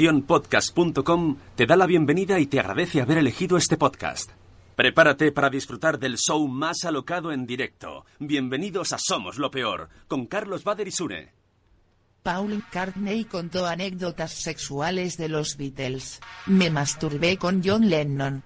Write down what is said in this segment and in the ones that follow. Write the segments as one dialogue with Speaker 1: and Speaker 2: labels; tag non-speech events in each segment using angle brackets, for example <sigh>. Speaker 1: Naciónpodcast.com te da la bienvenida y te agradece haber elegido este podcast. Prepárate para disfrutar del show más alocado en directo. Bienvenidos a Somos lo Peor, con Carlos Bader y Sune.
Speaker 2: Paul Cartney contó anécdotas sexuales de los Beatles. Me masturbé con John Lennon.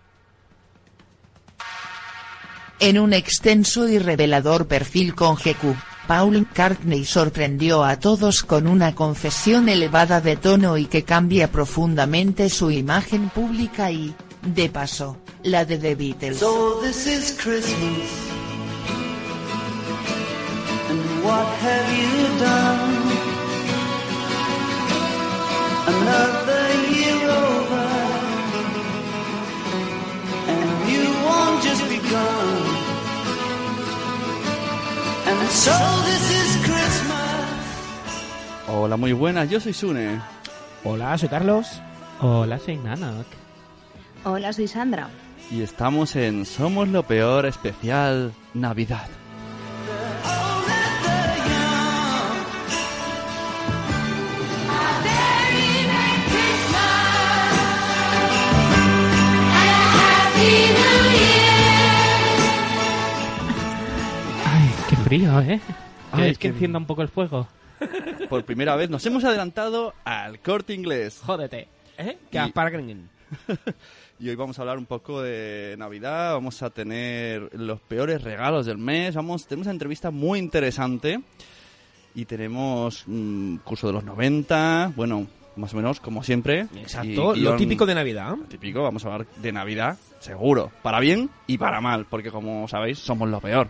Speaker 2: En un extenso y revelador perfil con GQ, Paul Cartney sorprendió a todos con una confesión elevada de tono y que cambia profundamente su imagen pública y, de paso, la de The Beatles.
Speaker 3: So this is Christmas. And what have you done? Another year over. And you won't just be gone. And so this is Christmas.
Speaker 4: Hola, muy buenas, yo soy Sune.
Speaker 5: Hola, soy Carlos.
Speaker 6: Hola, soy Nanak.
Speaker 7: Hola, soy Sandra.
Speaker 4: Y estamos en Somos lo Peor Especial Navidad.
Speaker 3: Oh, let the young
Speaker 6: Ay, qué frío, ¿eh?
Speaker 4: Ay,
Speaker 6: ¿Queréis
Speaker 4: qué-
Speaker 6: que encienda un poco el fuego?
Speaker 4: Por primera vez nos hemos adelantado al corte inglés.
Speaker 5: Jódete. ¿Eh? Que
Speaker 4: Y-
Speaker 5: aparguen.
Speaker 4: <laughs> Y hoy vamos a hablar un poco de Navidad, vamos a tener los peores regalos del mes, vamos, tenemos una entrevista muy interesante y tenemos un curso de los 90, bueno, más o menos como siempre.
Speaker 5: Exacto,
Speaker 4: Y
Speaker 5: lo
Speaker 4: guión-
Speaker 5: típico de Navidad.
Speaker 4: lo típico, vamos a hablar de Navidad, seguro, para bien y para mal, porque como sabéis somos lo peor.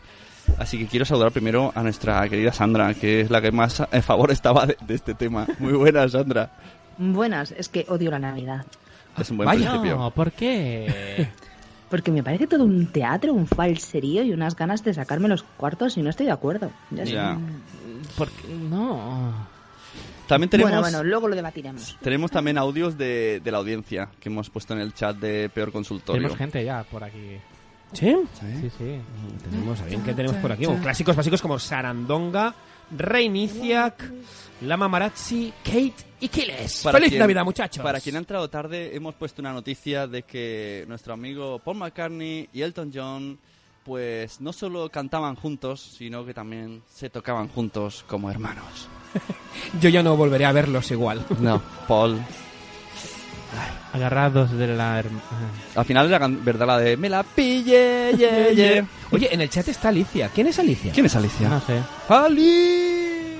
Speaker 4: Así que quiero saludar primero a nuestra querida Sandra, que es la que más a favor estaba de, de este tema. Muy buena, Sandra.
Speaker 7: Buenas, es que odio la Navidad.
Speaker 4: Es un buen
Speaker 5: Vaya.
Speaker 4: principio.
Speaker 6: No, ¿por qué?
Speaker 7: Porque me parece todo un teatro, un falserío y unas ganas de sacarme los cuartos y no estoy de acuerdo. Ya sé.
Speaker 4: Ya.
Speaker 6: ¿Por qué? No.
Speaker 4: También tenemos...
Speaker 7: Bueno, bueno, luego lo debatiremos.
Speaker 4: Tenemos también audios de, de la audiencia que hemos puesto en el chat de Peor Consultorio.
Speaker 6: Tenemos gente ya por aquí.
Speaker 5: ¿Sí?
Speaker 6: Sí, sí.
Speaker 5: Mm, Tenemos, a ver, ¿qué tenemos por aquí? Bueno, clásicos básicos como Sarandonga, Reiniciac, La Mamarazzi, Kate y Kiles.
Speaker 4: Para
Speaker 5: ¡Feliz
Speaker 4: quien-
Speaker 5: Navidad, muchachos!
Speaker 4: Para quien ha entrado tarde, hemos puesto una noticia de que nuestro amigo Paul McCartney y Elton John, pues no solo cantaban juntos, sino que también se tocaban juntos como hermanos.
Speaker 5: Yo ya no volveré a verlos
Speaker 4: <laughs>
Speaker 5: igual.
Speaker 4: No, Paul.
Speaker 6: Agarrados de la... herm- ah.
Speaker 4: Al final era can- verdad la de Me la pille,
Speaker 5: <laughs>
Speaker 4: ye, ye.
Speaker 5: Oye, en el chat está Alicia. ¿Quién es Alicia? Ah.
Speaker 4: ¿Quién es Alicia?
Speaker 6: No sé.
Speaker 4: ¡Ali!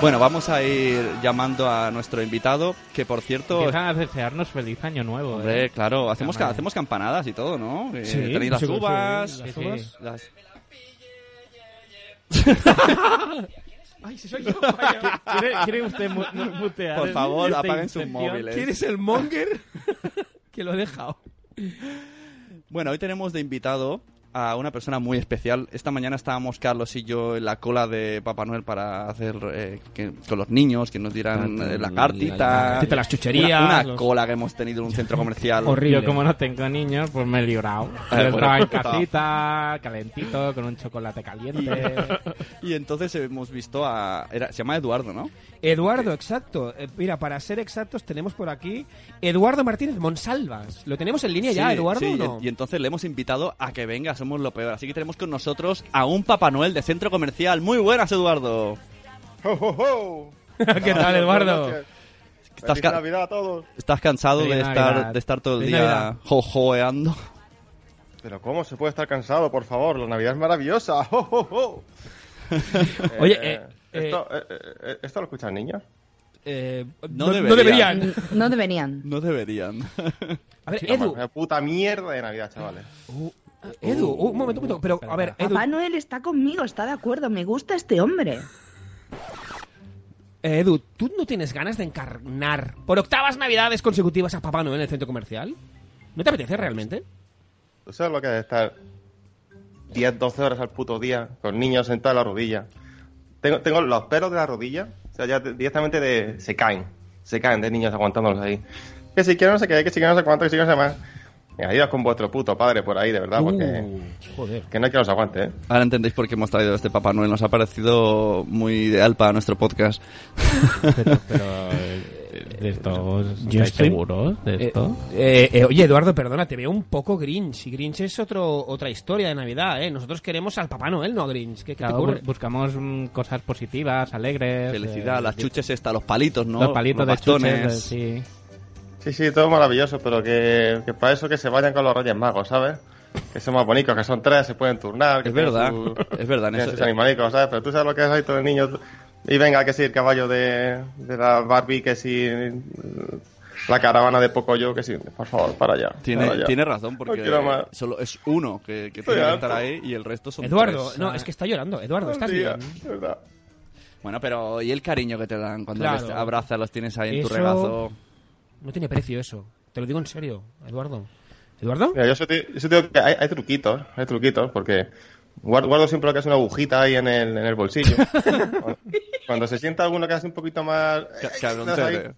Speaker 4: Bueno, vamos a ir llamando a nuestro invitado, que por cierto...
Speaker 6: Empiezan a desearnos feliz año nuevo.
Speaker 4: Hombre,
Speaker 6: ¿eh?
Speaker 4: claro, hacemos, ca-
Speaker 6: Cámara.
Speaker 4: hacemos campanadas y todo, ¿no? Eh,
Speaker 5: Sí,
Speaker 4: tenéis las
Speaker 5: sí, sí,
Speaker 4: uvas,
Speaker 5: sí,
Speaker 4: las
Speaker 6: sí.
Speaker 4: uvas, las-
Speaker 8: <laughs>
Speaker 5: Ay, si soy yo.
Speaker 6: ¿Quiere, quiere usted mu- mu- mutear
Speaker 4: Por
Speaker 6: el-
Speaker 4: favor,
Speaker 6: esta
Speaker 4: apaguen sus
Speaker 6: inserción?
Speaker 4: móviles.
Speaker 5: ¿Quién es el
Speaker 4: <laughs>
Speaker 5: monger? <laughs> que lo he dejado.
Speaker 4: Bueno, hoy tenemos de invitado a una persona muy especial. Esta mañana estábamos Carlos y yo en la cola de Papá Noel para hacer eh, que- con los niños que nos dieran eh, la cartita,
Speaker 5: Tita, las chucherías,
Speaker 4: una, una
Speaker 5: los-
Speaker 4: cola que hemos tenido en un centro
Speaker 6: <laughs>
Speaker 4: comercial.
Speaker 5: Horrible.
Speaker 6: Yo como no tengo niños, pues me he librado. Yo
Speaker 4: Eh, bueno,
Speaker 6: estaba en
Speaker 4: estaba-
Speaker 6: casita, calentito, con un chocolate caliente.
Speaker 4: <laughs> Y entonces hemos visto a. era- se llama Eduardo, ¿no?
Speaker 5: Eduardo, exacto. Eh, mira, para ser exactos, tenemos por aquí Eduardo Martínez Monsalvas. ¿Lo tenemos en línea ya,
Speaker 4: Sí,
Speaker 5: Eduardo?
Speaker 4: sí,
Speaker 5: o
Speaker 4: y-
Speaker 5: no?
Speaker 4: Y entonces le hemos invitado a que venga, somos lo peor. Así que tenemos con nosotros a un Papá Noel de centro comercial. Muy buenas, Eduardo.
Speaker 9: ¡Ho, ho, ho!
Speaker 5: <laughs> ¿Qué tal, Eduardo?
Speaker 9: Gracias.
Speaker 4: Estás,
Speaker 9: Feliz
Speaker 4: ca-
Speaker 9: Navidad a todos.
Speaker 4: estás cansado
Speaker 6: Feliz
Speaker 4: de
Speaker 6: Navidad.
Speaker 4: estar, de estar todo el
Speaker 5: Feliz
Speaker 4: día
Speaker 5: Navidad.
Speaker 4: jojoeando.
Speaker 9: Pero ¿cómo se puede estar cansado, por favor? La Navidad es maravillosa. <laughs> ¡Ho, ho, ho! Eh,
Speaker 5: <laughs> Oye, eh,
Speaker 9: esto, eh, eh, ¿esto lo escuchan niños?
Speaker 5: Eh,
Speaker 4: No
Speaker 5: no, no deberían.
Speaker 4: deberían.
Speaker 7: No deberían.
Speaker 4: No deberían.
Speaker 5: A
Speaker 4: <laughs>
Speaker 5: ver,
Speaker 9: No,
Speaker 5: Edu, Uh,
Speaker 9: una puta mierda de Navidad, chavales.
Speaker 5: Edu, un momento, un momento. Pero, a ver, Edu,
Speaker 7: Papá Noel está conmigo, está de acuerdo, me gusta este hombre.
Speaker 5: eh, Edu, ¿tú no tienes ganas de encarnar por octavas navidades consecutivas a Papá Noel en el centro comercial? ¿No te apetece realmente?
Speaker 9: ¿Tú sabes lo que es estar 10, 12 horas al puto día con niños sentados en la rodilla? Tengo, tengo los pelos de la rodilla, o sea, ya de- directamente de, se caen. Se caen de niños aguantándolos ahí. Que si quiero no sé qué, que si quiero no sé cuánto, que si quiero no sé más. Mira, iros con vuestro puto padre por ahí, de verdad, porque
Speaker 5: Uh, joder.
Speaker 9: que no hay que os aguante, ¿eh?
Speaker 4: Ahora entendéis por qué hemos traído a este Papá Noel. Nos ha parecido muy ideal para nuestro podcast. <laughs>
Speaker 6: Pero, pero, eh, de estos,
Speaker 5: Yo
Speaker 6: ¿estáis
Speaker 5: estoy-
Speaker 6: seguros de
Speaker 5: Eh,
Speaker 6: esto?
Speaker 5: eh, eh, oye, Eduardo, perdona, te veo un poco Grinch. Y Grinch es otro, otra historia de Navidad, ¿eh? Nosotros queremos al Papá Noel, no a Grinch. ¿Qué, qué te
Speaker 6: <laughs> Claro,
Speaker 5: ocurre?
Speaker 6: bu- buscamos mm, cosas positivas, alegres.
Speaker 4: Felicidad,
Speaker 6: eh,
Speaker 4: las chuches estas, los palitos, ¿no?
Speaker 6: Los palitos de
Speaker 4: bastones.
Speaker 6: chuches, eh, sí.
Speaker 9: Sí, sí, todo maravilloso, pero que, que para eso que se vayan con los Reyes Magos, ¿sabes? Que son más bonitos, que son tres, se pueden turnar. que
Speaker 4: Es verdad,
Speaker 9: tienen
Speaker 4: es verdad, en
Speaker 9: tienen
Speaker 4: eso-
Speaker 9: sus animalicos, ¿sabes? Pero tú sabes lo que es ahí todo el niño. Y venga, que sí, el caballo de, de la Barbie, que sí, eh, la caravana de Pocoyo, que sí, por favor, para allá. para
Speaker 4: Tiene,
Speaker 9: allá.
Speaker 4: tiene razón, porque
Speaker 9: No quiero más.
Speaker 4: solo es uno que, que
Speaker 9: Estoy
Speaker 4: tiene que
Speaker 9: harto.
Speaker 4: estar ahí y el resto son
Speaker 5: Eduardo,
Speaker 4: tres. ¿eh?
Speaker 5: no, es que está llorando. Eduardo, estás
Speaker 9: Tía,
Speaker 5: bien.
Speaker 9: de verdad.
Speaker 4: Bueno, pero ¿y el cariño que te dan cuando
Speaker 5: Claro.
Speaker 4: les abrazas, los tienes ahí en tu
Speaker 5: Eso-
Speaker 4: regazo?
Speaker 5: No tiene precio eso. Te lo digo en serio, Eduardo. ¿Eduardo?
Speaker 9: Mira, yo soy tío- yo soy tío que hay, hay truquitos, hay truquitos, porque guardo, guardo siempre lo que es una agujita ahí en el, en
Speaker 5: <laughs>
Speaker 9: el bolsillo. cuando, cuando se sienta alguno que hace un poquito más...
Speaker 4: Ca-
Speaker 9: "Ay,
Speaker 4: cabroncete".
Speaker 9: estás ahí.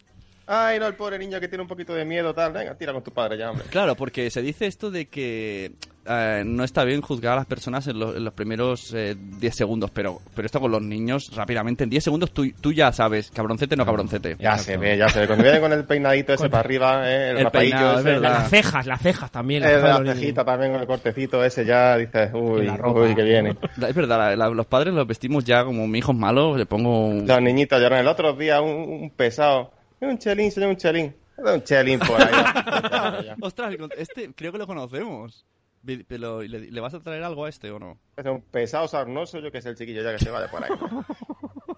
Speaker 9: Ay, no, el pobre niño que tiene un poquito de miedo, tal. Venga, tira con tu padre ya, hombre.
Speaker 4: Claro, porque se dice esto de que eh, no está bien juzgar a las personas en, lo- en los primeros eh, 10 segundos, pero, pero esto con los niños rápidamente, en 10 segundos tú, tú ya sabes, cabroncete no cabroncete.
Speaker 9: Ya se ve, ya se ve. Cuando viene
Speaker 4: <laughs>
Speaker 9: con el peinadito ese para arriba, eh, el,
Speaker 4: El
Speaker 9: rapadillo
Speaker 4: peinado,
Speaker 9: ese,
Speaker 4: es verdad.
Speaker 5: Las cejas, las cejas también. las
Speaker 9: eh,
Speaker 5: cejas de
Speaker 9: la
Speaker 5: los niños.
Speaker 9: cejita también con el cortecito ese, ya dices, uy,
Speaker 6: la ropa.
Speaker 9: uy, que viene.
Speaker 4: Es verdad, la- la- los padres los vestimos ya como mi hijo es malo, le
Speaker 9: <laughs>
Speaker 4: pongo... un-
Speaker 9: Los niñitos lloran el otro día, un, un pesado. Un chelín, señor, un chelín. Da Un chelín por ahí.
Speaker 4: Ostras, el con- este creo que lo conocemos. Vi- Pero, ¿y ¿le, le vas a traer algo a este o no?
Speaker 9: Es un pesado sarnoso, yo que sé, el chiquillo, ya que se vaya por ahí.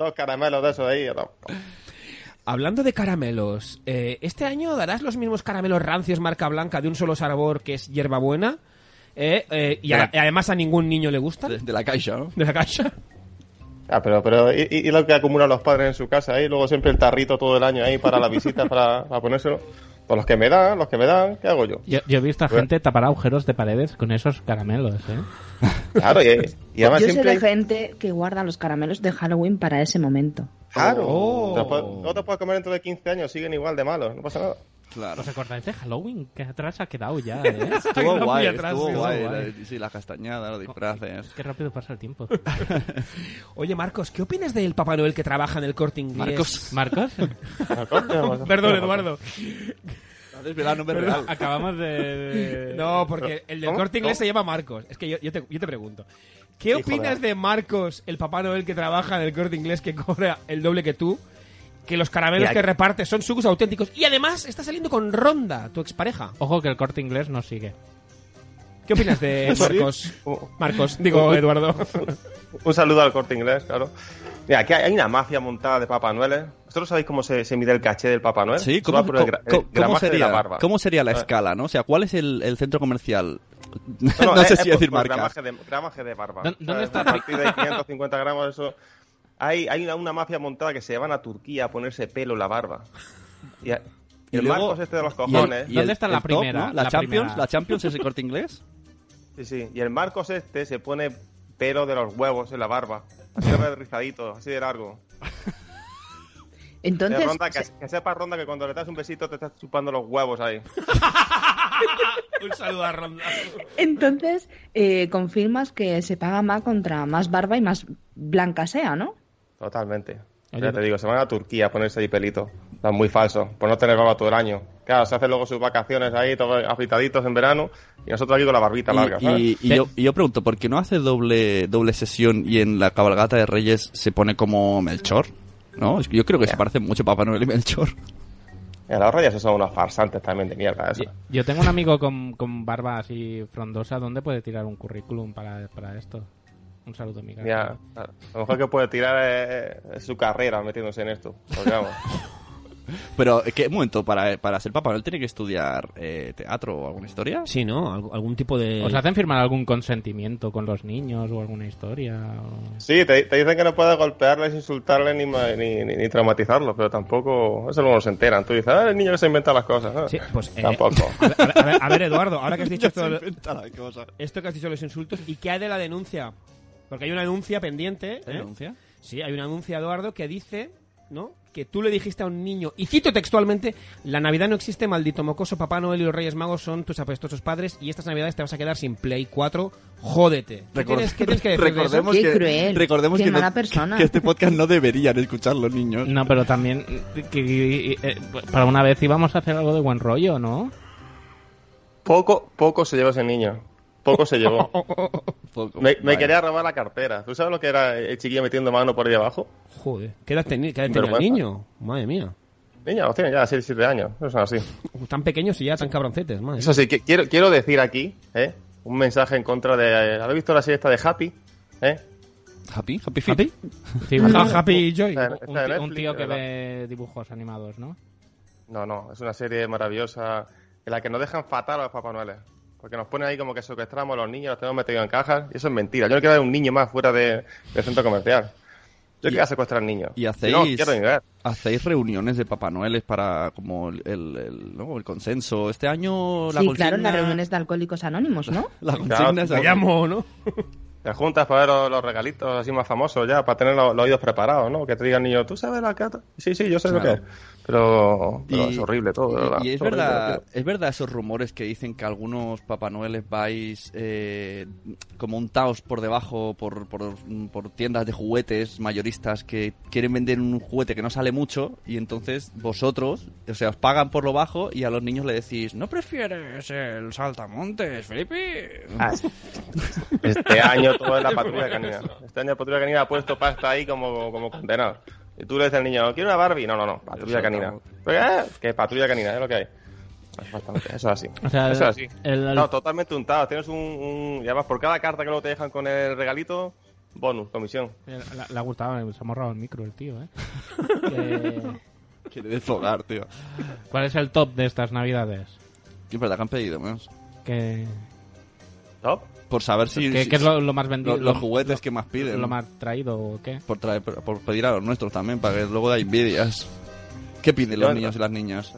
Speaker 9: Dos caramelos de esos ahí. no.
Speaker 5: Hablando de caramelos, eh, ¿este año darás los mismos caramelos rancios marca blanca de un solo sabor que es hierbabuena? Eh, eh, y a-
Speaker 4: Claro.
Speaker 5: además a ningún niño le gusta
Speaker 4: De,
Speaker 5: de
Speaker 4: de la caixa, ¿no?
Speaker 5: la caixa.
Speaker 9: Ah, pero, pero, ¿y, y- y lo que acumulan los padres en su casa ahí? Luego siempre el tarrito todo el año ahí para la visita, para, para ponérselo. Pues los que me dan, los que me dan, ¿qué hago yo?
Speaker 6: Yo, yo he visto a
Speaker 9: Bueno.
Speaker 6: gente tapar agujeros de paredes con esos caramelos, ¿eh?
Speaker 4: <laughs>
Speaker 9: Claro, y,
Speaker 4: eh.
Speaker 9: y además
Speaker 7: Yo sé
Speaker 9: siempre.
Speaker 7: de gente que guarda los caramelos de Halloween para ese momento.
Speaker 9: Claro.
Speaker 5: Oh.
Speaker 9: Te los puedes- luego te puedes comer dentro de 15 años, siguen igual de malos, no pasa nada.
Speaker 4: Claro.
Speaker 6: ¿Os acordáis de Halloween? Que atrás ha quedado ya, ¿eh?
Speaker 4: <laughs> Estuvo guay,
Speaker 5: Lo vi atrás,
Speaker 4: estuvo
Speaker 5: sí,
Speaker 4: guay.
Speaker 5: estuvo guay.
Speaker 4: la- sí, las castañadas, los disfraces.
Speaker 6: <laughs> Qué rápido pasa el tiempo.
Speaker 5: <laughs> Oye, Marcos, ¿qué opinas del Papá Noel que trabaja en el corte inglés?
Speaker 4: Marcos.
Speaker 6: Marcos,
Speaker 5: <laughs> Perdón, Eduardo.
Speaker 4: No desvelar, no me
Speaker 6: perdón,
Speaker 4: regal.
Speaker 6: acabamos de...
Speaker 5: No, porque el del
Speaker 9: ¿Cómo?
Speaker 5: corte inglés
Speaker 9: ¿Cómo?
Speaker 5: se llama Marcos. Es que yo, yo te, yo te pregunto. ¿Qué
Speaker 9: Hijo de
Speaker 5: opinas
Speaker 9: la-
Speaker 5: de Marcos, el Papá Noel que trabaja en el corte inglés que cobra el doble que tú? Que los caramelos
Speaker 9: Mira,
Speaker 5: que reparte son sucos auténticos. Y además está saliendo con Ronda, tu expareja.
Speaker 6: Ojo que el corte inglés nos sigue.
Speaker 5: ¿Qué opinas
Speaker 4: <laughs>
Speaker 5: de
Speaker 9: ¿Sí?
Speaker 5: Marcos?
Speaker 9: Oh.
Speaker 5: Marcos, digo Eduardo.
Speaker 9: Un saludo al corte inglés, claro. Mira, aquí hay hay una mafia montada de Papá Noel. ¿eh? ¿Vosotros sabéis cómo se, se mide el caché del Papá Noel?
Speaker 4: Sí,
Speaker 9: Se
Speaker 4: ¿cómo,
Speaker 9: va por el
Speaker 4: cómo-
Speaker 9: gra- el
Speaker 4: cómo- cómo
Speaker 9: gramaje de
Speaker 4: sería,
Speaker 9: la barba.
Speaker 4: ¿cómo sería la
Speaker 9: Ah.
Speaker 4: escala, no? O sea, ¿cuál es el, el centro comercial? <laughs> No,
Speaker 9: No, eh,
Speaker 4: sé
Speaker 9: es-
Speaker 4: si
Speaker 9: es
Speaker 4: decir
Speaker 9: por- por
Speaker 4: marcas.
Speaker 9: pues, Gramaje de, gramaje de barba.
Speaker 6: ¿Dó- dónde
Speaker 9: O sea,
Speaker 6: está?
Speaker 9: A partir de 550 gramos, eso. Hay, hay una, una mafia montada que se van a Turquía a ponerse pelo en la barba. Y, a- y el
Speaker 4: luego-
Speaker 9: Marcos este de los
Speaker 4: y el-
Speaker 9: cojones.
Speaker 4: y
Speaker 6: ¿Dónde
Speaker 4: el-
Speaker 6: está
Speaker 4: el
Speaker 6: la
Speaker 4: top,
Speaker 6: primera?
Speaker 4: no? ¿La,
Speaker 6: La
Speaker 4: Champions?
Speaker 6: primera.
Speaker 4: ¿La Champions es el corte inglés?
Speaker 9: Sí, sí. Y el Marcos este se pone pelo de los huevos en la barba. Así de rizadito, así de largo.
Speaker 7: Entonces,
Speaker 9: Eh, Ronda, que, que sepa Ronda que cuando le das un besito te estás chupando los
Speaker 6: <laughs>
Speaker 9: huevos ahí.
Speaker 5: Un saludo a Ronda.
Speaker 7: entonces eh, confirmas que se paga más contra más barba y más blanca sea, ¿no?
Speaker 9: Totalmente.
Speaker 6: Oye,
Speaker 5: pues-
Speaker 9: ya te digo, se van a Turquía a ponerse ahí pelito. Están muy falso, por no tener barba todo el año. Claro, se hacen luego sus vacaciones ahí, todos afeitaditos en verano, y nosotros aquí con la barbita larga,
Speaker 4: Y-
Speaker 9: ¿sabes?
Speaker 4: y, y
Speaker 6: Sí.
Speaker 4: yo, y yo pregunto, ¿por qué no hace doble, doble sesión y en la cabalgata de Reyes se pone como Melchor? ¿No? Es que Yo creo que se parece mucho Papá Noel y Melchor. <laughs>
Speaker 9: Mira, los reyes son unos farsantes también de mierda, eso.
Speaker 6: Yo, yo tengo un amigo con, con barba así frondosa. ¿Dónde puede tirar un currículum para, para esto? Un saludo, amiga.
Speaker 9: Mira, lo mejor que puede tirar es, es su carrera metiéndose en esto.
Speaker 5: <laughs>
Speaker 9: Porque, vamos,
Speaker 4: Pero, ¿qué momento? Para, para ser Papá Noel tiene que estudiar eh, teatro o alguna historia.
Speaker 5: Sí, ¿no? Alg- Algún tipo de...
Speaker 6: ¿Os hacen firmar algún consentimiento con los niños o alguna historia? o-
Speaker 9: sí, te, te dicen que no puedes golpearles, insultarles ni, ma- ni, ni, ni traumatizarlos, pero tampoco... Eso luego se enteran. Tú dices, ah, el niño que se inventa las cosas. ¿sabes?
Speaker 5: Sí, pues, eh,
Speaker 9: Tampoco.
Speaker 5: <laughs> A ver, a ver- a ver, Eduardo, ahora que
Speaker 4: <laughs>
Speaker 5: has dicho esto, de-
Speaker 4: cosa.
Speaker 5: esto que has dicho de los insultos, ¿y qué hay de la denuncia? Porque hay una denuncia pendiente. ¿eh?
Speaker 4: ¿Denuncia?
Speaker 5: Sí, hay una denuncia, Eduardo, que dice ¿no? Que tú le dijiste a un niño, y cito textualmente, la Navidad no existe, maldito mocoso, Papá Noel y los Reyes Magos son tus apestosos padres y estas Navidades te vas a quedar sin Play 4, jódete. ¿Qué,
Speaker 4: Record-
Speaker 5: tienes, qué tienes que decir de eso?
Speaker 4: recordemos
Speaker 7: Qué
Speaker 4: que,
Speaker 7: cruel,
Speaker 4: recordemos
Speaker 7: qué
Speaker 4: que, no-
Speaker 7: mala
Speaker 4: <laughs>
Speaker 7: persona.
Speaker 4: que este podcast no deberían escuchar los niños.
Speaker 6: No, pero también eh, que, eh, eh,
Speaker 5: pues,
Speaker 6: para una vez íbamos a hacer algo de buen rollo, ¿no?
Speaker 9: Poco, poco se llevó ese niño. Poco
Speaker 4: Pues
Speaker 9: se llevó.
Speaker 4: Poco.
Speaker 9: Me, me
Speaker 4: Vale.
Speaker 9: quería robar la cartera. ¿Tú sabes lo que era el chiquillo metiendo mano por ahí abajo?
Speaker 5: <laughs> Joder, ¿qué edad tenía, qué edad tenía el
Speaker 9: Vergüenza.
Speaker 5: niño? Madre mía.
Speaker 9: Niña, los tiene ya 6, 7 años. No son así.
Speaker 5: Tan pequeños y ya tan cabroncetes, madre.
Speaker 9: Eso sí, que- quiero, quiero decir aquí, ¿eh? Un mensaje en contra de... ¿Habéis visto la serie esta de Happy? ¿Eh?
Speaker 4: ¿Happy? ¿Happy? Feet?
Speaker 5: ¿Happy?
Speaker 6: Sí, un-
Speaker 5: Happy Joy.
Speaker 9: Está en-
Speaker 6: un,
Speaker 9: está en
Speaker 6: tío- un
Speaker 9: Netflix,
Speaker 6: tío que
Speaker 9: ¿verdad?
Speaker 6: ve dibujos animados, ¿no?
Speaker 9: No, no, es una serie maravillosa en la que nos dejan fatal a los Papá Noeles. Porque nos ponen ahí como que secuestramos a los niños, los tenemos metidos en cajas. Y eso es mentira. Yo no quiero ver un niño más fuera de- del centro comercial. Yo quiero secuestrar niños.
Speaker 4: ¿Y
Speaker 9: Yo
Speaker 4: hacéis,
Speaker 9: No, quiero ni ver.
Speaker 4: hacéis reuniones de Papá Noel para como el, el, el- ¿no? el consenso? Este año la
Speaker 7: sí,
Speaker 4: consigna...
Speaker 7: claro, en las reuniones de alcohólicos anónimos,
Speaker 5: <laughs>
Speaker 7: ¿no?
Speaker 4: La consigna
Speaker 9: Claro,
Speaker 4: es-
Speaker 5: Me llamo, ¿no?
Speaker 9: Te juntas para ver los, los regalitos así más famosos ya, para tener los, los oídos preparados, ¿no? Que te digan niño, ¿tú sabes la cata? Sí, sí, yo sé lo
Speaker 4: Claro.
Speaker 9: que es. Pero, pero
Speaker 4: Y-
Speaker 9: es horrible todo,
Speaker 4: y-
Speaker 9: de ¿verdad?
Speaker 4: Y, es
Speaker 9: Horrible,
Speaker 4: verdad,
Speaker 9: tío.
Speaker 4: es verdad esos rumores que dicen que algunos Papá Noeles vais eh, como un taos por debajo por, por, por tiendas de juguetes mayoristas que quieren vender un juguete que no sale mucho y entonces vosotros, o sea, os pagan por lo bajo y a los niños le decís, ¿no prefieres el saltamontes, Felipe?
Speaker 9: Ah, Este año
Speaker 4: <laughs>
Speaker 9: todo es la patrulla canina. Este año la patrulla canina ha puesto pasta ahí como, como condenado. Y tú le dices al niño, ¿no quiero una Barbie? No, no, no, patrulla canina. Pero, ¿eh? Que patrulla canina, es lo que hay. Exactamente, Eso es así.
Speaker 6: O sea,
Speaker 9: eso es así.
Speaker 6: el- el-
Speaker 9: No, totalmente untado. Tienes un, un. Y además, por cada carta que luego te dejan con el regalito, bonus, comisión.
Speaker 6: Le ha gustado, eh, se ha morrado el micro el <laughs> tío, ¿eh? Que-
Speaker 4: Eh, Quiere desfogar, tío.
Speaker 6: ¿Cuál es el top de estas navidades?
Speaker 4: Es verdad que han pedido más.
Speaker 6: Que,
Speaker 9: ¿Top?
Speaker 4: Por saber si...
Speaker 6: que-
Speaker 4: si-
Speaker 6: que es lo, lo más
Speaker 4: lo-
Speaker 6: vendido.
Speaker 4: los juguetes que más piden.
Speaker 6: Lo más traído o qué.
Speaker 4: por, traer- por- por pedir a los nuestros también, para que luego da envidias. ¿Qué piden los
Speaker 9: Yo-
Speaker 4: niños y las niñas?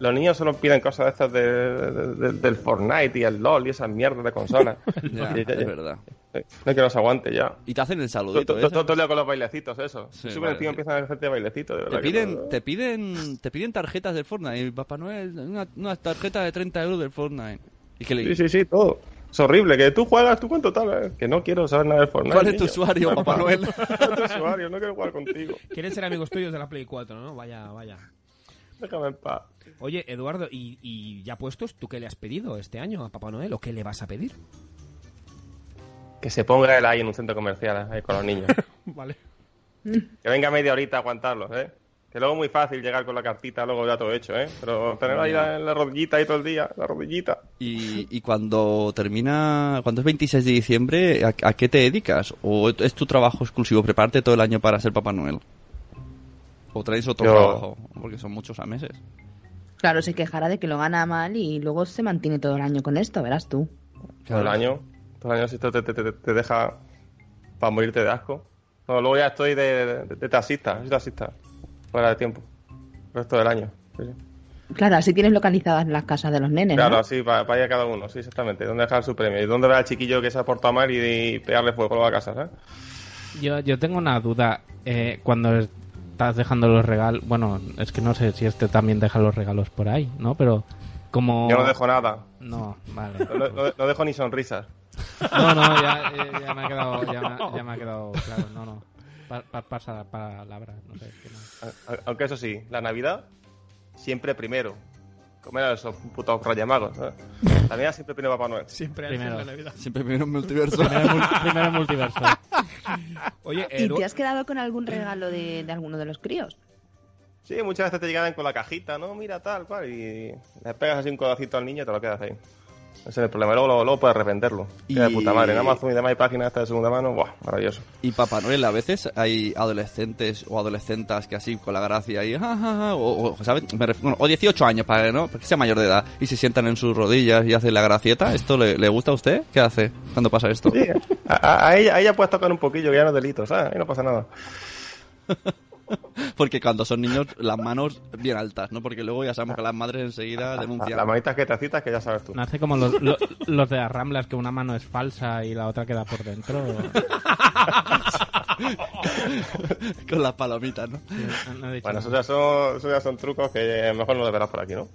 Speaker 9: Los niños solo piden cosas de estas de- de- de- del Fortnite y el LOL y esas mierdas
Speaker 4: <laughs>
Speaker 9: de consola.
Speaker 4: Ya,
Speaker 9: Y- y-
Speaker 4: es verdad.
Speaker 9: Eh, No que nos aguante ya.
Speaker 4: Y te hacen el
Speaker 9: Todo
Speaker 4: saludito.
Speaker 9: todo-
Speaker 4: ¿eh?
Speaker 9: todo el día con los bailecitos, eso.
Speaker 4: Sí,
Speaker 9: Suben
Speaker 4: vale,
Speaker 9: encima,
Speaker 4: sí.
Speaker 9: empiezan a hacerte bailecitos. de verdad
Speaker 4: Te
Speaker 9: que
Speaker 4: piden,
Speaker 9: no-
Speaker 4: te piden, te piden tarjetas del Fortnite. Papá Noel, una, una tarjeta de 30 euros del Fortnite. Y que le
Speaker 9: Sí, sí, sí, todo. Es horrible, que tú juegas, tú cuánto tal, eh, que no quiero saber nada del Fortnite.
Speaker 4: ¿Cuál es tu
Speaker 9: niño. pues,
Speaker 4: usuario, Papá
Speaker 9: <laughs>
Speaker 4: Noel?
Speaker 9: ¿Cuál es tu usuario? No quiero jugar contigo.
Speaker 5: Quieren ser amigos tuyos de la Play 4, ¿no? Vaya, vaya.
Speaker 9: Déjame en paz.
Speaker 5: Oye, Eduardo, ¿y, y ya puestos, tú qué le has pedido este año a Papá Noel o qué le vas a pedir?
Speaker 9: Que se ponga él ahí en un centro comercial, eh, ahí con
Speaker 4: <laughs>
Speaker 9: los niños.
Speaker 5: Vale.
Speaker 9: que venga media horita a aguantarlos, ¿eh? Que luego es muy fácil llegar con la cartita, luego ya todo hecho, ¿eh? Pero tener ahí la, la rodillita ahí todo el día, la rodillita.
Speaker 4: Y, y cuando termina, cuando es 26 de diciembre, ¿a, a qué te dedicas? ¿O es tu trabajo exclusivo prepararte todo el año para ser Papá Noel? ¿O traes otro
Speaker 9: Yo-
Speaker 4: trabajo? Porque son muchos a meses.
Speaker 7: Claro, se quejará de que lo gana mal y luego se mantiene todo el año con esto, verás tú.
Speaker 9: Todo el año, todo el año si esto te, te- te- te deja para morirte de asco. No, luego ya estoy de, de- de taxista, soy taxista, fuera de tiempo, el resto del año. sí, sí.
Speaker 7: Claro, así tienes localizadas las casas de los nenes,
Speaker 9: Claro,
Speaker 7: ¿no?
Speaker 9: así, para, ir a cada uno, sí, exactamente. ¿Dónde dejar su premio? ¿Y dónde ver al chiquillo que se ha portado mal y, y pegarle fuego luego a casa, ¿sabes?
Speaker 6: Yo, yo tengo una duda. eh, cuando estás dejando los regalos. Bueno, es que no sé si este también deja los regalos por ahí, ¿no? Pero como.
Speaker 9: Yo no dejo nada,
Speaker 6: No, vale.
Speaker 9: no, no- no dejo ni sonrisas.
Speaker 6: <laughs> No, no, <laughs> ya, eh, ya me ha quedado, ya me, ya me ha quedado claro. No, no. Pa- pa- pasa la palabra. No sé. que no.
Speaker 9: A- a- Aunque eso sí, la Navidad siempre primero. Comer a esos putos Reyes Magos, ¿sabes? La Navidad siempre primero Papá Noel.
Speaker 5: Siempre
Speaker 6: antes Primero. la
Speaker 5: Navidad.
Speaker 4: Siempre primero un multiverso.
Speaker 6: Primero, el mul- primero
Speaker 4: <laughs>
Speaker 6: el multiverso.
Speaker 5: Oye,
Speaker 7: ¿Y
Speaker 5: Edu-
Speaker 7: te has quedado con algún regalo de, de alguno de los críos?
Speaker 9: Sí, muchas veces te llegan con la cajita, ¿no? Mira, tal, cual, y le pegas así un codacito al niño y te lo quedas ahí. Ese es el problema. Luego, luego, luego puedes revenderlo.
Speaker 4: Y-
Speaker 9: Queda de puta madre. En Amazon y demás hay páginas estas de segunda mano. Buah, maravilloso.
Speaker 4: Y Papá Noel, a veces hay adolescentes o adolescentas que así con la gracia y "Ja, ja, ja", o, o, ¿sabes? Me ref- bueno, o 18 años para que no, para que sea mayor de edad y se sientan en sus rodillas y hacen la gracieta. ¿Esto le, le gusta a usted? ¿Qué hace cuando pasa esto?
Speaker 9: Sí, a, a- a ella, a ella puedes tocar un poquillo, que ya no es delito, ¿sabes? Ahí no pasa nada.
Speaker 4: Porque cuando son niños las manos bien altas, ¿no? Porque luego ya sabemos que las madres enseguida
Speaker 9: Ah, Las
Speaker 4: denuncian.
Speaker 9: manitas que te citas, que ya sabes tú.
Speaker 6: No hace como los, lo- los de las <laughs> ramblas, que una mano es falsa y la otra queda por dentro.
Speaker 4: Con las palomitas, ¿no?
Speaker 6: No he dicho
Speaker 9: Bueno, esos
Speaker 6: nada.
Speaker 9: ya, son, esos ya son trucos que eh, mejor no los verás por aquí, ¿no?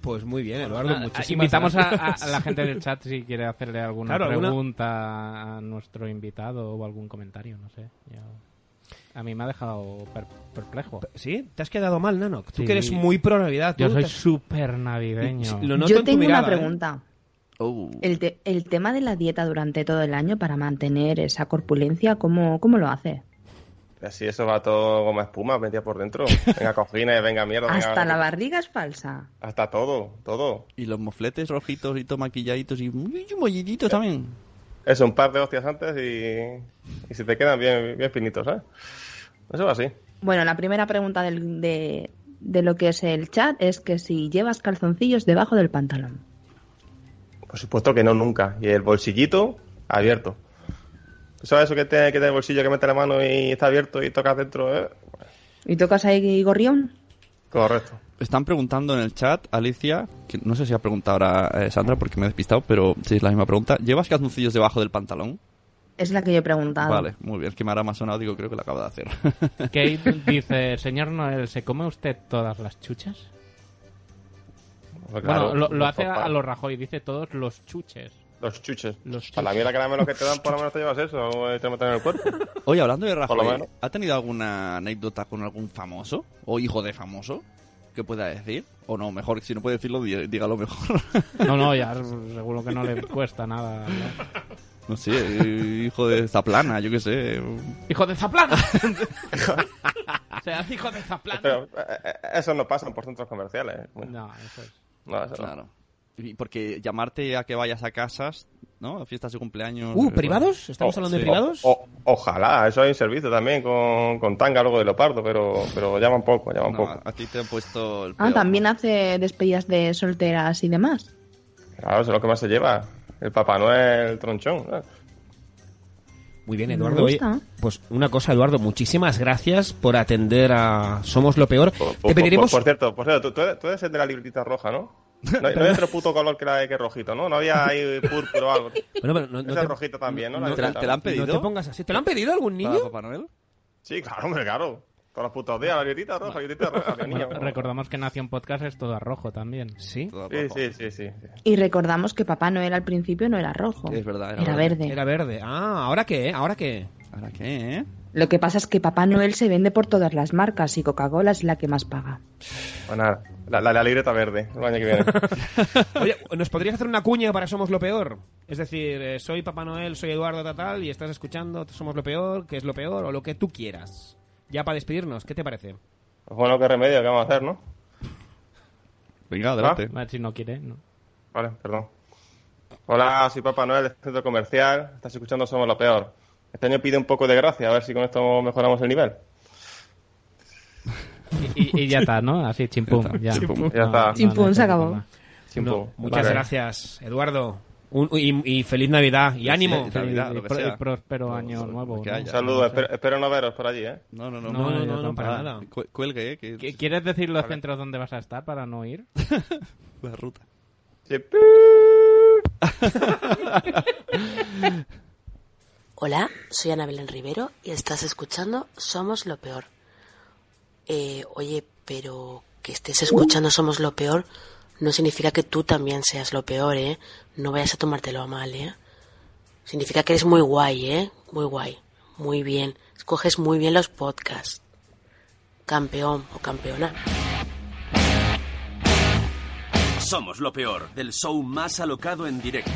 Speaker 5: Pues muy bien, Eduardo.
Speaker 6: Ah,
Speaker 5: muchísimas
Speaker 6: Invitamos a,
Speaker 5: gracias.
Speaker 6: a- a la gente del chat si quiere hacerle alguna
Speaker 5: Claro, alguna-
Speaker 6: pregunta a nuestro invitado o algún comentario, no sé. Yo- A mí me ha dejado per- perplejo.
Speaker 5: ¿Sí? ¿Te has quedado mal, Nano? Tú
Speaker 6: Sí.
Speaker 5: que eres muy pro Navidad. tú
Speaker 6: Yo soy
Speaker 5: te-
Speaker 6: súper navideño.
Speaker 5: Lo noto
Speaker 7: Yo
Speaker 5: en tu
Speaker 7: tengo
Speaker 5: mirada,
Speaker 7: una
Speaker 5: ¿eh?
Speaker 7: pregunta.
Speaker 9: Oh.
Speaker 7: El, te- el tema de la dieta durante todo el año para mantener esa corpulencia, ¿cómo, cómo lo hace?
Speaker 9: Así eso va todo como espuma, metida
Speaker 4: <laughs>
Speaker 9: por dentro. Venga, cojines, venga, mierda. venga,
Speaker 7: Hasta la barriga es falsa.
Speaker 9: Hasta todo, todo.
Speaker 4: Y los mofletes rojitos y todo maquilladitos y muy molliditos también.
Speaker 9: Eso, un par de hostias antes y, y se te quedan bien, bien finitos, ¿sabes? Eso va así.
Speaker 7: Bueno, la primera pregunta del- de, de lo que es el chat es que si llevas calzoncillos debajo del pantalón.
Speaker 9: Por supuesto que no, nunca. Y el bolsillito abierto. ¿Tú ¿Sabes eso que tiene, que tiene el bolsillo que mete la mano y está abierto y tocas dentro? eh?
Speaker 7: ¿Y tocas ahí gorrión?
Speaker 9: <laughs> Correcto.
Speaker 4: Están preguntando en el chat, Alicia, que no sé si ha preguntado ahora eh, Sandra porque me he despistado, pero sí es la misma pregunta. ¿Llevas calzoncillos debajo del pantalón?
Speaker 7: Es la que yo he preguntado.
Speaker 4: Vale, muy bien, es que me hará más sonado, digo, creo que lo acabo de hacer.
Speaker 6: <laughs> Kate
Speaker 4: <laughs>
Speaker 6: dice, señor Noel, ¿se come usted todas las chuches?
Speaker 9: Claro,
Speaker 6: bueno, lo, lo
Speaker 9: los
Speaker 6: hace a,
Speaker 9: papás.
Speaker 6: a los Rajoy, dice todos los chuches.
Speaker 9: Los chuches.
Speaker 6: Los
Speaker 9: Para la mierda caramelo que te dan,
Speaker 4: <laughs>
Speaker 9: por lo menos te llevas eso. O eh, te lo meten en el cuerpo.
Speaker 4: Oye, hablando de
Speaker 9: Por lo
Speaker 4: Rajoy,
Speaker 9: menos.
Speaker 4: ¿ha tenido alguna anécdota con algún famoso o hijo de famoso que pueda decir? O no, mejor, si no puede decirlo, di- dígalo mejor. <laughs>
Speaker 6: No, no, ya seguro que no le cuesta nada. hablar.
Speaker 9: <laughs>
Speaker 4: no sé, eh, hijo de Zaplana, yo qué sé.
Speaker 6: ¡Hijo de Zaplana! <laughs>
Speaker 9: <laughs>
Speaker 6: Se hace hijo de Zaplana.
Speaker 9: Pero eh, eh, esos no pasan por centros comerciales. ¿eh? Bueno,
Speaker 6: No, eso es.
Speaker 9: no, eso no.
Speaker 4: Claro. Y porque llamarte a que vayas a casas, ¿no? A fiestas de cumpleaños.
Speaker 5: Uh,
Speaker 4: eh,
Speaker 5: ¿privados? ¿Estamos
Speaker 9: Oh,
Speaker 5: hablando de
Speaker 9: sí.
Speaker 5: privados?
Speaker 9: O- o- ojalá, eso hay un servicio también con, con tanga luego de leopardo, pero, pero llaman poco, llaman
Speaker 4: bueno, no,
Speaker 9: poco.
Speaker 4: a ti te han puesto el
Speaker 7: Ah,
Speaker 4: peor,
Speaker 7: también
Speaker 4: ¿no?
Speaker 7: hace despedidas de solteras y demás.
Speaker 9: Claro, eso es lo que más se lleva. El Papá Noel tronchón. ¿no?
Speaker 5: Muy bien,
Speaker 7: Me
Speaker 5: Eduardo. Oye,
Speaker 7: gusta.
Speaker 5: pues una cosa, Eduardo, muchísimas gracias por atender a Somos lo Peor.
Speaker 9: Por, por-
Speaker 5: Te pediremos.
Speaker 9: por- por cierto, por cierto, tú, tú eres- tú eres el de la librita roja, ¿no? No, hay- no hay otro puto color que, la, que rojito, ¿no? No había ahí púrpura o algo.
Speaker 5: <laughs> Bueno, pero no, no
Speaker 9: Esa
Speaker 5: te-
Speaker 9: es rojita también, ¿no? La
Speaker 4: ¿Te la,
Speaker 9: libreta,
Speaker 4: te la han
Speaker 9: ¿no?
Speaker 5: no
Speaker 4: pedido?
Speaker 5: te pongas así. ¿Te lo han pedido algún
Speaker 4: ¿Para
Speaker 5: niño?
Speaker 4: Papá Noel?
Speaker 9: Sí, claro, hombre, claro. Todos los putos días, la librita roja, la libreta roja,
Speaker 5: <laughs>
Speaker 9: qué niño.
Speaker 6: Bueno, recordamos que Nación Podcast es todo a rojo también.
Speaker 5: Sí.
Speaker 4: Todo
Speaker 9: Sí,
Speaker 4: rojo.
Speaker 9: sí, sí, sí. sí.
Speaker 7: Y recordamos que Papá Noel al principio no era rojo.
Speaker 4: Es verdad, era
Speaker 7: Era
Speaker 4: verde.
Speaker 7: verde.
Speaker 5: Era verde. Ah, ¿ahora qué? eh? ¿Ahora qué?
Speaker 4: ¿Ahora qué, eh?
Speaker 7: Lo que pasa es que Papá Noel se vende por todas las marcas y Coca-Cola es la que más paga.
Speaker 9: Bueno, nada, la, la, la libreta verde, el año que viene.
Speaker 5: <laughs> Oye, ¿nos podrías hacer una cuña para Somos lo Peor? Es decir, eh, soy Papá Noel, soy Eduardo Tatal y estás escuchando Somos lo Peor, que es lo peor o lo que tú quieras. Ya para despedirnos, ¿qué te parece?
Speaker 9: Pues bueno, qué remedio, ¿qué vamos a hacer, no?
Speaker 4: Venga, adelante.
Speaker 6: A ver si no quiere, ¿no?
Speaker 9: Vale, perdón. Hola, soy Papá Noel del Centro Comercial. Estás escuchando Somos lo Peor. Este año pide un poco de gracia, a ver si con esto mejoramos el nivel.
Speaker 6: Y, y- y ya está,
Speaker 4: <laughs>
Speaker 6: ¿no? Así, chimpum. Ya,
Speaker 9: Chimpum, ya está.
Speaker 7: Chimpum, se
Speaker 6: necesito
Speaker 7: acabó.
Speaker 6: más.
Speaker 9: Tiempo.
Speaker 5: Muchas
Speaker 9: Vale.
Speaker 5: gracias, Eduardo. Un- y, y feliz Navidad y ánimo.
Speaker 4: sí, Navidad,
Speaker 6: Feliz
Speaker 4: lo que
Speaker 6: pro-
Speaker 4: sea.
Speaker 6: Pues y próspero
Speaker 4: Lo-
Speaker 6: año
Speaker 4: lo
Speaker 6: nuevo.
Speaker 4: que
Speaker 6: ¿no?
Speaker 4: haya.
Speaker 9: Un saludo, espero, espero no veros por allí, ¿eh?
Speaker 4: No, no, no.
Speaker 5: No, no,
Speaker 6: yo
Speaker 5: no, no,
Speaker 6: tampoco.
Speaker 5: para nada.
Speaker 4: Cu- Cuelgue, eh, que
Speaker 6: ¿Qui- ¿Quieres decir los centros donde vas a estar para no ir?
Speaker 4: <laughs> la ruta.
Speaker 9: Sí.
Speaker 10: Hola, soy Ana Belén Rivero y estás escuchando Somos lo Peor. Eh, oye, pero que estés escuchando Somos lo Peor no significa que tú también seas lo peor, ¿eh? No vayas a tomártelo a mal, ¿eh? Significa que eres muy guay, ¿eh? Muy guay. Muy bien. Escoges muy bien los podcasts. Campeón o campeona.
Speaker 1: Somos lo peor del show más alocado en directo.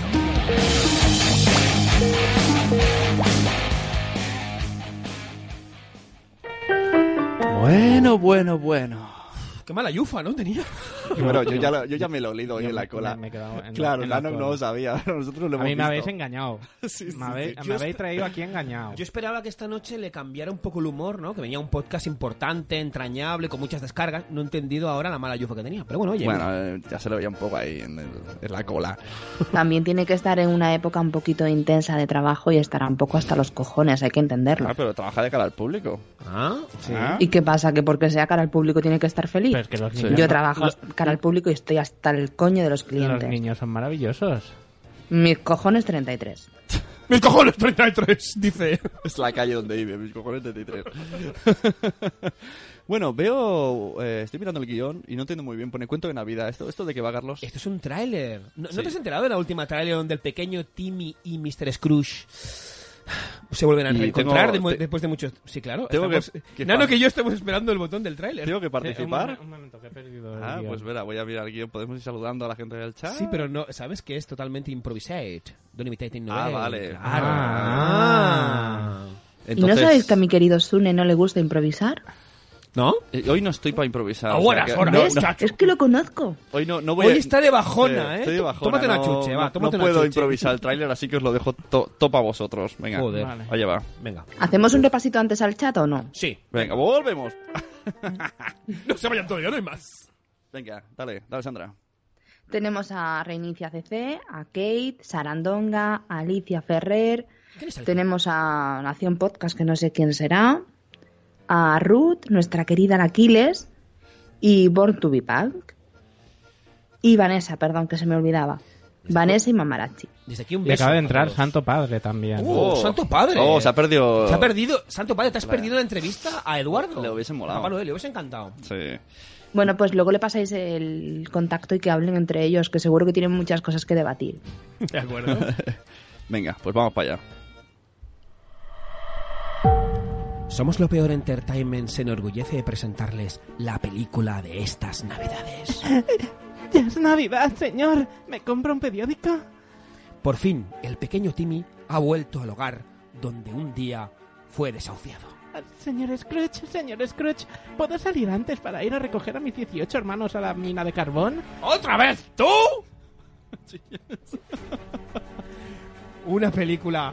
Speaker 4: Bueno, bueno, bueno.
Speaker 5: Qué mala yufa, ¿no?
Speaker 4: <laughs>
Speaker 5: Tenía.
Speaker 4: Bueno, yo ya, lo- yo ya me lo he olido hoy
Speaker 6: Yo
Speaker 4: en la
Speaker 6: me-
Speaker 4: cola.
Speaker 6: me he quedado en-
Speaker 4: claro,
Speaker 6: en la
Speaker 4: Nano
Speaker 6: cola.
Speaker 4: no lo sabía. <laughs> Nosotros lo
Speaker 6: A
Speaker 4: hemos
Speaker 6: mí me
Speaker 4: visto.
Speaker 6: habéis engañado.
Speaker 4: <laughs> Sí,
Speaker 5: <laughs>
Speaker 4: sí,
Speaker 6: me habéis,
Speaker 4: sí.
Speaker 6: me
Speaker 4: Yo
Speaker 6: habéis
Speaker 4: est-
Speaker 6: traído aquí engañado.
Speaker 5: Yo esperaba que esta noche le cambiara un poco el humor, ¿no? Que venía un podcast importante, entrañable, con muchas descargas. No he entendido ahora la mala yufa que tenía. Pero bueno, oye.
Speaker 4: <laughs> Bueno, eh, ya se lo veía un poco ahí en, el- en la cola.
Speaker 7: También tiene que estar en una época un poquito intensa de trabajo y estará un poco hasta los cojones, hay que entenderlo.
Speaker 4: Ah, pero trabaja de cara al público.
Speaker 5: Ah, sí.
Speaker 4: Ah.
Speaker 7: ¿Y qué pasa? ¿Que porque sea cara al público tiene que estar feliz?
Speaker 6: Pero es que los niños,
Speaker 7: Yo trabajo cara al público y estoy hasta el coño de los
Speaker 6: los
Speaker 7: clientes.
Speaker 6: niños son maravillosos.
Speaker 7: Mis cojones 33.
Speaker 5: Mis cojones 33, dice.
Speaker 4: <laughs> Es la calle donde vive, mis cojones 33. <laughs> bueno, veo. eh, estoy mirando el guión y no entiendo muy bien. Pone cuento de Navidad. ¿Esto, esto de qué va, Carlos?
Speaker 5: Esto es un tráiler. ¿No, no
Speaker 4: Sí.
Speaker 5: te has enterado de la última tráiler donde el pequeño Timmy y Mr. Scrooge se vuelven a
Speaker 4: Y
Speaker 5: reencontrar
Speaker 4: tengo-
Speaker 5: demu-
Speaker 4: te-
Speaker 5: después de muchos... Sí, claro.
Speaker 4: Tengo que-
Speaker 5: estamos-
Speaker 4: que
Speaker 5: Nano
Speaker 4: par-
Speaker 5: que yo estamos esperando el botón del tráiler.
Speaker 4: ¿Tengo que
Speaker 6: Eh,
Speaker 4: participar?
Speaker 6: un, un momento, que he perdido el
Speaker 4: Ah,
Speaker 6: guión.
Speaker 4: pues verá, voy a mirar el guión. Podemos ir saludando a la gente del chat.
Speaker 5: Sí, pero no, sabes que es totalmente improvisado. Don't imitate no
Speaker 4: Ah, vale.
Speaker 5: Claro.
Speaker 6: Ah.
Speaker 7: ¿Y no sabéis que a mi querido Sune no le gusta improvisar?
Speaker 5: ¿No?
Speaker 4: Eh, Hoy no estoy para improvisar.
Speaker 5: Ahora,
Speaker 4: que-
Speaker 5: ahora,
Speaker 4: no,
Speaker 7: ¿Ves?
Speaker 4: no,
Speaker 5: muchacho.
Speaker 7: Es que lo conozco.
Speaker 4: hoy no, no voy
Speaker 5: Hoy
Speaker 4: a-
Speaker 5: está de bajona,
Speaker 4: Eh,
Speaker 5: ¿eh?
Speaker 4: Estoy de bajona,
Speaker 5: Tómate una
Speaker 4: no-
Speaker 5: chuche, va,
Speaker 4: no-
Speaker 5: tómate
Speaker 4: no
Speaker 5: una
Speaker 4: puedo
Speaker 5: chuche.
Speaker 4: improvisar el tráiler, así que os lo dejo to- top a vosotros. Venga,
Speaker 5: Joder.
Speaker 6: Vale.
Speaker 4: allá va.
Speaker 5: Venga.
Speaker 7: ¿Hacemos un repasito antes al chat o no?
Speaker 5: Sí.
Speaker 4: Venga, volvemos.
Speaker 5: <laughs> No se vayan todavía, no hay más.
Speaker 4: Venga, dale, dale, Sandra.
Speaker 7: Tenemos a Reinicia CC, a Kate, Sarandonga, a Alicia Ferrer.
Speaker 5: ¿Quién es el-
Speaker 7: Tenemos a Nación Podcast, que no sé quién será. A Ruth, nuestra querida Aquiles. Y Born to be Punk. Y Vanessa, perdón, que se me olvidaba. Vanessa y Mamarachi.
Speaker 5: Desde aquí un
Speaker 6: Y
Speaker 5: beso.
Speaker 6: acaba de
Speaker 5: a
Speaker 6: entrar
Speaker 5: todos.
Speaker 6: Santo Padre también.
Speaker 5: Uh, santo padre.
Speaker 4: Oh, se ha perdido.
Speaker 5: Se ha perdido. Santo padre, ¿te has perdido la entrevista a Eduardo?
Speaker 4: Le hubiese molado.
Speaker 5: Papá Noel, le hubiese encantado.
Speaker 4: Sí.
Speaker 7: Bueno, pues luego le pasáis el contacto y que hablen entre ellos, que seguro que tienen muchas cosas que debatir.
Speaker 5: De acuerdo.
Speaker 4: <laughs> Venga, pues vamos para allá.
Speaker 5: Somos lo peor Entertainment se enorgullece de presentarles la película de estas navidades.
Speaker 6: <laughs> Ya es Navidad, señor. ¿Me compra un periódico?
Speaker 5: Por fin, el pequeño Timmy ha vuelto al hogar donde un día fue desahuciado.
Speaker 6: Señor Scrooge, señor Scrooge, ¿puedo salir antes para ir a recoger a mis 18 hermanos a la mina de carbón?
Speaker 5: ¿Otra vez tú? <laughs> Una película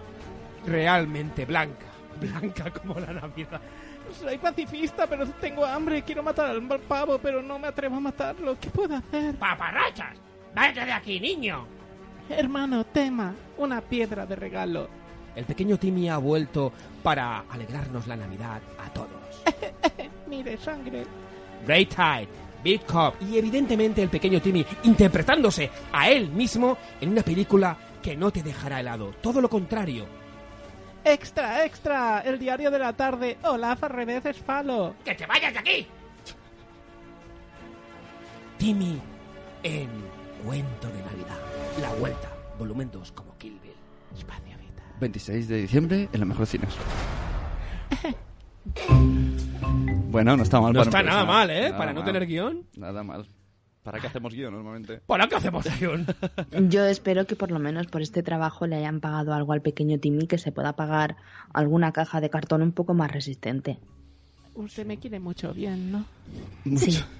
Speaker 5: realmente blanca. Blanca como la Navidad.
Speaker 6: Soy pacifista, pero tengo hambre. Quiero matar al pavo, pero no me atrevo a matarlo. ¿Qué puedo hacer?
Speaker 5: ¡Paparrachas! ¡Vete de aquí, <laughs> niño!
Speaker 6: Hermano, tema. Una piedra de regalo.
Speaker 5: El pequeño Timmy ha vuelto para alegrarnos la Navidad a todos.
Speaker 6: Mire, sangre.
Speaker 5: Great Tide, Big Cop y evidentemente el pequeño Timmy interpretándose a él mismo en una película que no te dejará helado. Todo lo contrario.
Speaker 6: Extra, extra. El diario de la tarde. Olaf Arredes es falo.
Speaker 5: ¡Que te vayas de aquí! Timmy en Cuento de Navidad. La Vuelta, volumen 2 como Kill Bill.
Speaker 4: 26 de diciembre en los
Speaker 5: <laughs>
Speaker 4: mejores cines. Bueno, no está mal.
Speaker 5: No
Speaker 4: para
Speaker 5: está nada
Speaker 4: improvisar.
Speaker 5: mal, ¿eh?
Speaker 4: Nada
Speaker 5: Para no
Speaker 4: mal.
Speaker 5: tener guión.
Speaker 4: Nada mal. ¿Para qué hacemos guión normalmente?
Speaker 5: <laughs> ¿Para qué hacemos guión?
Speaker 7: Yo espero que por lo menos por este trabajo le hayan pagado algo al pequeño Timmy, que se pueda pagar alguna caja de cartón un poco más resistente.
Speaker 6: Usted me quiere mucho bien, ¿no?
Speaker 7: Sí.
Speaker 4: <laughs>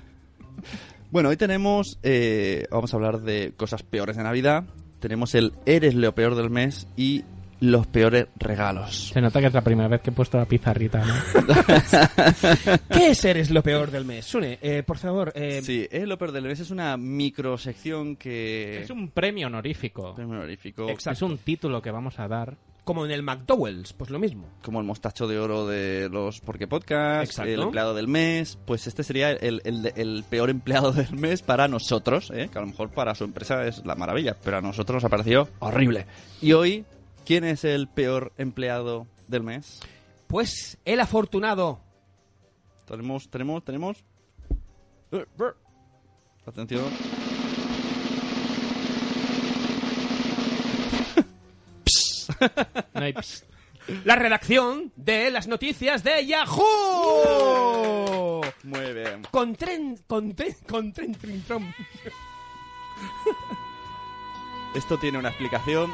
Speaker 4: Bueno, hoy tenemos. eh, vamos a hablar de cosas peores de Navidad. Tenemos el Eres lo peor del mes y los peores regalos.
Speaker 6: Se nota que es la primera vez que he puesto la pizarrita, ¿no?
Speaker 5: <laughs> ¿Qué
Speaker 4: <laughs>
Speaker 5: es eres lo peor del mes? Sune, eh, por favor. eh,
Speaker 4: Sí, Eres lo peor del mes es una microsección que.
Speaker 6: Es un premio honorífico.
Speaker 4: premio honorífico,
Speaker 5: Exacto.
Speaker 6: Es un título que vamos a dar.
Speaker 5: Como en el McDowell's, pues lo mismo.
Speaker 4: como el mostacho de oro de los Porque Podcast,
Speaker 5: Exacto.
Speaker 4: el empleado del mes, pues este sería el, el- el peor empleado <laughs> del mes para nosotros, ¿eh? que a lo mejor para su empresa es la maravilla, pero a nosotros nos ha parecido horrible. Y hoy, ¿quién es el peor empleado del mes?
Speaker 5: Pues el afortunado.
Speaker 4: Tenemos, tenemos, tenemos... Eh, Atención.
Speaker 6: No hay pss.
Speaker 5: La redacción de las noticias de
Speaker 4: ¡Oh!
Speaker 5: Yahoo.
Speaker 4: Muy bien.
Speaker 5: <laughs> Con tren, con tren, con tren, trin, tron.
Speaker 4: Esto tiene una explicación.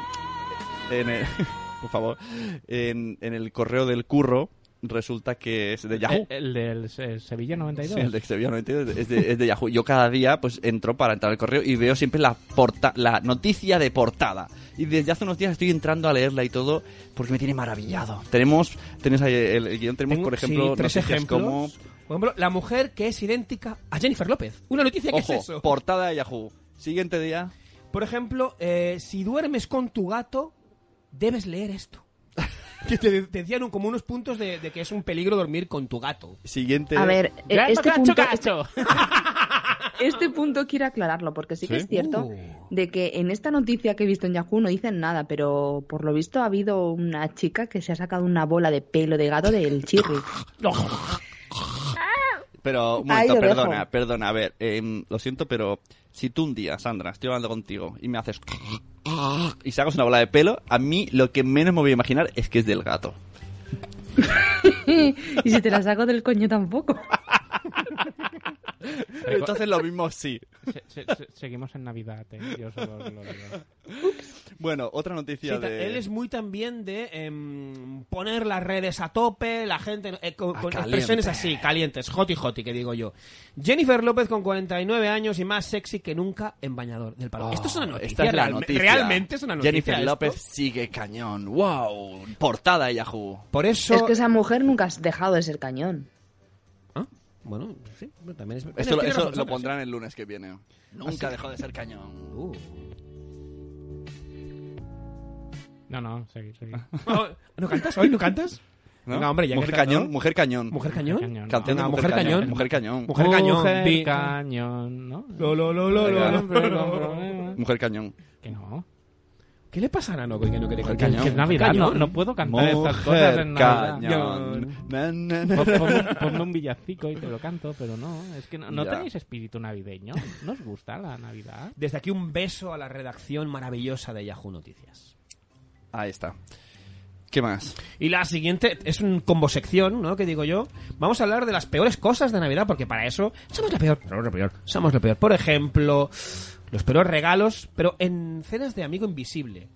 Speaker 4: En el- <laughs> por favor. En, en el correo del curro resulta que es de Yahoo.
Speaker 6: Eh, El, del Se- Sevilla 92.
Speaker 4: Sí, el de Extevia 92 es de, es de Yahoo. Yo cada día pues entro para entrar al correo y veo siempre la, porta, la noticia de portada. Y desde hace unos días estoy entrando a leerla y todo porque me tiene maravillado. Tenemos, tenés ahí el, el guión, tenemos
Speaker 5: Tengo,
Speaker 4: por
Speaker 5: sí,
Speaker 4: ejemplo
Speaker 5: tres
Speaker 4: noticias
Speaker 5: ejemplos.
Speaker 4: como...
Speaker 5: Por ejemplo, la mujer que es idéntica a Jennifer López. Una noticia que
Speaker 4: Ojo,
Speaker 5: es eso. Por,
Speaker 4: portada de Yahoo. Siguiente día,
Speaker 5: ejemplo, eh, si duermes con tu gato, debes leer
Speaker 4: <laughs>
Speaker 5: esto. Que te, te decían un- como unos puntos de, de que es un peligro dormir con tu gato.
Speaker 4: siguiente...
Speaker 7: A ver, eh, este punto, este- este punto quiero aclararlo, porque sí que
Speaker 4: ¿Sí?
Speaker 7: es cierto
Speaker 5: Uh.
Speaker 7: de que en esta noticia que he visto en Yahoo no dicen nada, pero por lo visto ha habido una chica que se ha sacado una bola de pelo de gato del chirri. <laughs>
Speaker 4: Pero, un
Speaker 7: Ahí
Speaker 4: momento,
Speaker 7: lo dejo.
Speaker 4: perdona, perdona, a ver, em, lo siento, pero si tú un día, Sandra, estoy hablando contigo y me haces y sacas una bola de pelo, a mí lo que menos me voy a imaginar es que es del gato.
Speaker 7: y si te la saco del coño tampoco.
Speaker 4: Entonces lo mismo sí.
Speaker 6: Se- se- se- seguimos en Navidad, eh, yo solo lo digo.
Speaker 4: Bueno, otra
Speaker 5: Sí,
Speaker 4: noticia
Speaker 5: ta-
Speaker 4: de...
Speaker 5: Él es muy también de em, poner las redes a tope, la gente eh, con,
Speaker 4: Ah,
Speaker 5: con
Speaker 4: caliente.
Speaker 5: expresiones así, calientes, hoti hoti, que digo yo. Jennifer López con 49 años y más sexy que nunca en bañador del palo.
Speaker 4: Oh,
Speaker 5: esto es una noticia,
Speaker 4: esta es la
Speaker 5: realme-
Speaker 4: noticia.
Speaker 5: realmente es una noticia.
Speaker 4: Jennifer
Speaker 5: esto.
Speaker 4: López sigue cañón. ¡Wow! Portada de Yahoo.
Speaker 5: Por eso...
Speaker 7: Es que esa mujer nunca ha dejado de ser cañón.
Speaker 5: Ah, Bueno, sí, bueno, también es...
Speaker 4: Esto,
Speaker 5: Tiene-
Speaker 4: lo-
Speaker 5: tiene
Speaker 4: eso
Speaker 5: razón,
Speaker 4: lo
Speaker 5: Sandra,
Speaker 4: pondrán el lunes que viene. Nunca dejó de ser cañón.
Speaker 5: sí. Uh.
Speaker 6: No, no, seguí, seguí.
Speaker 5: No, Oh, ¿No cantas hoy? ¿No cantas?
Speaker 4: ¿no?
Speaker 5: Venga, hombre, ya que
Speaker 4: mujer,
Speaker 5: estás,
Speaker 4: cañón,
Speaker 5: ¿no?
Speaker 4: mujer cañón,
Speaker 5: ¿Mujer cañón?
Speaker 6: Cañón,
Speaker 4: Canción de
Speaker 5: Ah,
Speaker 6: no.
Speaker 4: mujer,
Speaker 5: Mujer
Speaker 4: cañón.
Speaker 5: cañón.
Speaker 4: Mujer cañón.
Speaker 5: Mujer cañón.
Speaker 6: Mujer
Speaker 5: vi-
Speaker 6: cañón, ¿no?
Speaker 5: Lo, lo, lo, lo, lo,
Speaker 4: Venga.
Speaker 5: lo, lo, lo, lo.
Speaker 4: Mujer cañón.
Speaker 6: Que no.
Speaker 5: ¿Qué le pasa a Nano que no quiere
Speaker 4: Mujer
Speaker 5: cantar?
Speaker 4: cañón.
Speaker 6: Que es Navidad, no, no puedo cantar estas cosas en Navidad.
Speaker 4: cañón. Na, na, na.
Speaker 6: Pon- Ponme, ponme un villancico y te lo canto, pero no, es que no, no
Speaker 4: Ya.
Speaker 6: tenéis espíritu navideño. ¿No os gusta la Navidad?
Speaker 5: Desde aquí un beso a la redacción maravillosa de Yahoo Noticias.
Speaker 4: Ahí está. ¿Qué más?
Speaker 5: Y la siguiente es un combo sección, ¿no? Que digo yo. Vamos a hablar de las peores cosas de Navidad, porque para eso somos la peor. Somos la peor. Somos la peor. Por ejemplo, los peores regalos, pero en cenas de amigo invisible.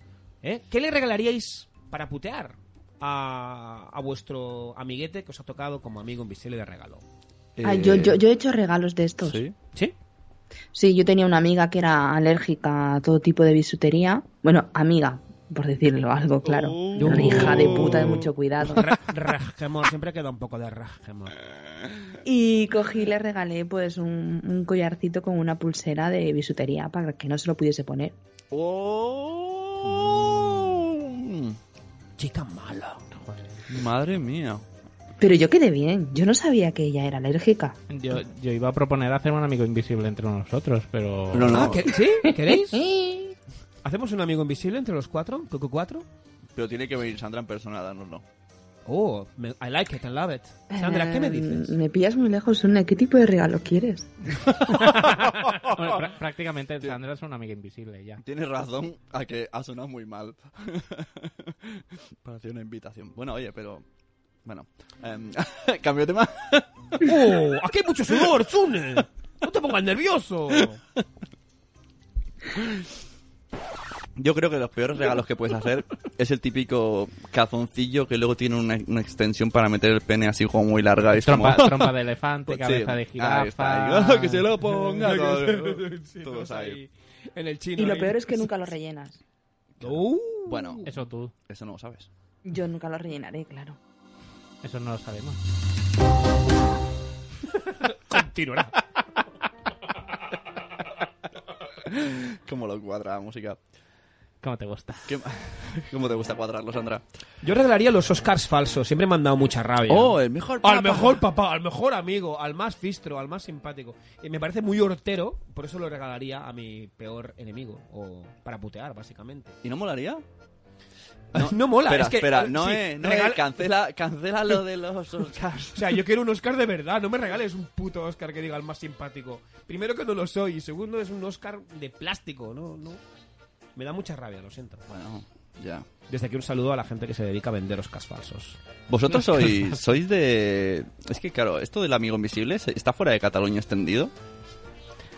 Speaker 5: ¿eh? ¿Qué le regalaríais para putear a, a vuestro amiguete que os ha tocado como amigo invisible de regalo?
Speaker 7: Ah,
Speaker 4: Eh,
Speaker 7: yo, yo, yo he hecho regalos de estos.
Speaker 4: ¿Sí?
Speaker 5: ¿Sí?
Speaker 7: Sí, yo tenía una amiga que era alérgica a todo tipo de bisutería. Bueno, amiga, por decirlo algo, claro.
Speaker 4: Oh.
Speaker 7: Una hija de puta de mucho cuidado.
Speaker 5: Ra- Rajemor, siempre queda un poco de rajemor.
Speaker 7: Y cogí y le regalé pues un, un collarcito con una pulsera de bisutería para que no se lo pudiese poner.
Speaker 5: Mm.
Speaker 4: Oh.
Speaker 5: Chica mala.
Speaker 4: Madre mía.
Speaker 7: Pero yo quedé bien, yo no sabía que ella era alérgica.
Speaker 6: Yo, yo iba a proponer hacer un amigo invisible entre nosotros, pero...
Speaker 4: No, no.
Speaker 5: Ah, ¿que- ¿Sí?
Speaker 7: <laughs>
Speaker 5: ¿Queréis? ¿Hacemos un amigo invisible entre los cuatro? ¿Cucu cuatro?
Speaker 4: Pero tiene que venir Sandra en persona a dárnoslo.
Speaker 5: Oh, me- I like it, I love it. Sandra, ¿qué me
Speaker 7: Eh,
Speaker 5: dices?
Speaker 7: Me pillas muy lejos, Une, ¿qué tipo de regalo quieres?
Speaker 6: <laughs> Bueno,
Speaker 4: <laughs>
Speaker 6: prá- prácticamente Sandra es una amiga invisible ya.
Speaker 4: Tienes razón a que ha sonado muy mal. <laughs> Parecía una invitación. Bueno, oye, pero... Bueno. em, <laughs> ¿Cambio de tema?
Speaker 5: ¡Oh! ¡Aquí hay mucho sudor, Zune! ¡No te pongas nervioso!
Speaker 4: Yo creo que los peores regalos que puedes hacer es el típico cazoncillo que luego tiene una, una extensión para meter el pene así como muy larga. y es
Speaker 6: Trompa,
Speaker 4: como-
Speaker 6: trompa de elefante,
Speaker 4: Pues <laughs> sí.
Speaker 6: cabeza de
Speaker 4: Ahí está,
Speaker 6: jirafa...
Speaker 4: ahí. <laughs> que se
Speaker 5: <laughs>
Speaker 4: lo ponga. todo- todos ahí.
Speaker 5: En el chino.
Speaker 7: Y lo
Speaker 5: ahí.
Speaker 7: peor es que nunca lo rellenas.
Speaker 5: Uh,
Speaker 4: Bueno,
Speaker 6: Eso tú,
Speaker 4: eso no lo sabes.
Speaker 7: Yo nunca lo rellenaré, claro.
Speaker 6: eso no lo sabemos.
Speaker 5: continuará.
Speaker 4: <laughs> Como lo cuadra la música.
Speaker 6: ¿Cómo te gusta?
Speaker 4: ¿Qué ma- <laughs> ¿Cómo te gusta cuadrarlo, Sandra?
Speaker 5: Yo regalaría los Oscars falsos, siempre me han dado mucha rabia.
Speaker 4: Oh, el mejor.
Speaker 5: Al
Speaker 4: papa.
Speaker 5: mejor papá, al mejor amigo, al más fistro, al más simpático. Y me parece muy hortero, por eso lo regalaría a mi peor enemigo. O para putear, básicamente.
Speaker 4: ¿Y no molaría?
Speaker 5: <laughs> No, mola,
Speaker 4: espera,
Speaker 5: es que. eh,
Speaker 4: espera, no
Speaker 5: sí,
Speaker 4: es. No
Speaker 5: regal-
Speaker 4: es, cancela, cancela lo de los Oscars.
Speaker 5: O sea, yo quiero un Oscar de verdad, no me regales un puto Oscar que diga el más simpático. Primero que no lo soy, y segundo es un Oscar de plástico, no, no. Me da mucha rabia, lo siento.
Speaker 4: Bueno, ya.
Speaker 5: Desde aquí un saludo a la gente que se dedica a vender Oscars falsos.
Speaker 4: Vosotros sois, sois de. Es que, claro, esto del amigo invisible se- está fuera de Cataluña extendido.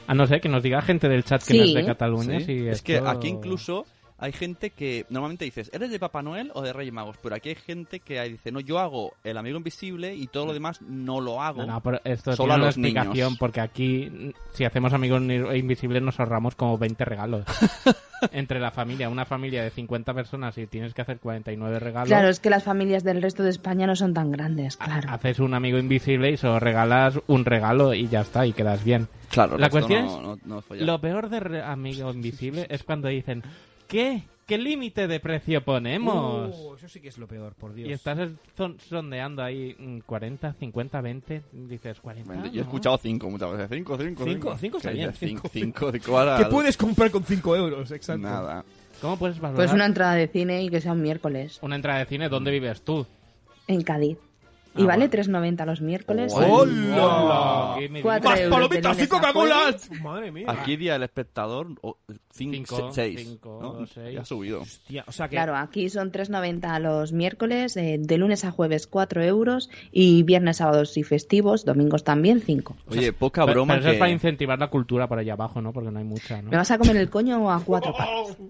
Speaker 6: A Ah, no ser que nos diga gente del chat que no es
Speaker 7: Sí.
Speaker 6: de Cataluña.
Speaker 4: Sí.
Speaker 6: si
Speaker 4: es que
Speaker 6: esto-
Speaker 4: Eh, aquí incluso hay gente que normalmente dices, ¿eres de Papá Noel o de Reyes Magos? Pero aquí hay gente que ahí dice, no, yo hago el amigo invisible y todo lo demás no lo hago.
Speaker 6: No, no, pero esto
Speaker 4: Solo
Speaker 6: tiene
Speaker 4: a
Speaker 6: una
Speaker 4: los niños.
Speaker 6: explicación porque aquí, n- si hacemos amigos ni- e invisibles, nos ahorramos como 20
Speaker 4: <laughs>
Speaker 6: regalos. Entre la familia, una familia de 50 personas y tienes que hacer 49 regalos,
Speaker 7: Claro, es que las familias del resto de España no son tan grandes,
Speaker 5: Ah,
Speaker 6: ha-
Speaker 7: claro.
Speaker 6: haces un amigo invisible y solo regalas un regalo y ya está, y quedas bien.
Speaker 4: Claro,
Speaker 6: La
Speaker 4: esto
Speaker 6: cuestión
Speaker 4: no-
Speaker 6: es-
Speaker 4: no- no follar.
Speaker 6: Lo peor de re- amigo invisible es cuando dicen, ¿qué? ¿Qué límite de precio ponemos?
Speaker 5: Uh, eso sí que es lo peor, por Dios.
Speaker 6: y estás el- zon- sondeando ahí mm, 40, 50, 20. Dices 40.
Speaker 4: Yo he
Speaker 6: ¿no?
Speaker 4: escuchado 5 muchas veces. 5, 5,
Speaker 5: Cinco, cinco está bien, cinco.
Speaker 4: 5, 5 de cuál
Speaker 5: Que puedes comprar con 5 euros, exacto.
Speaker 4: Nada.
Speaker 6: ¿Cómo puedes valorar
Speaker 7: Pues una entrada de cine y que sea un miércoles
Speaker 6: una entrada de cine? ¿Dónde vives tú?
Speaker 7: en Cádiz.
Speaker 6: Ah,
Speaker 7: Y vale
Speaker 6: bueno.
Speaker 7: 3.90 los miércoles.
Speaker 5: ¡Hola!
Speaker 6: Aquí me
Speaker 7: Cuatro
Speaker 6: dices,
Speaker 5: ¡Más
Speaker 7: euros
Speaker 5: palomitas,
Speaker 7: de lunes
Speaker 5: cinco
Speaker 7: a
Speaker 5: cagolas! Madre mía.
Speaker 4: Aquí día el espectador 5,
Speaker 6: Cinco,
Speaker 4: 6.
Speaker 6: cinco, seis.
Speaker 4: Ha subido.
Speaker 5: Hostia, o sea que.
Speaker 7: Claro, aquí son 3.90 los miércoles, eh, de lunes a jueves 4 euros y viernes, sábados y festivos, domingos también 5.
Speaker 4: Oye, poca
Speaker 6: Pero-
Speaker 4: broma
Speaker 6: pero eso es para
Speaker 4: que...
Speaker 6: incentivar la cultura por allá abajo, ¿no? Porque no hay mucha, ¿no?
Speaker 7: ¿Me vas a comer el coño a
Speaker 4: <laughs>
Speaker 7: cuatro palos?
Speaker 5: <laughs>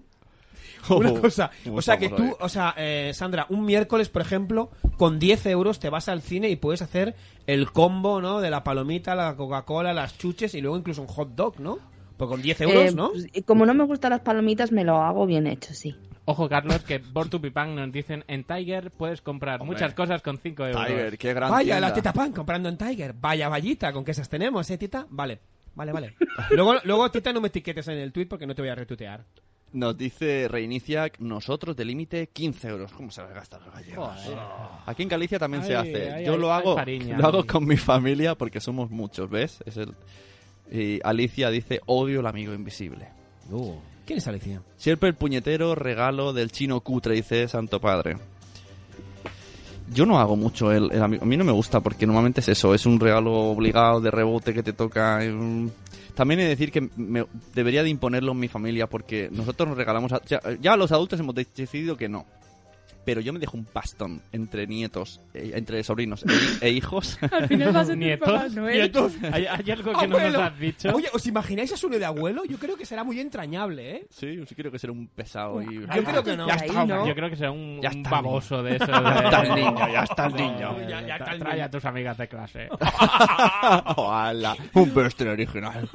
Speaker 5: Una cosa.
Speaker 4: Oh,
Speaker 5: O sea que
Speaker 4: vamos a
Speaker 5: tú,
Speaker 4: ver.
Speaker 5: o sea, eh, Sandra, un miércoles, por ejemplo, con 10 euros te vas al cine y puedes hacer el combo, ¿no? De la palomita, la Coca-Cola, las chuches y luego incluso un hot dog, ¿no? Pues con 10 euros,
Speaker 7: Eh,
Speaker 5: ¿no?
Speaker 7: pues, y como no me gustan las palomitas, me lo hago bien hecho, sí.
Speaker 6: Ojo, Carlos, que por tu pipang nos dicen en Tiger puedes comprar
Speaker 4: Hombre.
Speaker 6: muchas cosas con 5 euros.
Speaker 4: Tiger, qué gran
Speaker 5: Vaya, la teta
Speaker 4: tienda.
Speaker 5: pan comprando en Tiger. Vaya vallita, con que esas tenemos, ¿eh, tita? Vale, vale,
Speaker 4: <laughs>
Speaker 5: vale. luego, luego, tita, no me etiquetes en el tweet porque no te voy a retuitear.
Speaker 4: Nos dice Reinicia, nosotros de límite 15 euros. ¿Cómo se las gastan los gallegos?
Speaker 6: Joder.
Speaker 5: eh.
Speaker 4: Aquí en Galicia también se
Speaker 6: Ay,
Speaker 4: hace.
Speaker 6: ay,
Speaker 4: Yo
Speaker 6: ay,
Speaker 4: lo
Speaker 6: ay,
Speaker 4: hago,
Speaker 6: fariña.
Speaker 4: lo hago con mi familia porque somos muchos, ¿ves? Es el... Y Alicia dice, odio el amigo invisible.
Speaker 5: ¿Quién es Alicia?
Speaker 4: Siempre el puñetero regalo del chino cutre, dice Santo Padre. Yo no hago mucho el, el ami- A mí no me gusta porque normalmente es eso, es un regalo obligado de rebote que te toca. eh, un- También he de decir que me- debería de imponerlo en mi familia porque nosotros nos regalamos... a- ya, ya los adultos hemos de- decidido que no. Pero yo me dejo un pastón entre nietos, eh, entre sobrinos e, e hijos.
Speaker 7: Al final vas
Speaker 6: ¿Nietos? ¿Nietos? ¿Hay, hay algo que no nos
Speaker 5: Abuelo.
Speaker 6: has dicho?
Speaker 5: Oye, ¿os imagináis a Suelo de abuelo? Yo creo que será muy entrañable, ¿eh?
Speaker 4: sí, yo sí creo que será un pesado y...
Speaker 5: Yo creo que no.
Speaker 7: Ya está, ¿no?
Speaker 6: Yo creo que será un,
Speaker 4: Ya
Speaker 6: un
Speaker 4: está el <laughs>
Speaker 6: baboso de eso.
Speaker 4: Ya está el niño, ya está el niño.
Speaker 5: Ya- ya está el
Speaker 6: Trae
Speaker 5: niño.
Speaker 6: a tus amigas
Speaker 5: <laughs>
Speaker 6: de clase.
Speaker 4: ¡Hala! Un bestia original.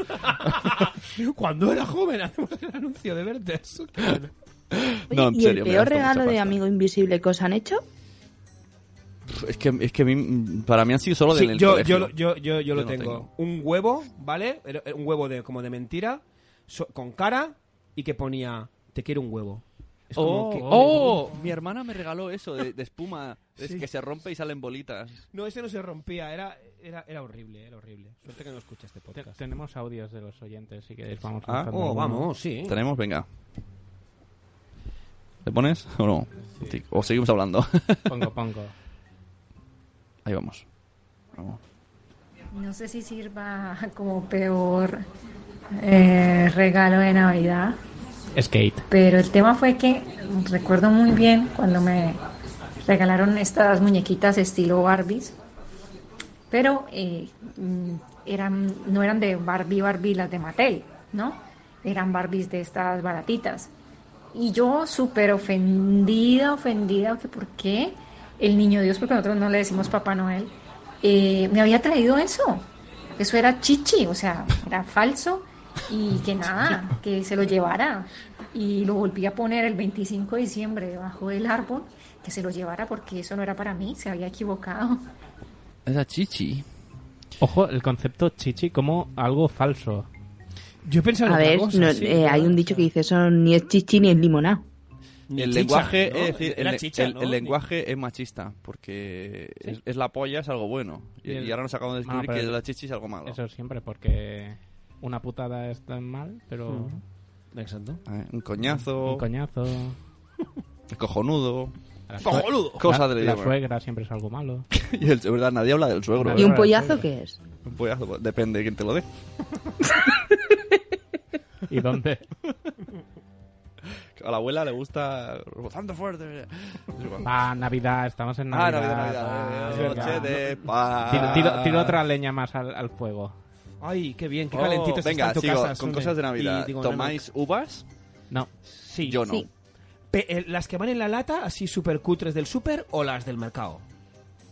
Speaker 5: <laughs> Cuando era joven, <laughs> hacemos el anuncio de verte.
Speaker 6: <laughs>
Speaker 5: Eso, qué bueno.
Speaker 4: No, en
Speaker 7: ¿Y
Speaker 4: serio,
Speaker 7: el
Speaker 4: me
Speaker 7: peor
Speaker 4: gasto mucha
Speaker 7: regalo de
Speaker 4: pasta.
Speaker 7: amigo invisible que os han hecho?
Speaker 4: Es que, es que a mí- para mí han sido solo
Speaker 5: Sí,
Speaker 4: del
Speaker 5: yo,
Speaker 4: colegio.
Speaker 5: yo, lo- yo, yo, yo lo
Speaker 4: no
Speaker 5: tengo.
Speaker 4: tengo.
Speaker 5: Un huevo, ¿vale? Era- era Un huevo de, como de mentira, so- con cara y que ponía, te quiero un huevo. Es como
Speaker 4: Oh,
Speaker 5: que-
Speaker 4: oh, mi hermana me regaló eso de, de espuma, es
Speaker 5: Sí.
Speaker 4: que se rompe y salen bolitas.
Speaker 5: No, ese no se rompía, era, era, era horrible, era horrible. Suerte que no escucha este
Speaker 6: Te-
Speaker 5: podcast.
Speaker 6: Tenemos audios de los oyentes, si queréis. Vamos
Speaker 4: Ah,
Speaker 6: lanzando
Speaker 5: Oh,
Speaker 6: alguno.
Speaker 5: vamos, sí.
Speaker 4: Tenemos, venga. ¿Le pones o no? Sí, O seguimos
Speaker 5: <laughs>
Speaker 4: hablando.
Speaker 6: Pongo, pongo.
Speaker 4: Ahí vamos. Vamos.
Speaker 11: No sé si sirva <laughs> como peor eh, regalo de Navidad,
Speaker 6: Skate.
Speaker 11: pero el tema fue que recuerdo muy bien cuando me regalaron estas muñequitas estilo Barbies, pero eh, mm, eran, no eran de Barbie Barbie las de Mattel, ¿no? Eran Barbies de estas baratitas. Y yo súper ofendida, ofendida, que por qué el niño Dios, porque nosotros no le decimos Papá Noel, eh, me había traído eso. Eso era chichi, o sea, era falso y que nada, que se lo llevara. Y lo volví a poner el 25 de diciembre debajo del árbol, que se lo llevara porque eso no era para mí, se había equivocado.
Speaker 4: Esa chichi.
Speaker 6: Ojo, el concepto chichi como algo falso.
Speaker 5: Yo he pensado en
Speaker 7: A
Speaker 5: otra
Speaker 7: ver,
Speaker 5: cosa,
Speaker 7: no,
Speaker 5: sí,
Speaker 7: eh,
Speaker 5: ¿no?
Speaker 7: hay un dicho que dice, eso ni es chichi ni es limonada.
Speaker 5: Ni
Speaker 4: el
Speaker 5: chicha,
Speaker 4: lenguaje,
Speaker 5: ¿no?
Speaker 4: es decir,
Speaker 5: Era
Speaker 4: el,
Speaker 5: chicha,
Speaker 4: el-
Speaker 5: ¿no?
Speaker 4: el
Speaker 5: Ni-
Speaker 4: lenguaje es machista, porque es, es la polla es algo bueno. Y,
Speaker 6: Y el-
Speaker 4: y ahora nos acabamos de
Speaker 6: Ah,
Speaker 4: descubrir
Speaker 6: pero
Speaker 4: que
Speaker 6: el- Eh.
Speaker 4: la chichi es algo malo.
Speaker 6: Eso siempre, porque una putada es tan mal, pero
Speaker 5: Exacto.
Speaker 4: Eh, Un coñazo, <laughs>
Speaker 6: un coñazo.
Speaker 4: cojonudo,
Speaker 6: La, sue-
Speaker 5: ¡Cojonudo!
Speaker 4: cosa
Speaker 6: la-
Speaker 4: del
Speaker 6: la
Speaker 4: idioma.
Speaker 6: suegra siempre es algo malo.
Speaker 4: <laughs> Y el, de verdad, nadie habla del suegro.
Speaker 6: Nadie
Speaker 7: ¿Y
Speaker 4: ¿verdad?
Speaker 7: un
Speaker 6: Ahora,
Speaker 7: pollazo
Speaker 6: ahora.
Speaker 7: qué es?
Speaker 4: Un pollazo, pues, depende de quién te lo dé.
Speaker 6: <laughs> ¿Y dónde?
Speaker 4: A la abuela le gusta rozando fuerte. Ah,
Speaker 6: Va, Navidad, estamos en
Speaker 4: Navidad,
Speaker 6: Navidad.
Speaker 4: Ah, Navidad.
Speaker 6: va,
Speaker 4: Navidad,
Speaker 6: venga.
Speaker 4: noche de paz.
Speaker 6: Tiro, tiro- tiro otra leña más al, al fuego.
Speaker 5: Ay, qué bien, qué
Speaker 4: Oh,
Speaker 5: calentito está
Speaker 4: Venga,
Speaker 5: en tu
Speaker 4: sigo
Speaker 5: casa,
Speaker 4: con
Speaker 5: Sune.
Speaker 4: cosas de Navidad.
Speaker 5: Y digo, no, no.
Speaker 4: ¿Tomáis uvas?
Speaker 6: No,
Speaker 5: Sí.
Speaker 4: Yo no.
Speaker 7: sí.
Speaker 5: Pe- eh, ¿Las que van en la lata, así súper cutres del súper o las del mercado?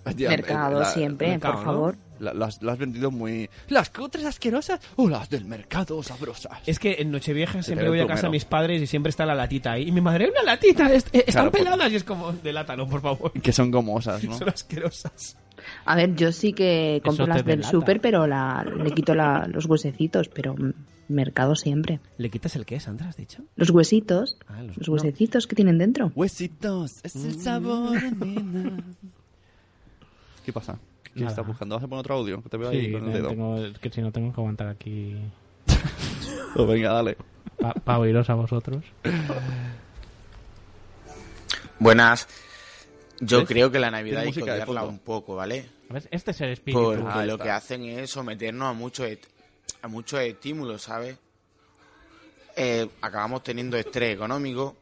Speaker 4: <laughs> Ya,
Speaker 7: mercado
Speaker 4: eh, la-
Speaker 7: siempre,
Speaker 5: mercado,
Speaker 7: por
Speaker 5: ¿no?
Speaker 7: favor.
Speaker 4: la- las, las has vendido muy. ¿Las cutres asquerosas o las del mercado sabrosas?
Speaker 5: Es que en Nochevieja siempre
Speaker 4: pero
Speaker 5: voy a
Speaker 4: tú,
Speaker 5: casa
Speaker 4: mero.
Speaker 5: de mis padres y siempre está la latita ahí. Y mi madre, una latita, est- eh, están
Speaker 4: Claro, por-
Speaker 5: peladas. Y es como, de lata, no, por favor.
Speaker 6: <laughs>
Speaker 4: Que son gomosas, ¿no?
Speaker 5: Son asquerosas. <laughs>
Speaker 7: A ver, yo sí que compro
Speaker 6: Eso te
Speaker 7: las del
Speaker 6: delata.
Speaker 7: súper, pero la, le quito la- los huesecitos, pero mm, mercado siempre.
Speaker 5: ¿Le quitas el qué, Sandra, has dicho?
Speaker 7: Los huesitos,
Speaker 5: Ah, los-
Speaker 7: los huesecitos que tienen dentro.
Speaker 4: Huesitos, es el sabor,
Speaker 7: <laughs>
Speaker 4: nena. ¿Qué pasa? ¿Qué
Speaker 6: Nada.
Speaker 4: estás buscando? ¿Vas a poner otro audio? Que Te veo ahí
Speaker 6: Sí,
Speaker 4: con el
Speaker 6: eh,
Speaker 4: dedo.
Speaker 6: tengo- es que si no tengo que aguantar aquí
Speaker 4: <laughs> Oh, venga, dale.
Speaker 6: para oíros a vosotros.
Speaker 12: Buenas. Yo
Speaker 4: ¿Ves?
Speaker 12: creo que la Navidad hay que
Speaker 4: música de
Speaker 12: odiarla
Speaker 4: fondo.
Speaker 12: un poco, ¿vale?
Speaker 6: A ver, este es el espíritu.
Speaker 12: Porque
Speaker 4: Ah, ahí
Speaker 12: lo
Speaker 4: está.
Speaker 12: que hacen es someternos a muchos et- a muchos estímulos, ¿sabes? Eh, acabamos teniendo estrés económico.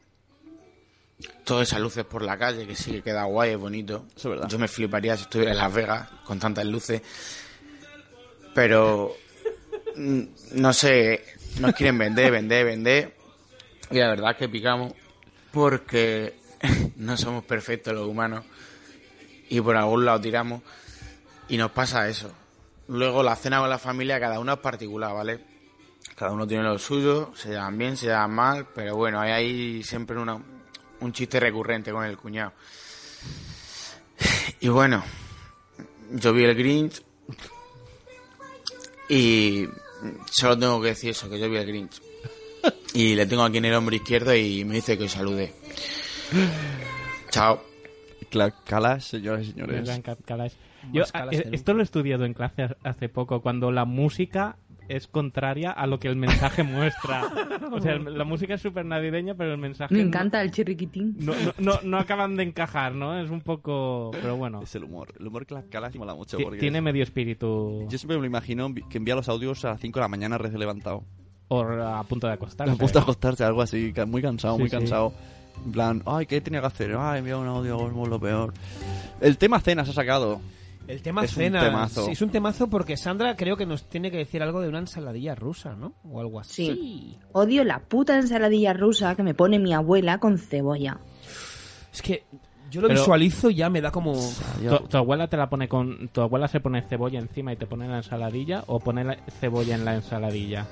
Speaker 12: Todas esas luces por la calle, que sí que queda guay, es bonito.
Speaker 4: Eso es verdad.
Speaker 12: Yo me fliparía si estuviera en Las Vegas con tantas luces. Pero, mm, no sé, nos quieren vender, vender, vender. Y la verdad es que picamos porque <laughs> no somos perfectos los humanos y por algún lado tiramos y nos pasa eso. Luego la cena con la familia, cada uno es particular, ¿vale? Cada uno tiene lo suyo, se llevan bien, se llevan mal, pero bueno, hay ahí siempre una, un chiste recurrente con el cuñado. <sighs> Y bueno, yo vi el Grinch y solo tengo que decir eso, que yo vi el Grinch. Y le tengo aquí en el hombro izquierdo y me dice que os salude. Chao.
Speaker 4: Cla- Calas, señoras y
Speaker 6: Me
Speaker 4: señores.
Speaker 6: encanta Calas. Yo,
Speaker 5: Más Calas
Speaker 6: eh,
Speaker 5: que
Speaker 6: esto lo he estudiado en clase ha- hace poco, cuando la música es contraria a lo que el mensaje <laughs> muestra. O sea, el- la música es súper navideña, pero el mensaje...
Speaker 7: Me
Speaker 6: no-
Speaker 7: encanta el chirriquitín.
Speaker 6: No, no, no- no acaban de encajar, ¿no? Es un poco... Pero bueno,
Speaker 4: Es el humor. El humor Cla- Calas mola mucho.
Speaker 6: ti-
Speaker 4: porque
Speaker 6: tiene medio espíritu
Speaker 4: Yo siempre me lo imagino envi- que envía los audios a las 5 de la mañana recién levantado.
Speaker 6: o a punto de acostarse.
Speaker 4: Me gusta acostarse, algo así, ca- muy cansado,
Speaker 6: Sí,
Speaker 4: muy
Speaker 6: sí.
Speaker 4: cansado. En plan, ay, ¿qué tenía que hacer? Ay, envía un audio, es lo peor. El tema cena se ha sacado.
Speaker 5: El tema
Speaker 4: Es un
Speaker 5: cena.
Speaker 4: temazo.
Speaker 5: Sí, es un temazo porque Sandra creo que nos tiene que decir algo de una ensaladilla rusa, ¿no? O algo así.
Speaker 7: Sí. Odio la puta ensaladilla rusa que me pone mi abuela con cebolla.
Speaker 5: Es que yo lo
Speaker 6: Pero-
Speaker 5: visualizo y ya me da como.
Speaker 6: Tu, tu abuela te la pone con... Tu abuela se pone cebolla encima y te pone la ensaladilla o pone la cebolla en la ensaladilla.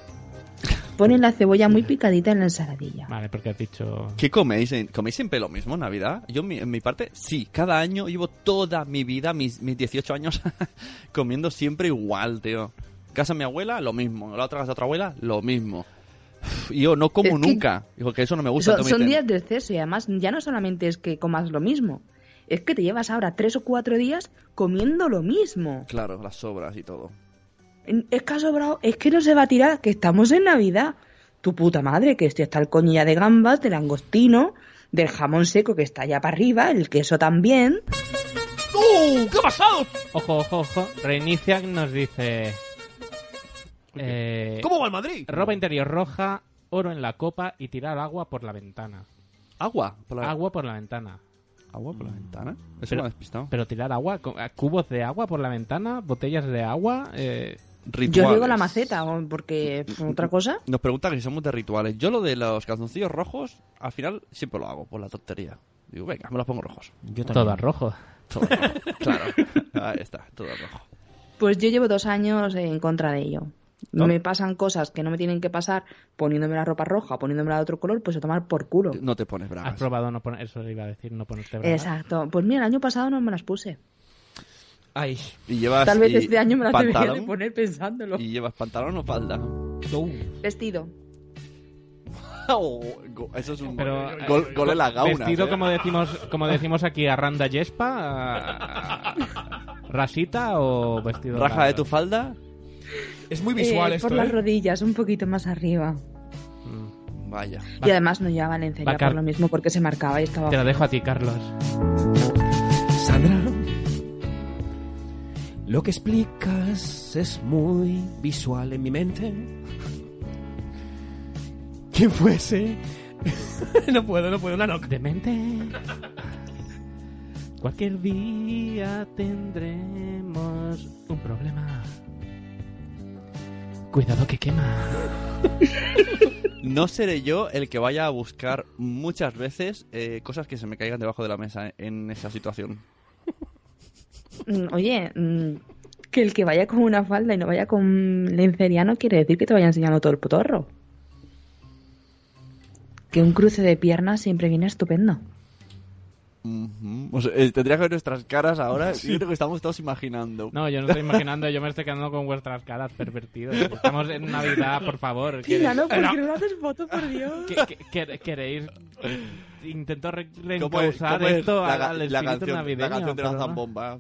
Speaker 7: Pone la cebolla muy picadita en la ensaladilla.
Speaker 6: Vale, porque has dicho...
Speaker 4: ¿Qué coméis? en- ¿Coméis siempre lo mismo en Navidad? Yo, en mi, en mi parte, sí. Cada año llevo toda mi vida, mis, mis 18 años, <laughs> comiendo siempre igual, tío. Casa de mi abuela, lo mismo. La otra casa de otra abuela, lo mismo. Y yo no como
Speaker 7: Es que-
Speaker 4: nunca. Digo que eso no me
Speaker 7: Son-
Speaker 4: gusta. entonces me
Speaker 7: son
Speaker 4: dicen,
Speaker 7: días de exceso y además ya no solamente es que comas lo mismo, es que te llevas ahora tres o cuatro días comiendo lo mismo.
Speaker 4: Claro, las sobras y todo.
Speaker 7: Es que ha sobrado, es que no se va a tirar, que estamos en Navidad. Tu puta madre, que estoy hasta el coño ya de gambas, del langostino, del jamón seco que está allá para arriba, el queso también.
Speaker 6: Ojo, ojo, ojo. Reinicia nos dice... Eh,
Speaker 5: ¿Cómo va el Madrid?
Speaker 6: Ropa interior roja, oro en la copa y tirar agua por la ventana.
Speaker 4: Agua. Por la,
Speaker 6: Agua por la ventana.
Speaker 4: agua por la ventana. Eso
Speaker 6: Pero-
Speaker 4: me ha despistado.
Speaker 6: Pero tirar agua, co- cubos de agua por la ventana, botellas de agua. eh,
Speaker 4: Rituales.
Speaker 7: Yo digo la maceta, o- porque pff,
Speaker 4: mm,
Speaker 7: otra cosa.
Speaker 4: Nos pregunta que si somos de rituales. Yo lo de los calzoncillos rojos, al final siempre lo hago, por la tontería. Digo, venga, me los pongo rojos.
Speaker 5: Yo
Speaker 6: todo rojo.
Speaker 4: Todo rojo. claro. Ahí está, todo rojo.
Speaker 7: Pues yo llevo dos años en contra de ello. Me pasan cosas que no me tienen que pasar poniéndome la ropa roja, poniéndome la de otro color, pues a tomar por culo.
Speaker 4: No te pones
Speaker 6: Has
Speaker 4: bragas.
Speaker 6: probado no poner, eso iba a decir, no ponerte bragas.
Speaker 7: Exacto. Pues mira, el año pasado no me las puse.
Speaker 5: Ay.
Speaker 4: Y llevas
Speaker 7: Tal vez
Speaker 4: y
Speaker 7: este año me las debería
Speaker 4: pantalón,
Speaker 7: de poner pensándolo.
Speaker 4: Y llevas pantalón o falda.
Speaker 7: Vestido.
Speaker 4: Oh, go- Eso es un
Speaker 6: Pero, eh,
Speaker 4: gol, gol, en eh. la gauna.
Speaker 6: Vestido como decimos, como decimos aquí a Randa Yespa, a- a- rasita o vestido
Speaker 4: Raja
Speaker 6: largo?
Speaker 4: de tu falda.
Speaker 5: Es muy visual
Speaker 7: Eh,
Speaker 5: esto.
Speaker 7: por las
Speaker 5: ¿eh?
Speaker 7: rodillas, un poquito más arriba.
Speaker 6: Mm.
Speaker 4: Vaya.
Speaker 7: Y además no llevaba lencería
Speaker 6: Va, Car-
Speaker 7: por lo mismo porque se marcaba y estaba...
Speaker 6: Te la dejo a ti, Carlos.
Speaker 5: Sandra. Lo que explicas es muy visual en mi mente. ¿Quién fuese? <laughs> no puedo, no puedo, una no.
Speaker 6: Demente. Cualquier día tendremos un problema. Cuidado que quema.
Speaker 4: No seré yo el que vaya a buscar muchas veces eh, cosas que se me caigan debajo de la mesa en esa situación.
Speaker 7: Mm, Oye, mm, que el que vaya con una falda y no vaya con lencería no quiere decir que te vaya enseñando todo el potorro. Que un cruce de piernas siempre viene estupendo.
Speaker 4: Ujú. O sea, eh, tendría que ver nuestras caras
Speaker 6: <laughs>
Speaker 4: ahora. Yo creo que estamos todos imaginando.
Speaker 6: No, yo no estoy imaginando, yo me estoy quedando con vuestras caras pervertidos. Estamos en Navidad, por
Speaker 7: <laughs>
Speaker 6: favor.
Speaker 7: Tira, no,
Speaker 6: ¿Queréis-
Speaker 7: porque no me haces foto,
Speaker 4: Ah,
Speaker 7: por Dios.
Speaker 6: que- que- que- ¿Queréis? Intento re-
Speaker 4: ¿Cómo es-
Speaker 6: reencauzar
Speaker 4: cómo es
Speaker 6: esto
Speaker 4: la,
Speaker 6: al
Speaker 4: ga-
Speaker 6: al
Speaker 4: la
Speaker 6: espíritu
Speaker 4: canción,
Speaker 6: navideño,
Speaker 4: la canción de la
Speaker 6: pero no.
Speaker 4: zambomba?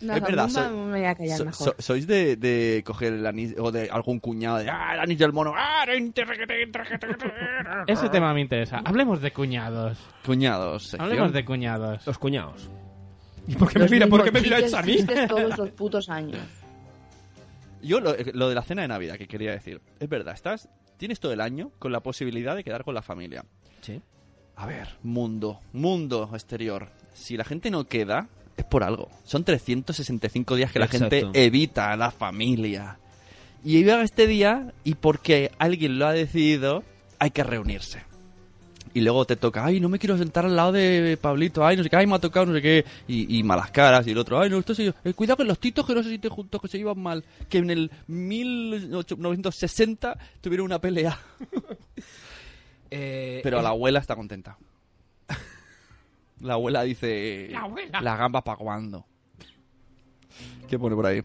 Speaker 7: No,
Speaker 4: es verdad.
Speaker 7: zambomba
Speaker 4: so-
Speaker 7: me voy a callar
Speaker 4: so-
Speaker 7: mejor.
Speaker 4: so- ¿Sois de, de coger el anís o de algún cuñado de ¡Ah, el anís del mono! ¡Ah, era interrequete, interrequete!
Speaker 6: Ese tema me interesa. Hablemos de cuñados.
Speaker 4: Cuñados. sección.
Speaker 6: Hablemos de cuñados.
Speaker 5: Los cuñados. ¿Y por qué me,
Speaker 7: Los
Speaker 5: mira, ¿por qué me
Speaker 7: mismos
Speaker 5: miráis
Speaker 7: chistes
Speaker 5: a mí?
Speaker 7: tristes todos
Speaker 5: <laughs>
Speaker 7: los putos años.
Speaker 4: Yo lo, eh, lo de la cena de Navidad que quería decir. Es verdad, estás tienes todo el año con la posibilidad de quedar con la familia.
Speaker 5: Sí.
Speaker 4: A ver, mundo, mundo exterior. Si la gente no queda, es por algo. Son 365 días que la
Speaker 5: Exacto.
Speaker 4: gente evita a la familia. Y llega este día y porque alguien lo ha decidido, hay que reunirse. Y luego te toca, ay, no me quiero sentar al lado de Pablito, ay, no sé qué, ay, me ha tocado, no sé qué, y, y malas caras, y el otro, ay, no, esto se... eh, cuidado con los titos que no se sienten juntos, que se llevan mal, que en el 1960 tuvieron una pelea,
Speaker 5: Eh,
Speaker 4: pero
Speaker 5: eh,
Speaker 4: la abuela está contenta. La abuela dice,
Speaker 5: La abuela.
Speaker 4: las gambas para cuando. ¿Qué pone por ahí?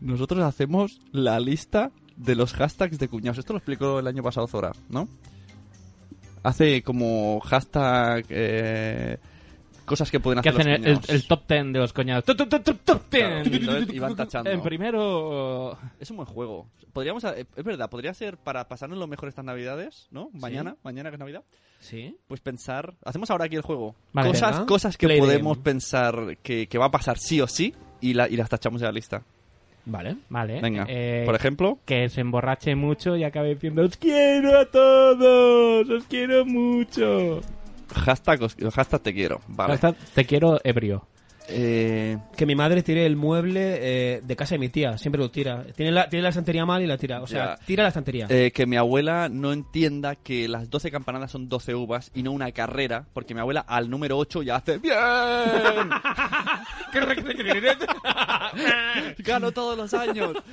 Speaker 4: Nosotros hacemos la lista de los hashtags de cuñados. Esto lo explicó el año pasado Zora, ¿no? Hace como hashtag eh, cosas que pueden
Speaker 6: Que
Speaker 4: hacer
Speaker 6: hacen
Speaker 4: los
Speaker 6: el, el-
Speaker 4: cuñados.
Speaker 6: el top ten de los cuñados. Top, top, top, top, top
Speaker 4: Claro,
Speaker 6: ten. Em,
Speaker 4: entonces, y van
Speaker 6: <laughs>
Speaker 4: tachando.
Speaker 6: En primero...
Speaker 4: Es un buen juego. Podríamos, ha- es verdad, podría ser para pasarnos lo mejor estas navidades, ¿no? Mañana, mañana que es Navidad.
Speaker 5: Sí.
Speaker 4: Pues pensar, hacemos ahora aquí el juego.
Speaker 6: Vale,
Speaker 4: cosas,
Speaker 5: ¿verdad?
Speaker 4: cosas que
Speaker 5: Play
Speaker 4: podemos
Speaker 5: game.
Speaker 4: pensar que, que va a pasar sí o sí y, la, y las tachamos de la lista.
Speaker 5: Vale.
Speaker 6: Vale.
Speaker 4: Venga,
Speaker 6: eh,
Speaker 4: por ejemplo,
Speaker 6: que se emborrache mucho y acabe diciendo ¡Os quiero a todos! ¡Os
Speaker 5: <laughs>
Speaker 6: quiero mucho!
Speaker 4: hashtag, os- hashtag te quiero. Vale.
Speaker 6: Hasta te quiero ebrio.
Speaker 4: Eh,
Speaker 5: Que mi madre tire el mueble eh, de casa de mi tía. Siempre lo tira. Tiene la, tiene la estantería mal y la tira. O sea,
Speaker 4: Ya.
Speaker 5: tira la estantería.
Speaker 4: eh, que mi abuela no entienda que las 12 campanadas son 12 uvas y no una carrera, porque mi abuela al número 8 ya hace
Speaker 6: <laughs>
Speaker 4: ¡Bien! ¡Gano todos los años!
Speaker 7: <laughs>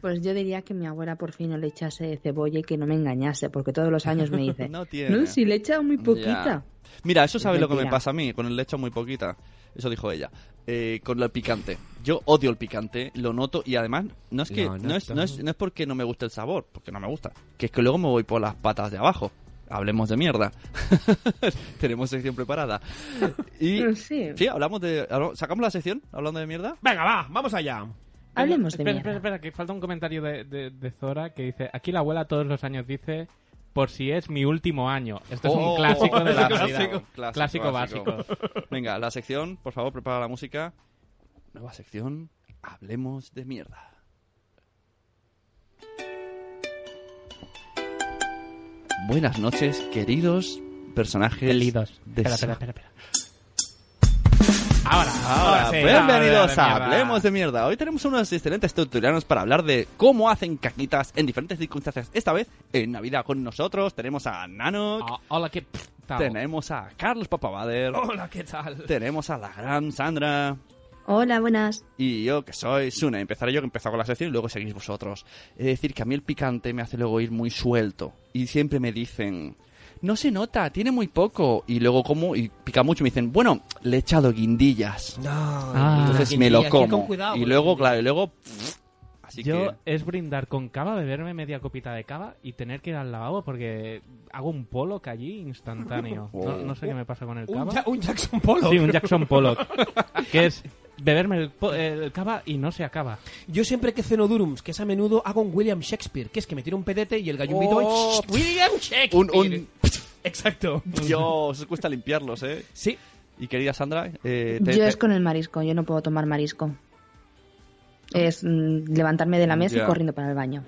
Speaker 7: Pues yo diría que mi abuela por fin no le echase cebolla y que no me engañase, porque todos los años me dice,
Speaker 4: <laughs> No
Speaker 7: no,
Speaker 4: tiene.
Speaker 7: si le he echado muy poquita.
Speaker 4: Ya. Mira, eso sabe lo que me
Speaker 7: mentira.
Speaker 4: pasa a mí, con el lecho muy poquita. Eso dijo ella. Eh, con el picante. Yo odio el picante, lo noto y además no es que
Speaker 5: No,
Speaker 4: no,
Speaker 5: no
Speaker 4: es,
Speaker 5: está-
Speaker 4: no, es, no es porque no me gusta el sabor, porque no me gusta, que es que luego me voy por las patas de abajo. Hablemos de mierda. <laughs> Tenemos sección preparada.
Speaker 7: <laughs>
Speaker 4: Y
Speaker 7: Sí.
Speaker 4: sí, hablamos de hablo- sacamos la sección hablando de mierda.
Speaker 5: Venga, va, vamos allá.
Speaker 7: Hablemos de
Speaker 6: espera,
Speaker 7: mierda.
Speaker 6: Espera, espera, que falta un comentario de, de- de Zora que dice Aquí la abuela todos los años dice por si es mi último año. Esto es un
Speaker 4: Oh,
Speaker 6: clásico de la
Speaker 4: clásico,
Speaker 6: Navidad.
Speaker 4: clásico,
Speaker 6: Clásico
Speaker 4: clásico.
Speaker 6: básico.
Speaker 4: Venga, la sección, por favor, prepara la música. Nueva sección, hablemos de mierda. Buenas noches, queridos personajes
Speaker 6: Queridos.
Speaker 4: de
Speaker 6: Espera,
Speaker 4: Sa-
Speaker 6: espera, espera, espera. Ahora, ahora,
Speaker 4: Ahora, pues,
Speaker 6: sí,
Speaker 4: bienvenidos a
Speaker 6: ahora de
Speaker 4: Hablemos de Mierda. Hoy tenemos unos excelentes tutoriales para hablar de cómo hacen caquitas en diferentes circunstancias. Esta vez, en Navidad con nosotros, tenemos a Nano,
Speaker 6: mierda. Ah, Hola, ¿qué tal?
Speaker 4: tenemos a Carlos Papavader,
Speaker 5: Hola, ¿qué tal?
Speaker 4: tenemos a la gran Sandra,
Speaker 7: Hola, buenas.
Speaker 4: Y yo, que soy Sune, empezaré yo que he empezado con la sección y luego seguís vosotros. Es decir, que a mí el picante me hace luego ir muy suelto. Y siempre me dicen, no se nota, tiene muy poco. Y luego como, y pica mucho, y me dicen, bueno, le he echado guindillas.
Speaker 5: No,
Speaker 4: Entonces
Speaker 5: que
Speaker 4: me
Speaker 5: tía,
Speaker 4: lo
Speaker 5: que
Speaker 4: como.
Speaker 5: con cuidado,
Speaker 4: y
Speaker 5: con
Speaker 4: luego,
Speaker 5: el
Speaker 4: claro, y luego... pff, Así
Speaker 6: Yo
Speaker 4: que...
Speaker 6: es brindar con cava, beberme media copita de cava y tener que ir al lavabo porque hago un Pollock
Speaker 4: <laughs>
Speaker 6: allí instantáneo.
Speaker 4: Oh.
Speaker 6: No, no sé qué me pasa con el
Speaker 5: Un,
Speaker 6: cava.
Speaker 5: Ja- un Jackson Polo.
Speaker 6: Sí, un Jackson Pollock.
Speaker 4: <laughs>
Speaker 6: que es beberme el, po- el cava y no se acaba.
Speaker 5: Yo siempre que ceno Durums, que es a menudo, hago un William Shakespeare, que es que me tiro un pedete y el gallumbito...
Speaker 4: Oh,
Speaker 5: ¡Shh! ¡William Shakespeare!
Speaker 4: Un, un...
Speaker 5: Exacto.
Speaker 4: Dios, os cuesta limpiarlos, ¿eh?
Speaker 5: Sí.
Speaker 4: Y querida Sandra, eh, te-
Speaker 7: Yo
Speaker 4: te-
Speaker 7: es con el marisco, yo no puedo tomar marisco. Es mm, levantarme de la mesa
Speaker 4: Ya.
Speaker 7: y corriendo para el baño.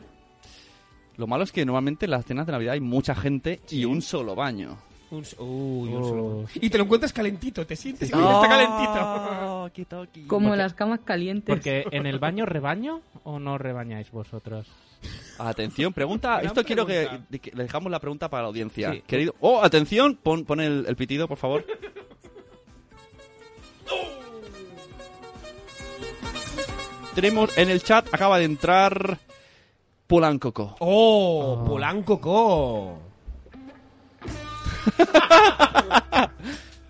Speaker 4: lo malo es que normalmente en las cenas de Navidad hay mucha gente y un solo baño.
Speaker 5: Un s- uy, un
Speaker 6: Oh.
Speaker 5: solo- Y te lo encuentras calentito, te sientes
Speaker 6: Uy, está
Speaker 4: calentito! Oh, ¡Qué toqui!
Speaker 7: Como las camas calientes.
Speaker 6: Porque en el baño rebaño o no rebañáis vosotros.
Speaker 4: Atención, pregunta.
Speaker 5: Gran
Speaker 4: Esto quiero que,
Speaker 5: pregunta.
Speaker 4: de que le dejamos la pregunta para la audiencia.
Speaker 5: Sí.
Speaker 4: Querido. Oh, atención, pon, pon el, el pitido, por favor. Tenemos en el chat, acaba de entrar Polancoco. Ah. <laughs>
Speaker 5: ¡Oh! Polanco Co.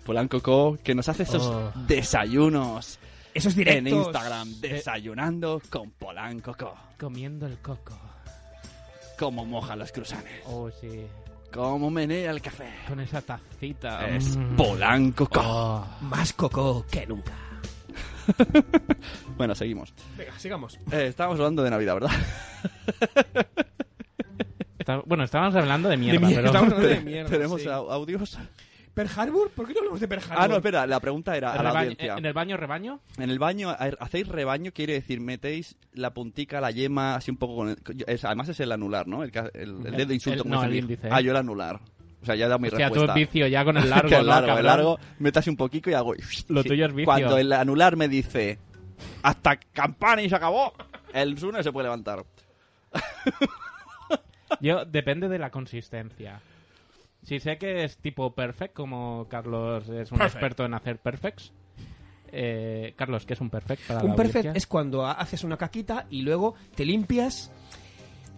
Speaker 4: Polanco Co, que nos hace esos
Speaker 5: Oh.
Speaker 4: desayunos.
Speaker 5: Esos directos.
Speaker 4: En Instagram, desayunando con Polanco Co.
Speaker 6: Comiendo el coco.
Speaker 4: Cómo moja los cruzanes.
Speaker 6: Oh, sí.
Speaker 4: Cómo menea el café.
Speaker 6: Con esa tacita.
Speaker 4: Es
Speaker 6: Mm.
Speaker 4: Polanco Co.
Speaker 6: Oh.
Speaker 5: Más coco que nunca.
Speaker 4: <laughs> Bueno, seguimos.
Speaker 5: Venga, sigamos.
Speaker 4: Eh, estábamos hablando de Navidad, ¿verdad?
Speaker 6: <laughs> Está- Bueno, estábamos hablando de mierda,
Speaker 5: mierda,
Speaker 6: pero...
Speaker 5: estábamos hablando de mierda,
Speaker 4: Tenemos
Speaker 5: sí.
Speaker 4: au- audios.
Speaker 5: ¿Per Harbor? ¿Por qué no hablamos de Per Harbor?
Speaker 4: Ah, no, espera, la pregunta era a la
Speaker 6: Rebaño- eh,
Speaker 4: audiencia.
Speaker 6: ¿En el baño rebaño?
Speaker 4: En el baño a- hacéis rebaño, quiere decir, metéis la puntica, la yema, así un poco con el- con- es- además es el anular, ¿no? El, ca- el- el dedo
Speaker 6: El-
Speaker 4: insulto.
Speaker 6: el-
Speaker 4: como
Speaker 6: no,
Speaker 4: se
Speaker 6: el
Speaker 4: dice.
Speaker 6: índice, ¿eh?
Speaker 4: Ah, yo el anular. O sea, ya he dado mi
Speaker 6: Hostia, tú
Speaker 4: respuesta.
Speaker 6: es vicio ya
Speaker 4: <laughs>
Speaker 6: con el largo,
Speaker 4: el
Speaker 6: ¿no,
Speaker 4: largo,
Speaker 6: cabrón?
Speaker 4: el largo. Métase un poquito y hago...
Speaker 6: Lo
Speaker 4: Sí.
Speaker 6: tuyo es vicio.
Speaker 4: Cuando el anular me dice, hasta campana y se acabó, el Zoom no se puede levantar.
Speaker 6: Yo, depende de la consistencia. Si sé que es tipo perfect, como Carlos es un experto en hacer perfects. Eh, Carlos, ¿qué es un perfect para la
Speaker 5: Un perfect
Speaker 6: audiencia?
Speaker 5: es cuando ha- haces una caquita y luego te limpias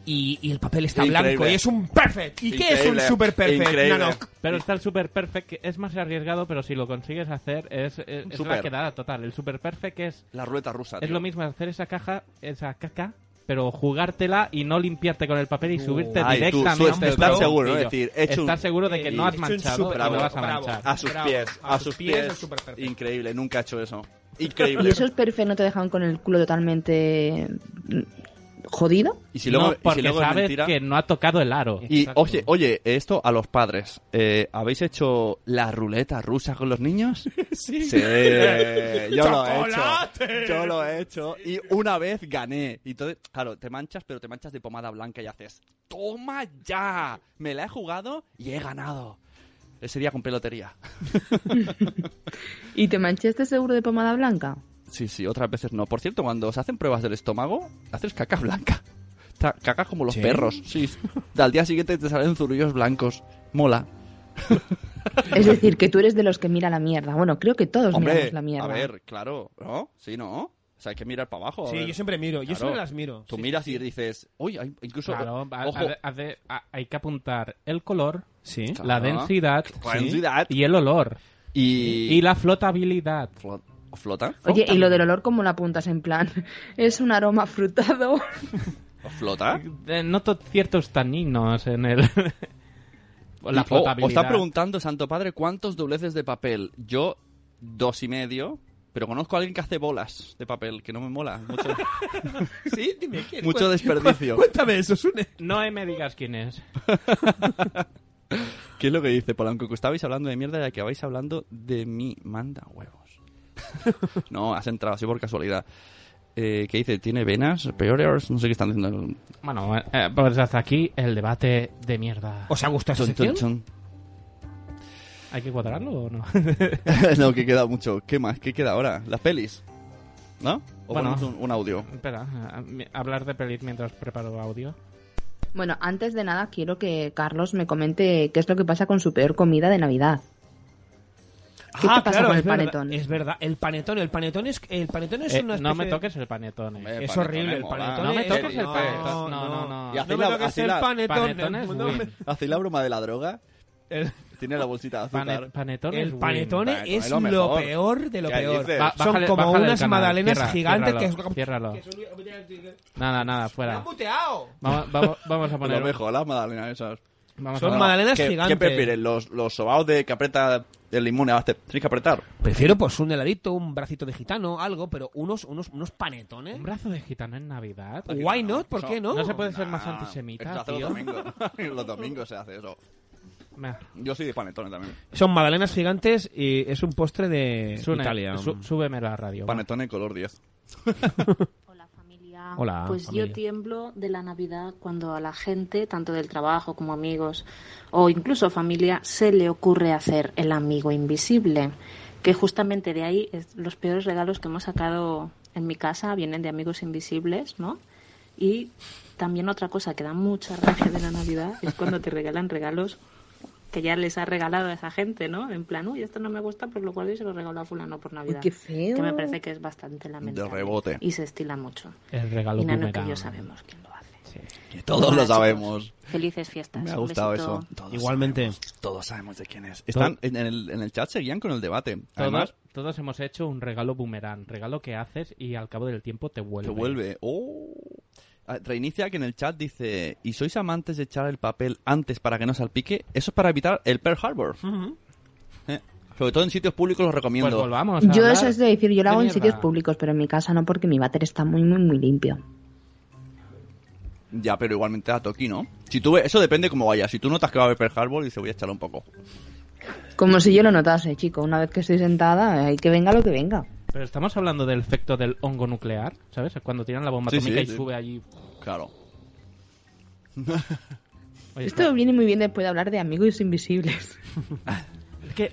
Speaker 5: y, y el papel está
Speaker 4: Increíble.
Speaker 5: blanco y es un perfect. ¿Y qué es un
Speaker 4: Increíble.
Speaker 5: super perfect?
Speaker 4: Increíble.
Speaker 5: No, no.
Speaker 6: Pero está el super perfect, que es más arriesgado, pero si lo consigues hacer, es, eh, es- es
Speaker 4: super.
Speaker 6: la quedada total. El super perfect es,
Speaker 4: La ruleta rusa,
Speaker 6: es
Speaker 4: tío.
Speaker 6: lo mismo hacer esa caja, esa caca, pero jugártela y no limpiarte con el papel y subirte
Speaker 4: Ay, tú,
Speaker 6: directamente.
Speaker 4: suerte,
Speaker 6: al
Speaker 4: estar
Speaker 6: balcón.
Speaker 4: seguro, ¿no? Es decir, he hecho
Speaker 6: estar
Speaker 4: un-
Speaker 6: seguro de que no
Speaker 5: He
Speaker 6: has
Speaker 5: hecho un
Speaker 6: manchado y
Speaker 5: super-
Speaker 6: no vas a
Speaker 5: bravo,
Speaker 6: manchar.
Speaker 5: bravo.
Speaker 4: A sus
Speaker 5: Bravo.
Speaker 4: pies, a, sus pies.
Speaker 5: el super perfect.
Speaker 4: Increíble, nunca he hecho eso.
Speaker 7: ¿Y
Speaker 4: <laughs> Increíble.
Speaker 7: esos perfes no te dejan con el culo totalmente mm, jodido?
Speaker 4: Y si luego,
Speaker 6: no,
Speaker 4: y si
Speaker 6: porque
Speaker 4: luego es
Speaker 6: sabes
Speaker 4: mentira-
Speaker 6: que no ha tocado el aro.
Speaker 4: Y
Speaker 5: Exacto.
Speaker 4: oye, oye, esto a los padres. eh, ¿Habéis hecho la ruleta rusa con los niños? Sí. yo lo he hecho.
Speaker 5: ¡Chocolate!
Speaker 4: Yo lo he hecho. Y una vez gané. Y entonces, claro, te manchas, pero te manchas de pomada blanca y haces ¡Toma ya! Me la he jugado y he ganado. Ese día compré lotería.
Speaker 7: ¿Y te manchaste seguro de pomada blanca?
Speaker 4: Sí, sí, otras veces no. Por cierto, cuando se hacen pruebas del estómago, haces caca blanca. Ta- Caca como los
Speaker 5: ¿Sí?
Speaker 4: perros.
Speaker 5: <laughs>
Speaker 4: Sí. Al día siguiente te salen zurullos blancos. Mola.
Speaker 7: Es decir, que tú eres de los que mira la mierda. Bueno, creo que
Speaker 5: Pues
Speaker 7: todos miramos la mierda.
Speaker 4: a ver, claro, ¿no? Sí, ¿no. O sea, hay que mirar para abajo. a
Speaker 5: Sí,
Speaker 4: ver.
Speaker 5: yo siempre miro. Yo
Speaker 4: Claro.
Speaker 5: siempre las miro.
Speaker 4: Tú
Speaker 5: Sí,
Speaker 4: miras y dices, uy, hay- incluso.
Speaker 6: Claro, ha-
Speaker 4: ojo,
Speaker 6: ha de- ha de- ha- hay que apuntar el color,
Speaker 5: Sí.
Speaker 4: Claro.
Speaker 6: la densidad
Speaker 4: densidad.
Speaker 6: y el olor
Speaker 4: y.
Speaker 6: y la flotabilidad.
Speaker 4: Flo- ¿Flota?
Speaker 7: Oye, ¿y lo del olor cómo lo apuntas en plan? <laughs> ¿Es un aroma frutado? <laughs>
Speaker 4: ¿O ¿Flota?
Speaker 6: Eh, Noto ciertos taninos en el <laughs> o la
Speaker 4: Y- oh,
Speaker 6: flotabilidad.
Speaker 4: Os está preguntando, Santo Padre, ¿cuántos dobleces de papel? Yo, dos y medio. Pero conozco a alguien que hace bolas de papel, que no me mola. <laughs> Mucho,
Speaker 5: Sí, dime quién.
Speaker 4: mucho
Speaker 5: Cué-
Speaker 4: <laughs>
Speaker 6: <laughs>
Speaker 4: desperdicio.
Speaker 5: Cuéntame eso, Sune.
Speaker 6: No me digas quién
Speaker 4: <laughs>
Speaker 6: es.
Speaker 4: ¿Qué es lo que dice Polanco? Que estabais hablando de mierda y aquí vais hablando de mi manda <laughs> huevos. no, has entrado así por casualidad. Eh, ¿Qué dice? ¿Tiene venas? ¿Peores? No sé qué están diciendo.
Speaker 6: Bueno, eh, pues hasta aquí el debate de mierda.
Speaker 5: ¿Os ha gustado esa
Speaker 4: Chon, chon,
Speaker 5: sección?
Speaker 4: chon.
Speaker 6: ¿Hay que cuadrarlo o no?
Speaker 4: <laughs> no, que queda mucho. ¿Qué más? ¿Qué queda ahora? ¿Las pelis? ¿No? ¿O
Speaker 6: Bueno.
Speaker 4: ponemos un, un audio?
Speaker 6: Espera, a- a- hablar de pelis mientras preparo audio.
Speaker 7: Bueno, antes de nada quiero que Carlos me comente qué es lo que pasa con su peor comida de Navidad. ¿Qué te pasa con el
Speaker 5: Ah, es verdad,
Speaker 7: panetón?
Speaker 5: Es verdad, el panetón. El panetón es, el panetón es
Speaker 6: Eh,
Speaker 5: una
Speaker 6: no me
Speaker 5: especie de-
Speaker 6: toques el panetón. eh.
Speaker 4: Hombre,
Speaker 5: Es
Speaker 4: panetón,
Speaker 5: horrible el
Speaker 4: mola.
Speaker 5: panetón.
Speaker 6: No me
Speaker 5: eh.
Speaker 6: toques el
Speaker 5: No,
Speaker 6: panetón.
Speaker 5: No, no,
Speaker 6: no.
Speaker 4: Y
Speaker 5: no.
Speaker 4: así
Speaker 5: No me
Speaker 4: la-
Speaker 5: toques
Speaker 4: así
Speaker 5: el
Speaker 4: la-
Speaker 5: panetón.
Speaker 6: panetón es
Speaker 5: no
Speaker 6: win.
Speaker 5: me-
Speaker 4: ¿Hacéis la broma de la droga?
Speaker 5: el-
Speaker 4: Tiene la bolsita de azúcar.
Speaker 6: Pane- panetón es
Speaker 5: El
Speaker 6: win.
Speaker 5: panetone
Speaker 4: Bueno,
Speaker 5: es
Speaker 4: es
Speaker 5: lo,
Speaker 4: lo mejor.
Speaker 5: peor de lo
Speaker 4: ¿Qué
Speaker 5: peor.
Speaker 4: dices?
Speaker 6: Ba-
Speaker 5: Son
Speaker 6: bájale-
Speaker 5: como
Speaker 6: bájale el
Speaker 5: unas
Speaker 6: canal.
Speaker 5: magadalenas
Speaker 6: Cierra,
Speaker 5: gigantes Ah,
Speaker 6: ciérralo,
Speaker 5: que...
Speaker 6: ciérralo.
Speaker 5: que son-
Speaker 6: Nada, nada,
Speaker 5: ¡Me
Speaker 6: fuera.
Speaker 5: han muteado!
Speaker 6: Vamos, vamos, vamos a
Speaker 4: <laughs>
Speaker 6: poner.
Speaker 4: Lo mejor, las magdalenas esas.
Speaker 6: Vamos
Speaker 5: Son
Speaker 6: a
Speaker 5: magdalenas. Magdalena es
Speaker 4: ¿Qué,
Speaker 5: gigante.
Speaker 4: ¿Qué prefieres? ¿Los, los sobaos de que aprieta el limón? Además, te- Tienes que apretar.
Speaker 5: Prefiero pues un heladito, un bracito de gitano, algo, pero unos, unos, unos panetones.
Speaker 6: ¿Un brazo de gitano en Navidad?
Speaker 5: Why not? ¿Por qué no?
Speaker 6: No se puede ser más
Speaker 4: Ah,
Speaker 6: antisemita,
Speaker 4: eso hace Los
Speaker 6: tío.
Speaker 4: domingos. <laughs> los domingos se hace eso.
Speaker 6: Me-
Speaker 4: Yo soy de panetones también.
Speaker 5: Son magdalenas gigantes y es un postre de
Speaker 6: Sune,
Speaker 5: Italia. um,
Speaker 6: sú- súbeme la radio. va.
Speaker 4: Panetone color 10.
Speaker 13: Hola familia.
Speaker 5: Hola,
Speaker 13: Pues
Speaker 5: familia.
Speaker 13: yo tiemblo de la Navidad cuando a la gente, tanto del trabajo como amigos o incluso familia, se le ocurre hacer el amigo invisible. Que justamente de ahí es- los peores regalos que hemos sacado en mi casa vienen de amigos invisibles, ¿no? Y también otra cosa que da mucha rabia de la Navidad es cuando te regalan regalos que ya les ha regalado a esa gente, ¿no? En plan, uy, esto no me gusta, pues lo guardo y se lo regalo a fulano por Navidad.
Speaker 7: qué feo.
Speaker 13: Que me parece que es bastante lamentable.
Speaker 4: De rebote.
Speaker 13: Y se estila mucho.
Speaker 6: El regalo
Speaker 13: Y nano que
Speaker 6: boomerang.
Speaker 13: yo sabemos quién lo hace.
Speaker 4: Que todos lo
Speaker 13: Nada,
Speaker 4: sabemos.
Speaker 13: chicos. Felices fiestas.
Speaker 4: Me ha
Speaker 13: Un
Speaker 4: gustado
Speaker 13: besito.
Speaker 4: eso. Todos
Speaker 5: Igualmente.
Speaker 4: sabemos, todos sabemos de quién es. Están en el, en el chat seguían con el debate.
Speaker 6: Todos,
Speaker 4: Además,
Speaker 6: todos hemos hecho un regalo boomerang, regalo que haces y al cabo del tiempo te vuelve.
Speaker 4: te vuelve. Oh. Ah, Reinicia que en el chat dice, ¿y sois amantes de echar el papel antes para que no salpique? Eso es para evitar el Pearl Harbor. Eh, Sobre todo en sitios públicos lo recomiendo.
Speaker 6: Pues volvamos
Speaker 7: Yo eso es de decir, yo lo
Speaker 4: de
Speaker 7: hago en
Speaker 4: mierda.
Speaker 7: sitios públicos, pero en mi casa no, porque mi váter está muy, muy, muy limpio.
Speaker 4: Ya, pero igualmente a Toki, ¿no? Si tú, ves- eso depende cómo vayas. Si tú notas que va a haber Pearl Harbor, y se voy a echar un poco.
Speaker 7: Como si yo lo notase, chico. Una vez que estoy sentada, hay que venga lo que venga.
Speaker 6: Pero estamos hablando del efecto del hongo nuclear, ¿sabes? Cuando tiran la bomba
Speaker 4: Sí,
Speaker 6: atómica
Speaker 4: sí,
Speaker 6: y
Speaker 4: sí.
Speaker 6: sube allí.
Speaker 4: Claro.
Speaker 6: Oye,
Speaker 7: Esto viene muy bien después de hablar de amigos invisibles.
Speaker 6: es que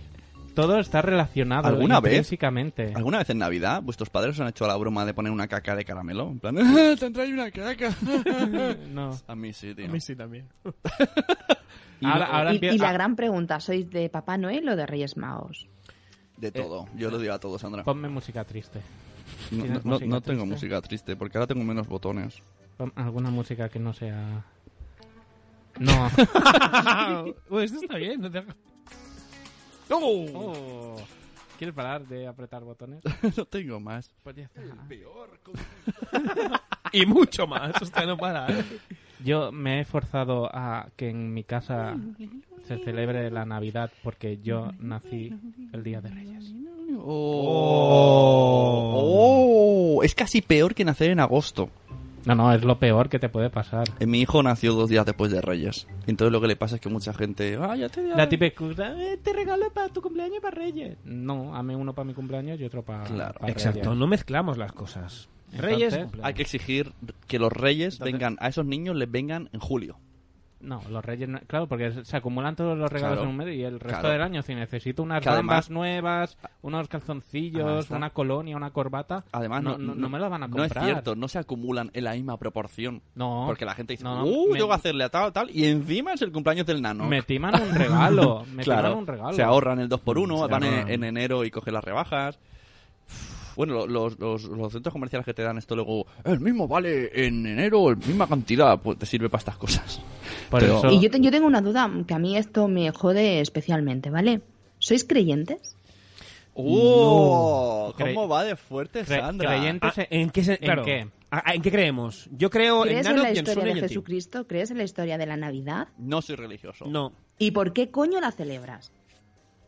Speaker 6: todo está relacionado. eh,
Speaker 4: ¿Alguna vez?
Speaker 6: intrínsecamente.
Speaker 4: ¿Alguna vez en Navidad vuestros padres os han hecho la broma de poner una caca de caramelo? En plan,
Speaker 5: Eh,
Speaker 4: te han traído una caca.
Speaker 6: <laughs> no.
Speaker 4: A mí sí, tío.
Speaker 5: A mí sí también.
Speaker 6: <laughs> Ahora- ahora
Speaker 7: y,
Speaker 6: empie-
Speaker 7: y la
Speaker 6: ah.
Speaker 7: gran pregunta, ¿sois de Papá Noel o de Reyes Magos?
Speaker 4: De todo. Yo lo digo a todo, Sandra.
Speaker 6: eh, Ponme música triste.
Speaker 4: No,
Speaker 6: ¿Tienes
Speaker 4: no-
Speaker 6: música
Speaker 4: no tengo
Speaker 6: triste?
Speaker 4: música triste, porque ahora tengo menos botones.
Speaker 6: Pon alguna música que no sea.
Speaker 4: <laughs>
Speaker 6: No.
Speaker 5: <laughs> Pues esto está bien, no te hagas.
Speaker 6: Oh. ¿Quieres parar de apretar botones?
Speaker 4: <laughs> no tengo más.
Speaker 6: Pues ya está.
Speaker 5: <laughs> Y mucho más, <laughs> hostia, no para. ¿eh?
Speaker 6: Yo me he forzado a que en mi casa se celebre la Navidad porque yo nací el Día de Reyes.
Speaker 4: Oh. Es casi peor que nacer en agosto.
Speaker 6: No, no, es lo peor que te puede pasar.
Speaker 4: Eh, Mi hijo nació dos días después de Reyes. Entonces lo que le pasa es que mucha gente... "Ah, ya te dio-".
Speaker 6: La típica, "Eh, te regalo para tu cumpleaños y para Reyes. No, ame uno para mi cumpleaños y otro para.
Speaker 4: Claro.
Speaker 5: Exacto, no mezclamos las cosas. Reyes.
Speaker 6: Entonces-
Speaker 4: Hay que exigir que los reyes vengan, a esos niños les vengan en julio.
Speaker 6: No, los Reyes, no- claro, porque se acumulan todos los regalos
Speaker 4: Claro.
Speaker 6: en un mes y el resto
Speaker 4: Claro.
Speaker 6: del año, si necesito unas
Speaker 4: Que además-
Speaker 6: gambas nuevas, unos
Speaker 4: Además
Speaker 6: calzoncillos,
Speaker 4: está-
Speaker 6: una colonia, una corbata.
Speaker 4: Además,
Speaker 6: no, no, no me lo van a
Speaker 4: No es
Speaker 6: comprar.
Speaker 4: cierto, no se acumulan en la misma proporción.
Speaker 6: No.
Speaker 4: Porque la gente dice,
Speaker 6: No,
Speaker 4: ¡uh!
Speaker 6: me-
Speaker 4: Tengo que hacerle a tal, tal. Y encima es el cumpleaños del nano.
Speaker 6: Me timan un
Speaker 4: <laughs>
Speaker 6: regalo. Me timan un regalo.
Speaker 4: Se ahorran el 2 por 1
Speaker 5: Se
Speaker 4: van en,
Speaker 5: ahorran.
Speaker 4: en enero y cogen las rebajas. Bueno, lo- los, los- los centros comerciales que te dan esto luego, el mismo vale en enero, la misma cantidad, pues te sirve para estas cosas.
Speaker 6: Por
Speaker 4: Pero-
Speaker 6: eso-
Speaker 7: Y yo, te- yo tengo una duda, que a mí esto me jode especialmente, ¿vale? ¿Sois creyentes?
Speaker 4: ¡Oh!
Speaker 6: No.
Speaker 4: ¿Cómo
Speaker 6: Cre-
Speaker 4: va de fuerte
Speaker 6: cre-
Speaker 4: Sandra?
Speaker 6: creyentes
Speaker 5: Ah, ¿En qué, se- claro.
Speaker 6: qué?
Speaker 5: Ah, ¿En qué creemos? Yo creo en
Speaker 7: ¿Crees en
Speaker 5: Nano
Speaker 7: la
Speaker 5: y en
Speaker 7: historia
Speaker 5: Sune
Speaker 7: de
Speaker 5: y en ti.
Speaker 7: Jesucristo? ¿Crees en la historia de la Navidad?
Speaker 4: No soy religioso.
Speaker 5: No,
Speaker 7: ¿Y por qué coño la celebras?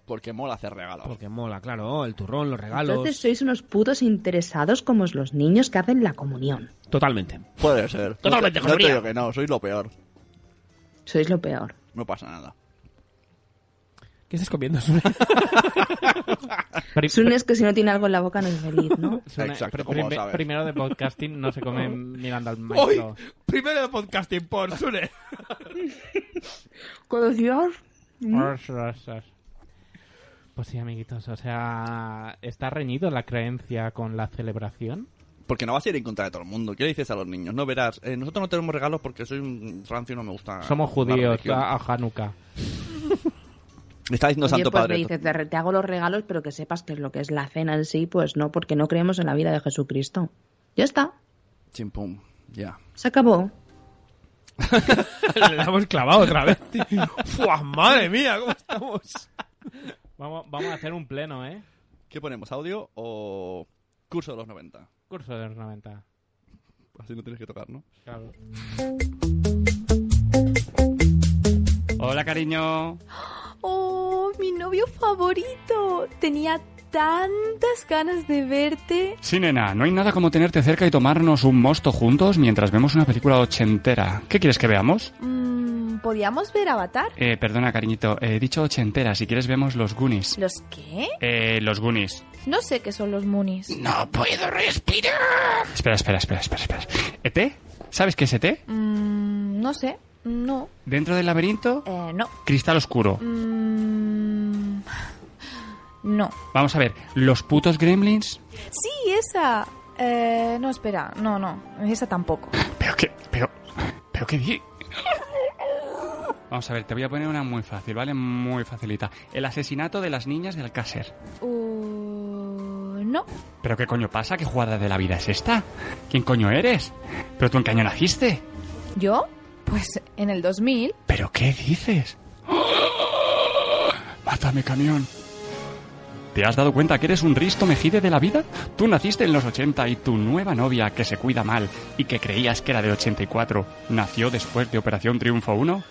Speaker 4: Porque mola hacer regalos.
Speaker 5: porque mola, claro, el turrón, los regalos.
Speaker 7: Entonces sois unos putos interesados como los niños que hacen la comunión.
Speaker 5: Totalmente.
Speaker 4: Puede ser.
Speaker 5: Totalmente,
Speaker 4: no, te- no te
Speaker 5: José
Speaker 4: digo que no, soy lo peor.
Speaker 7: Sois lo peor.
Speaker 4: No pasa nada.
Speaker 5: ¿Qué estás comiendo, Sune?
Speaker 6: Pri-
Speaker 7: Es un es que si no tiene algo en la boca no es feliz, ¿no?
Speaker 6: <laughs> es una-
Speaker 4: Exacto,
Speaker 6: pri-
Speaker 4: ¿cómo lo
Speaker 6: pri-
Speaker 4: sabes?
Speaker 6: Primero de podcasting no se come mirando al
Speaker 4: <laughs>
Speaker 6: maestro.
Speaker 5: <laughs> Primero de podcasting por Sune.
Speaker 7: Cuando Dios...
Speaker 6: Ors, ors, ors. Pues sí, amiguitos, o sea, ¿está reñido la creencia con la celebración?
Speaker 4: Porque no vas a ir en contra de todo el mundo. ¿Qué le dices a los niños? No verás, eh, nosotros no tenemos regalos porque soy un rancio y no me gusta.
Speaker 6: Somos
Speaker 4: Ah, la
Speaker 6: judíos,
Speaker 4: religión.
Speaker 6: a, a Hanukkah.
Speaker 4: Le está diciendo Santo
Speaker 7: Oye, pues
Speaker 4: Padre.
Speaker 7: le dices, te, te hago los regalos, pero que sepas que es lo que es la cena en sí, pues no, porque no creemos en la vida de Jesucristo. Ya está,
Speaker 4: Chim, pum. Ya.
Speaker 7: se acabó.
Speaker 5: <laughs> Le hemos clavado otra vez. tío. Fua, madre mía, ¿cómo estamos?
Speaker 6: <laughs> Vamos, vamos a hacer un pleno, ¿eh?
Speaker 4: ¿Qué ponemos? ¿Audio o curso de los 90?
Speaker 6: Curso de los 90.
Speaker 4: Así no tienes que tocar, ¿no?
Speaker 6: Claro.
Speaker 4: Hola, cariño.
Speaker 14: Oh, mi novio favorito. Tenía tantas ganas de verte.
Speaker 15: Sí, nena, no hay nada como tenerte cerca y tomarnos un mosto juntos mientras vemos una película ochentera. ¿Qué quieres que veamos?
Speaker 14: Mm, ¿Podíamos ver Avatar?
Speaker 15: Eh, perdona, cariñito, eh, he dicho ochentera, si quieres vemos los Goonies.
Speaker 14: ¿Los qué?
Speaker 15: Eh, los Goonies.
Speaker 14: No sé qué son los Moonies.
Speaker 15: No
Speaker 8: pues.
Speaker 15: puedo respirar. Espera, espera, espera, espera, espera. ¿ET? ¿Sabes qué es ET?
Speaker 14: Mm, no sé. No.
Speaker 15: Dentro del laberinto,
Speaker 14: Eh, no.
Speaker 15: cristal oscuro.
Speaker 14: Mm, no.
Speaker 15: Vamos a ver, los putos gremlins.
Speaker 14: Sí, esa. Eh, no, espera. No, no. Esa tampoco.
Speaker 15: Pero qué, pero, pero qué di. Vamos a ver, te voy a poner una muy fácil, ¿vale? Muy facilita. El asesinato de las niñas de Alcácer.
Speaker 14: Uh, no.
Speaker 15: ¿Pero qué coño pasa? ¿Qué jugada de la vida es esta? ¿Quién coño eres? ¿Pero tú en qué año naciste?
Speaker 14: ¿Yo? Pues en el 2000.
Speaker 15: ¿Pero qué dices? ¡Mata mi camión! ¿Te has dado cuenta que eres un risto mejide de la vida? Tú naciste en los 80 y tu nueva novia, que se cuida mal y que creías que era de 84, nació después de Operación Triunfo 1?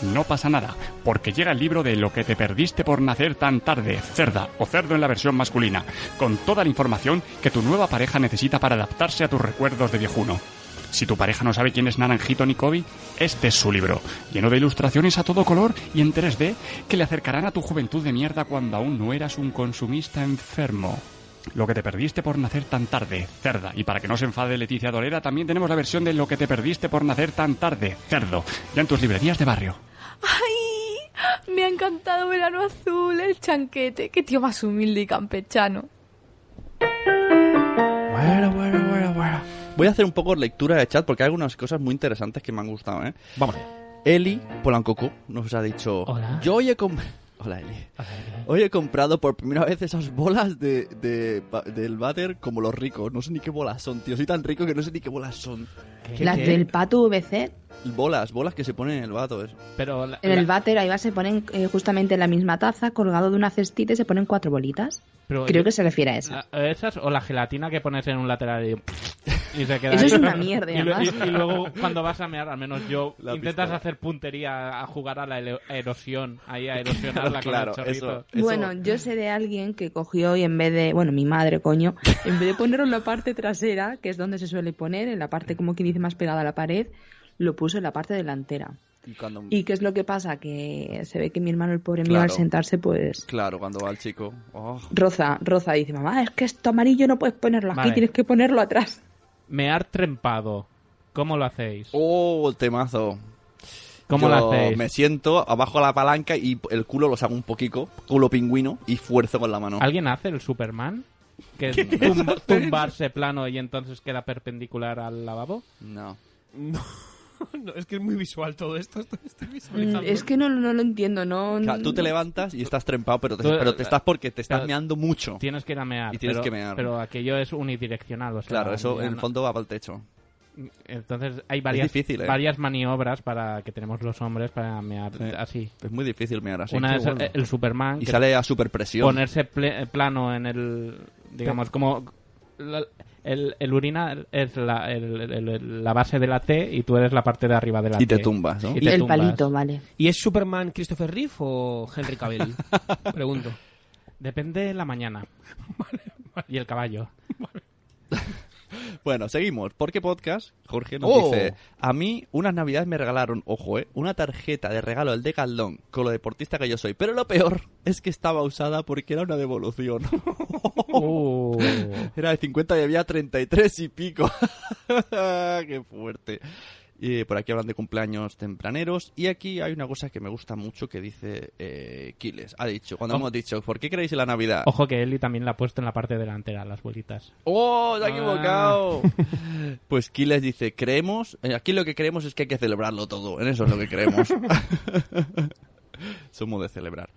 Speaker 15: No pasa nada, porque llega el libro de Lo que te perdiste por nacer tan tarde, cerda o cerdo en la versión masculina, con toda la información que tu nueva pareja necesita para adaptarse a tus recuerdos de viejuno. Si tu pareja no sabe quién es Naranjito ni Kobe, este es su libro, lleno de ilustraciones a todo color y en 3D que le acercarán a tu juventud de mierda cuando aún no eras un consumista enfermo. Lo que te perdiste por nacer tan tarde, cerda. Y para que no se enfade Leticia Dolera, también tenemos la versión de Lo que te perdiste por nacer tan tarde, cerdo, ya en tus librerías de barrio.
Speaker 14: ¡Ay! Me ha encantado Verano Azul, el chanquete. Qué tío más humilde y campechano.
Speaker 4: Voy a hacer un poco de lectura de chat porque hay algunas cosas muy interesantes que me han gustado, ¿eh?
Speaker 5: Vamos
Speaker 4: Eli Polancoco nos ha dicho...
Speaker 5: Hola.
Speaker 4: Yo hoy he comprado... <laughs> Hola, Eli. Hoy he comprado por primera vez esas bolas de, de- ba- del váter como los ricos. No sé ni qué bolas son, tío. Soy tan rico que no sé ni qué bolas son.
Speaker 7: Las del Pato VC.
Speaker 4: Bolas, bolas que se ponen en el vato, eso.
Speaker 6: Pero
Speaker 7: En el váter ahí va, se ponen eh, justamente en la misma taza, colgado de una cestita y se ponen cuatro bolitas.
Speaker 6: Pero
Speaker 7: Creo
Speaker 6: yo-
Speaker 7: que se refiere a eso.
Speaker 6: La- ¿Esas o la gelatina que pones en un lateral y, y se queda
Speaker 7: Eso
Speaker 6: ahí.
Speaker 7: es una mierda,
Speaker 6: <laughs> Y, lo-
Speaker 7: además.
Speaker 6: y- y luego cuando vas a mear, al menos yo,
Speaker 4: La
Speaker 6: intentas
Speaker 4: pistola.
Speaker 6: hacer puntería a jugar a la ele- erosión,
Speaker 4: <laughs>
Speaker 6: ahí a erosionarla
Speaker 4: Claro,
Speaker 6: con el chorrito.
Speaker 4: eso- eh.
Speaker 7: Bueno, yo sé de alguien que cogió y en vez de, bueno, mi madre, coño, en vez de ponerlo en la parte trasera, que es donde se suele poner, en la parte como quien dice más pegada a la pared, lo puso en la parte delantera.
Speaker 4: Y cuando...
Speaker 7: ¿Y qué es lo que pasa? Que se ve que mi hermano, el pobre mío, al
Speaker 4: Mm. Claro.
Speaker 7: sentarse, pues
Speaker 4: Claro, cuando va el chico. Oh.
Speaker 7: roza, roza, dice, mamá, es que esto amarillo no puedes ponerlo aquí,
Speaker 6: Vale.
Speaker 7: tienes que ponerlo atrás.
Speaker 6: Mear trempado. ¿Cómo lo hacéis?
Speaker 4: Oh, el temazo.
Speaker 6: ¿Cómo
Speaker 4: Yo
Speaker 6: lo hacéis?
Speaker 4: Me siento abajo de la palanca y el culo lo saco un poquito, culo pingüino, y fuerzo con la mano.
Speaker 6: ¿Alguien hace el Superman? ¿Que
Speaker 4: <laughs>
Speaker 6: es tum- tumbarse plano y entonces queda perpendicular al lavabo?
Speaker 4: No.
Speaker 5: <laughs> No, no, es que es este muy visual todo esto. Estoy, estoy
Speaker 7: Mm,
Speaker 5: visualizando.
Speaker 7: Es que no, no lo entiendo, no...
Speaker 4: Claro, tú te levantas y estás trempado, pero te,
Speaker 6: Tú- eh,
Speaker 4: pero te estás porque te estás
Speaker 6: Claro,
Speaker 4: meando mucho.
Speaker 6: Tienes que ir a mear.
Speaker 4: Y tienes
Speaker 6: pero,
Speaker 4: que mear.
Speaker 6: Pero aquello es unidireccional. o sea,
Speaker 4: Claro, eso en el
Speaker 6: no-
Speaker 4: fondo va para el techo.
Speaker 6: Entonces hay varias,
Speaker 4: difícil, ¿eh?
Speaker 6: varias maniobras para que tenemos los hombres para mear así.
Speaker 4: Es muy difícil mear así.
Speaker 6: Una
Speaker 4: Qué
Speaker 6: es
Speaker 4: bueno.
Speaker 6: el- el Superman.
Speaker 4: Y
Speaker 6: que
Speaker 4: sale a superpresión.
Speaker 6: Ponerse ple- plano en el... Digamos, como... la- el, el urinar es la, el- el- el- la base de la T y tú eres la parte de arriba de la
Speaker 4: Y
Speaker 6: T.
Speaker 4: te tumbas, ¿no?
Speaker 6: Y te
Speaker 7: el
Speaker 6: tumbas.
Speaker 7: palito, vale.
Speaker 5: ¿Eh? ¿Y es Superman Christopher Reeve o Henry Cavill? Pregunto.
Speaker 6: Depende de la mañana. <laughs> Y el caballo.
Speaker 4: Bueno, seguimos. ¿Por qué podcast? Jorge nos
Speaker 6: Oh.
Speaker 4: dice: A mí, unas navidades me regalaron, ojo, eh, una tarjeta de regalo del Decathlon con lo deportista que yo soy. Pero lo peor es que estaba usada porque era una devolución.
Speaker 6: Uh.
Speaker 4: Era de 50 y había 33 y pico. <laughs> ¡Qué fuerte! Y por aquí hablan de cumpleaños tempraneros. Y aquí hay una cosa que me gusta mucho que dice eh, Quiles. Ha dicho, cuando
Speaker 6: Ojo.
Speaker 4: hemos dicho, ¿por qué creéis en la Navidad?
Speaker 6: Ojo que Eli también la ha puesto en la parte delantera, las bolitas.
Speaker 4: ¡Oh, se ha
Speaker 6: Ah.
Speaker 4: equivocado! Pues Kiles dice, creemos, eh, aquí lo que creemos es que hay que celebrarlo todo, en eso es lo que
Speaker 5: <laughs>
Speaker 4: creemos. Somos de celebrar.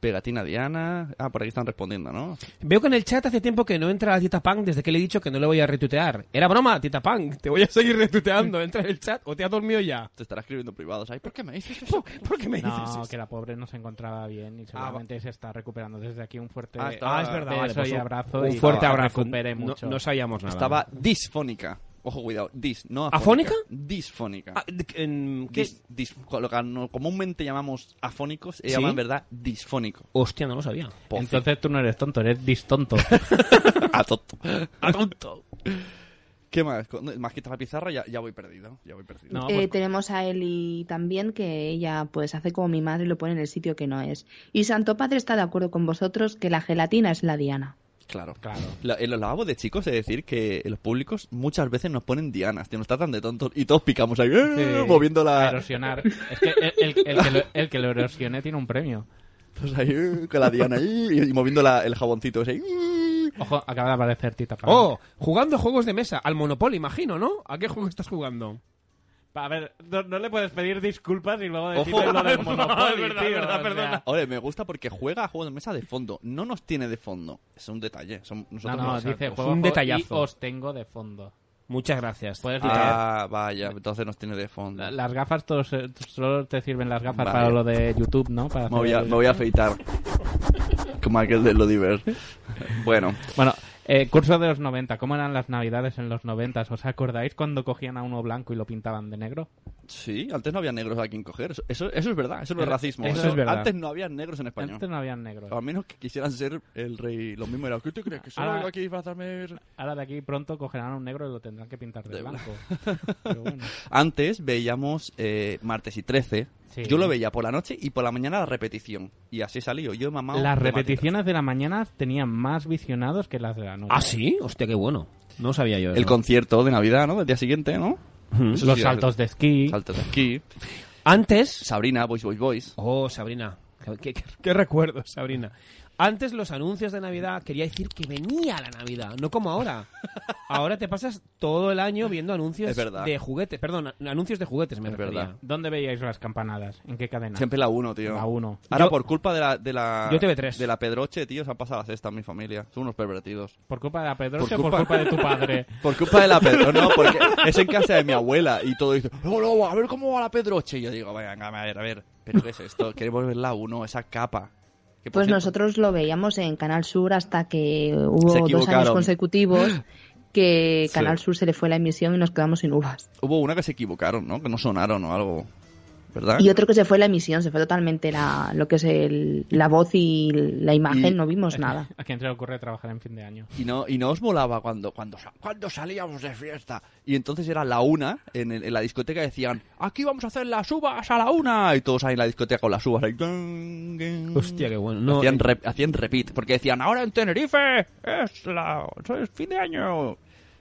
Speaker 4: Pegatina Diana, ah, por aquí están respondiendo, ¿no?
Speaker 5: Veo que en el chat hace tiempo que no entra la Tita Punk desde que le he dicho que no le voy a retuitear. Era broma, Tita Punk. Te voy a seguir retuiteando. Entra en el chat o te has dormido ya.
Speaker 4: Te estará escribiendo privados. Ay, ¿por qué me dices
Speaker 5: eso? ¿Por qué me dices
Speaker 6: No,
Speaker 5: eso?
Speaker 6: que la pobre no se encontraba bien y seguramente
Speaker 4: Ah,
Speaker 6: se está recuperando. Desde aquí un fuerte
Speaker 5: Ah, está- ah, es verdad, vale,
Speaker 6: beso
Speaker 5: pues
Speaker 6: y
Speaker 5: un-
Speaker 6: abrazo.
Speaker 5: un
Speaker 6: y
Speaker 5: fuerte
Speaker 6: que
Speaker 5: abrazo.
Speaker 6: recupere
Speaker 5: No-
Speaker 6: mucho.
Speaker 5: no sabíamos nada.
Speaker 4: Estaba disfónica. Ojo, cuidado, dis, no afónica.
Speaker 5: ¿Afónica? Ah,
Speaker 4: Disfónica.
Speaker 5: ¿qué?
Speaker 4: Dis- dis- lo que no- comúnmente llamamos afónicos, se
Speaker 5: ¿Sí?
Speaker 4: llaman, ¿verdad? Disfónico.
Speaker 5: Hostia, no lo sabía.
Speaker 6: Entonces tú no eres tonto, eres distonto.
Speaker 4: Pues <laughs> A tonto.
Speaker 5: A tonto.
Speaker 4: ¿Qué más? Con- Más quitas la pizarra, ya, ya voy perdido. Ya voy perdido.
Speaker 7: Eh,
Speaker 6: pues,
Speaker 7: tenemos a Eli también, que ella pues hace como mi madre y lo pone en el sitio que no es. Y Santo Padre está de acuerdo con vosotros que la gelatina es la diana.
Speaker 4: Claro. La- en los lavabos de chicos, es decir, que en los públicos muchas veces nos ponen dianas, tío, nos tratan de tontos y todos picamos ahí, ¡eh!
Speaker 6: Sí,
Speaker 4: moviendo
Speaker 6: a
Speaker 4: la.
Speaker 6: Erosionar. <laughs> Es que el, el- el que lo, el que lo erosione tiene un premio.
Speaker 4: todos ahí, ¡eh! con la diana ahí, y, y moviendo la- el jaboncito ese.
Speaker 6: Ojo, acaba de aparecer Tita Punk.
Speaker 5: Oh, jugando a juegos de mesa. Al Monopoly, imagino, ¿no? ¿A qué juego estás jugando?
Speaker 6: A ver, no, no le puedes pedir disculpas y luego decirle
Speaker 4: Ojo. <laughs>
Speaker 6: lo del
Speaker 4: Es
Speaker 6: Monopoly,
Speaker 4: verdad,
Speaker 6: tío,
Speaker 4: es verdad,
Speaker 6: o sea,
Speaker 4: perdona. Oye, me gusta porque juega a juegos de mesa de fondo. No nos tiene de fondo. Es un detalle. son-
Speaker 6: No,
Speaker 4: nosotros
Speaker 6: no,
Speaker 4: nos-
Speaker 6: dice
Speaker 4: es
Speaker 6: juego
Speaker 4: un
Speaker 6: y
Speaker 4: detallazo.
Speaker 6: os tengo de fondo.
Speaker 5: Muchas gracias. Puedes
Speaker 4: Ah, vaya, entonces nos tiene de fondo.
Speaker 6: Las gafas todos, eh, solo te sirven las gafas
Speaker 4: Vale.
Speaker 6: para lo de YouTube, ¿no? Para
Speaker 4: Me
Speaker 6: hacer
Speaker 4: voy, a,
Speaker 6: el-
Speaker 4: me voy a
Speaker 6: <laughs>
Speaker 4: afeitar. Como aquel de Lodiver. Bueno.
Speaker 6: Bueno, eh, curso de los 90. ¿Cómo eran las navidades en los 90? ¿Os acordáis cuando cogían a uno blanco y lo pintaban de negro?
Speaker 4: Sí, antes no había negros a quien coger. Eso, eso, eso es verdad, eso no es
Speaker 6: Era-
Speaker 4: racismo.
Speaker 6: eso es verdad.
Speaker 4: Antes no había negros en España.
Speaker 6: Antes no había negros.
Speaker 4: A menos que quisieran ser el rey. Lo mismo era. ¿Qué te crees? Que solo vengo aquí a disfrazarme?
Speaker 6: Ahora de aquí pronto cogerán a un negro y lo tendrán que pintar de,
Speaker 4: De
Speaker 6: blanco.
Speaker 4: <laughs> Antes veíamos eh, martes y 13.
Speaker 6: Sí.
Speaker 4: Yo lo veía por la noche y por la mañana la repetición. Y así salió. Yo he mamado.
Speaker 6: Las
Speaker 4: de
Speaker 6: repeticiones de la mañana tenían más visionados que las de la noche.
Speaker 4: Ah,
Speaker 5: sí? Hostia, qué bueno. No sabía yo.
Speaker 4: El concierto de Navidad, ¿no? Del día siguiente, ¿no?
Speaker 5: Ujú.
Speaker 4: Eso
Speaker 5: Los
Speaker 4: sí,
Speaker 5: saltos de esquí.
Speaker 4: Saltos de esquí.
Speaker 5: Antes.
Speaker 4: Sabrina, Boys, Boys, Boys.
Speaker 5: Oh, Sabrina. Qué, qué- qué recuerdo, Sabrina. Antes los anuncios de Navidad quería decir que venía la Navidad, no como ahora. Ahora te pasas todo el año viendo anuncios
Speaker 4: Es verdad.
Speaker 5: de juguetes. Perdón, a- anuncios de juguetes, me refería.
Speaker 4: verdad.
Speaker 6: ¿Dónde veíais las campanadas? ¿En qué cadena?
Speaker 4: Siempre la 1, tío.
Speaker 6: La 1.
Speaker 4: Ahora,
Speaker 6: Yo-
Speaker 4: por culpa de la, de la.
Speaker 6: Yo TV3.
Speaker 4: De la Pedroche, tío, se han pasado la cesta en mi familia. Son unos pervertidos.
Speaker 6: ¿Por culpa de la Pedroche o por culpa de tu padre?
Speaker 4: <laughs> por culpa de la Pedroche, no, porque es en casa de mi abuela y todo dice. No, no, a ver cómo va la Pedroche. Y yo digo, venga, a ver, a ver. ¿Pero qué es esto? Queremos ver la 1, esa capa. Que, por
Speaker 7: Pues
Speaker 4: cierto,
Speaker 7: nosotros lo veíamos en Canal Sur hasta que
Speaker 4: Se
Speaker 7: hubo dos años
Speaker 4: equivocaron. <gasps>
Speaker 7: consecutivos que
Speaker 4: Sí.
Speaker 7: Canal Sur se le fue la emisión y nos quedamos sin uvas.
Speaker 4: Hubo una que se equivocaron, ¿no? Que no sonaron o algo. ¿Verdad?
Speaker 7: Y otro que se fue la emisión, se fue totalmente la, lo que es el- la voz y la imagen,
Speaker 4: Y-
Speaker 7: no vimos
Speaker 4: <laughs>
Speaker 7: nada.
Speaker 6: ¿A quién se le ocurre trabajar en fin de año?
Speaker 4: Y no, y no os molaba cuando, cuando, sa- cuando salíamos de fiesta. Y entonces era la una, en, el- en la discoteca decían, aquí vamos a hacer las uvas a la una. Y todos ahí en la discoteca con las uvas. ahí, "Dun, dun".
Speaker 5: Hostia, qué bueno. No,
Speaker 4: hacían,
Speaker 5: eh,
Speaker 4: rep- hacían repeat, porque decían, ahora en Tenerife es, la, es fin de año.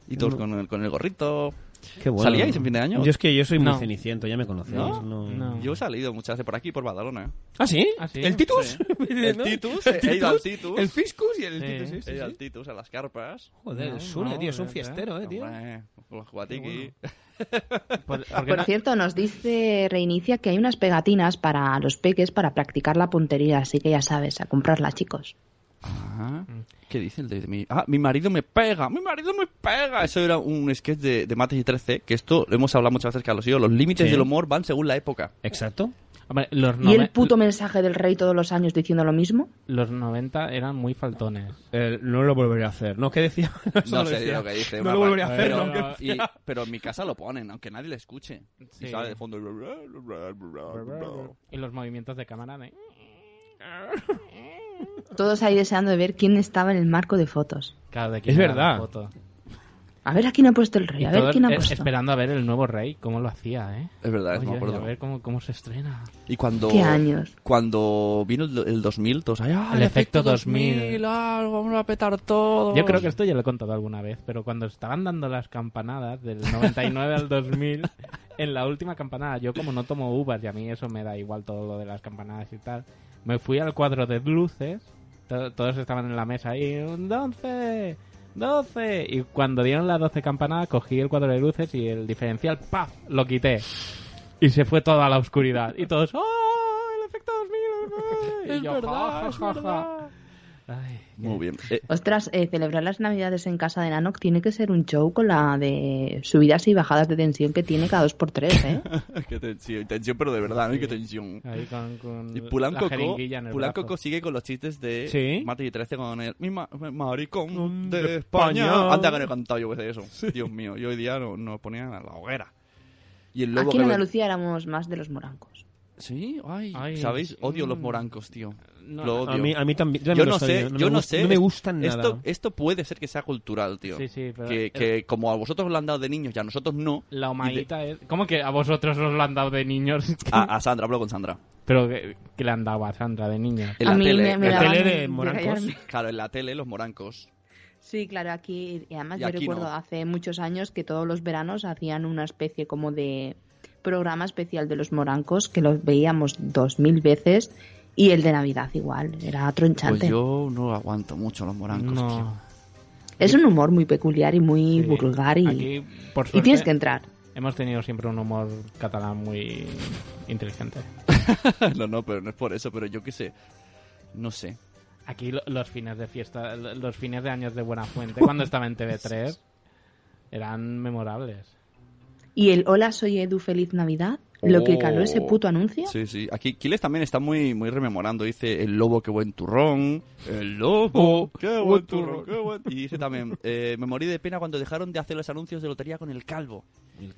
Speaker 4: Y todos
Speaker 5: No.
Speaker 4: con, el, con el gorrito.
Speaker 5: qué bueno.
Speaker 4: ¿Salíais en fin de año?
Speaker 5: Yo es que yo soy muy
Speaker 4: No.
Speaker 5: ceniciento, ya me conocéis.
Speaker 4: ¿No?
Speaker 5: no-
Speaker 4: Yo he salido muchas veces por aquí, por Badalona.
Speaker 5: ¿Ah, sí?
Speaker 4: ¿Ah, sí?
Speaker 5: ¿El Titus? <laughs>
Speaker 4: Sí. El
Speaker 5: ¿No?
Speaker 4: Titus,
Speaker 5: ¿El
Speaker 4: he ido al
Speaker 5: Titus?
Speaker 4: Titus.
Speaker 5: El Fiscus y el Titus, sí,
Speaker 4: He
Speaker 5: sí, sí.
Speaker 4: ido al Titus, a las carpas.
Speaker 5: Joder, el Sune, tío, es un fiestero, eh, tío.
Speaker 4: Hombre, pues con los
Speaker 5: Qué
Speaker 4: juguatiqui. <laughs>
Speaker 7: Por cierto, nos dice Reinicia que hay unas pegatinas para los peques para practicar la puntería, así que ya sabes, a comprarla, chicos.
Speaker 4: Ah, ¿Qué dice el de mi... Ah, mi marido me pega, mi marido me pega. Eso era un sketch de, de Mates y 13, que esto lo hemos hablado muchas veces, Carlos y yo. Los límites
Speaker 6: Sí.
Speaker 4: del humor van según la época.
Speaker 5: Exacto.
Speaker 6: los,
Speaker 7: ¿Y el
Speaker 6: nove-
Speaker 7: puto mensaje del rey todos los años diciendo lo mismo?
Speaker 6: los 90 eran muy faltones.
Speaker 5: Eh, no lo volveré a hacer. No, ¿qué decía? <laughs> Eso
Speaker 4: No
Speaker 5: lo
Speaker 4: sé
Speaker 5: decía.
Speaker 4: lo que dice.
Speaker 5: No
Speaker 4: va,
Speaker 5: lo
Speaker 4: va.
Speaker 5: volveré a hacer,
Speaker 4: Pero,
Speaker 5: aunque
Speaker 4: <laughs> y-
Speaker 5: sea.
Speaker 4: pero en mi casa lo ponen, aunque nadie le escuche.
Speaker 6: Sí.
Speaker 4: Y sale de fondo...
Speaker 6: Y los movimientos de cámara de...
Speaker 7: Todos ahí deseando de ver quién estaba en el marco de fotos.
Speaker 6: Claro, de
Speaker 5: Es
Speaker 6: quién era
Speaker 5: verdad.
Speaker 6: la foto.
Speaker 7: A ver a quién ha puesto el rey, a ver
Speaker 6: Todos
Speaker 7: quién ha
Speaker 6: e-
Speaker 7: puesto.
Speaker 6: esperando a ver el nuevo rey, cómo lo hacía, ¿eh?
Speaker 4: Es verdad, es-
Speaker 6: Oye,
Speaker 4: me acuerdo.
Speaker 6: A ver cómo, cómo se estrena.
Speaker 4: Y cuando...
Speaker 6: ¿Qué años?
Speaker 4: Cuando vino el, el 2000, todos... ahí, "Ah,
Speaker 6: El efecto 2000.
Speaker 4: vamos a petar todo.
Speaker 6: Yo creo que esto ya lo he contado alguna vez, pero cuando estaban dando las campanadas del 99 al 2000, <laughs> en la última campanada, yo como no tomo uvas y a mí eso me da igual todo lo de las campanadas y tal, me fui al cuadro de luces, to- todos estaban en la mesa y un 12, 12, y cuando dieron las 12 campanadas cogí el cuadro de luces y el diferencial, ¡paf!, lo quité. Y se fue toda la oscuridad. Y todos, ¡oh! El efecto 2000.
Speaker 3: Es
Speaker 6: y yo,
Speaker 3: verdad,
Speaker 6: "Ja,
Speaker 3: es
Speaker 6: ja, ja, ja".
Speaker 4: Muy bien. <laughs> Eh,
Speaker 7: Ostras, eh, celebrar las navidades en casa de Nanoc tiene que ser un show con la de subidas y bajadas de tensión que tiene cada dos por tres,
Speaker 4: <laughs>
Speaker 7: ¿eh?
Speaker 4: qué tensión, tensión, pero de verdad, ¿no? Qué tensión.
Speaker 6: Ahí con- con
Speaker 4: y Pulanco
Speaker 6: la jeringuilla en el brazo.
Speaker 4: sigue con los chistes de
Speaker 6: Sí.
Speaker 4: Mate y 13 con el "Mi ma- maricón
Speaker 6: de
Speaker 4: de España.
Speaker 6: España.
Speaker 4: Anda que no he cantado yo veces eso. Dios mío, yo hoy día no- nos ponían a la hoguera. Y el lobo
Speaker 7: Aquí
Speaker 4: que
Speaker 7: en
Speaker 4: ven-
Speaker 7: Andalucía éramos más de los morancos.
Speaker 4: Sí, ay,
Speaker 6: Ay,
Speaker 4: ¿Sabéis?
Speaker 6: sí.
Speaker 4: Odio los morancos, tío.
Speaker 6: No,
Speaker 4: Lo odio.
Speaker 5: a mí- a mí también- yo
Speaker 4: Yo,
Speaker 5: también
Speaker 4: no
Speaker 5: los
Speaker 4: sé,
Speaker 5: odio, no
Speaker 4: yo
Speaker 5: me
Speaker 4: no
Speaker 5: gust-
Speaker 4: sé.
Speaker 5: no me gustan nada.
Speaker 4: Esto, esto puede ser que sea cultural, tío.
Speaker 6: Sí, sí, pero-
Speaker 4: que, que como a vosotros os lo han dado de niños y a nosotros no.
Speaker 6: La
Speaker 4: y
Speaker 6: humadita es... ¿Cómo que a vosotros os lo han dado de niños? <laughs>
Speaker 4: de- a, a Sandra, hablo con Sandra.
Speaker 6: Pero que, que le han dado a Sandra de niño.
Speaker 4: En la tele, en la tele
Speaker 7: de morancos. callarme.
Speaker 4: Claro, en la tele los morancos.
Speaker 7: Sí, claro, aquí, y además
Speaker 4: Y
Speaker 7: yo
Speaker 4: aquí
Speaker 7: recuerdo
Speaker 4: no.
Speaker 7: hace muchos años que todos los veranos hacían una especie como de programa especial de los morancos que los veíamos dos mil veces y el de Navidad igual, era tronchante.
Speaker 4: Pues yo no aguanto mucho los morancos, tío. <laughs>
Speaker 7: Es un humor muy peculiar y muy vulgar y,
Speaker 6: Aquí, por
Speaker 7: y
Speaker 6: suerte,
Speaker 7: tienes que entrar.
Speaker 6: Hemos tenido siempre un humor catalán muy inteligente.
Speaker 4: no, no, pero no es por eso, pero yo qué sé. No sé.
Speaker 6: Aquí lo- los fines de fiesta, lo- los fines de años de Buena Fuente, cuando estaba en TV3, Eran memorables.
Speaker 7: Y el Hola, soy Edu, feliz Navidad. Lo que
Speaker 4: Oh.
Speaker 7: caló ese puto anuncio.
Speaker 4: Sí, sí. Aquí Quiles también está muy, muy rememorando. Dice, el lobo, qué buen turrón. El lobo, qué buen turrón, qué buen... Y dice también, eh, me morí de pena cuando dejaron de hacer los anuncios de lotería con el calvo.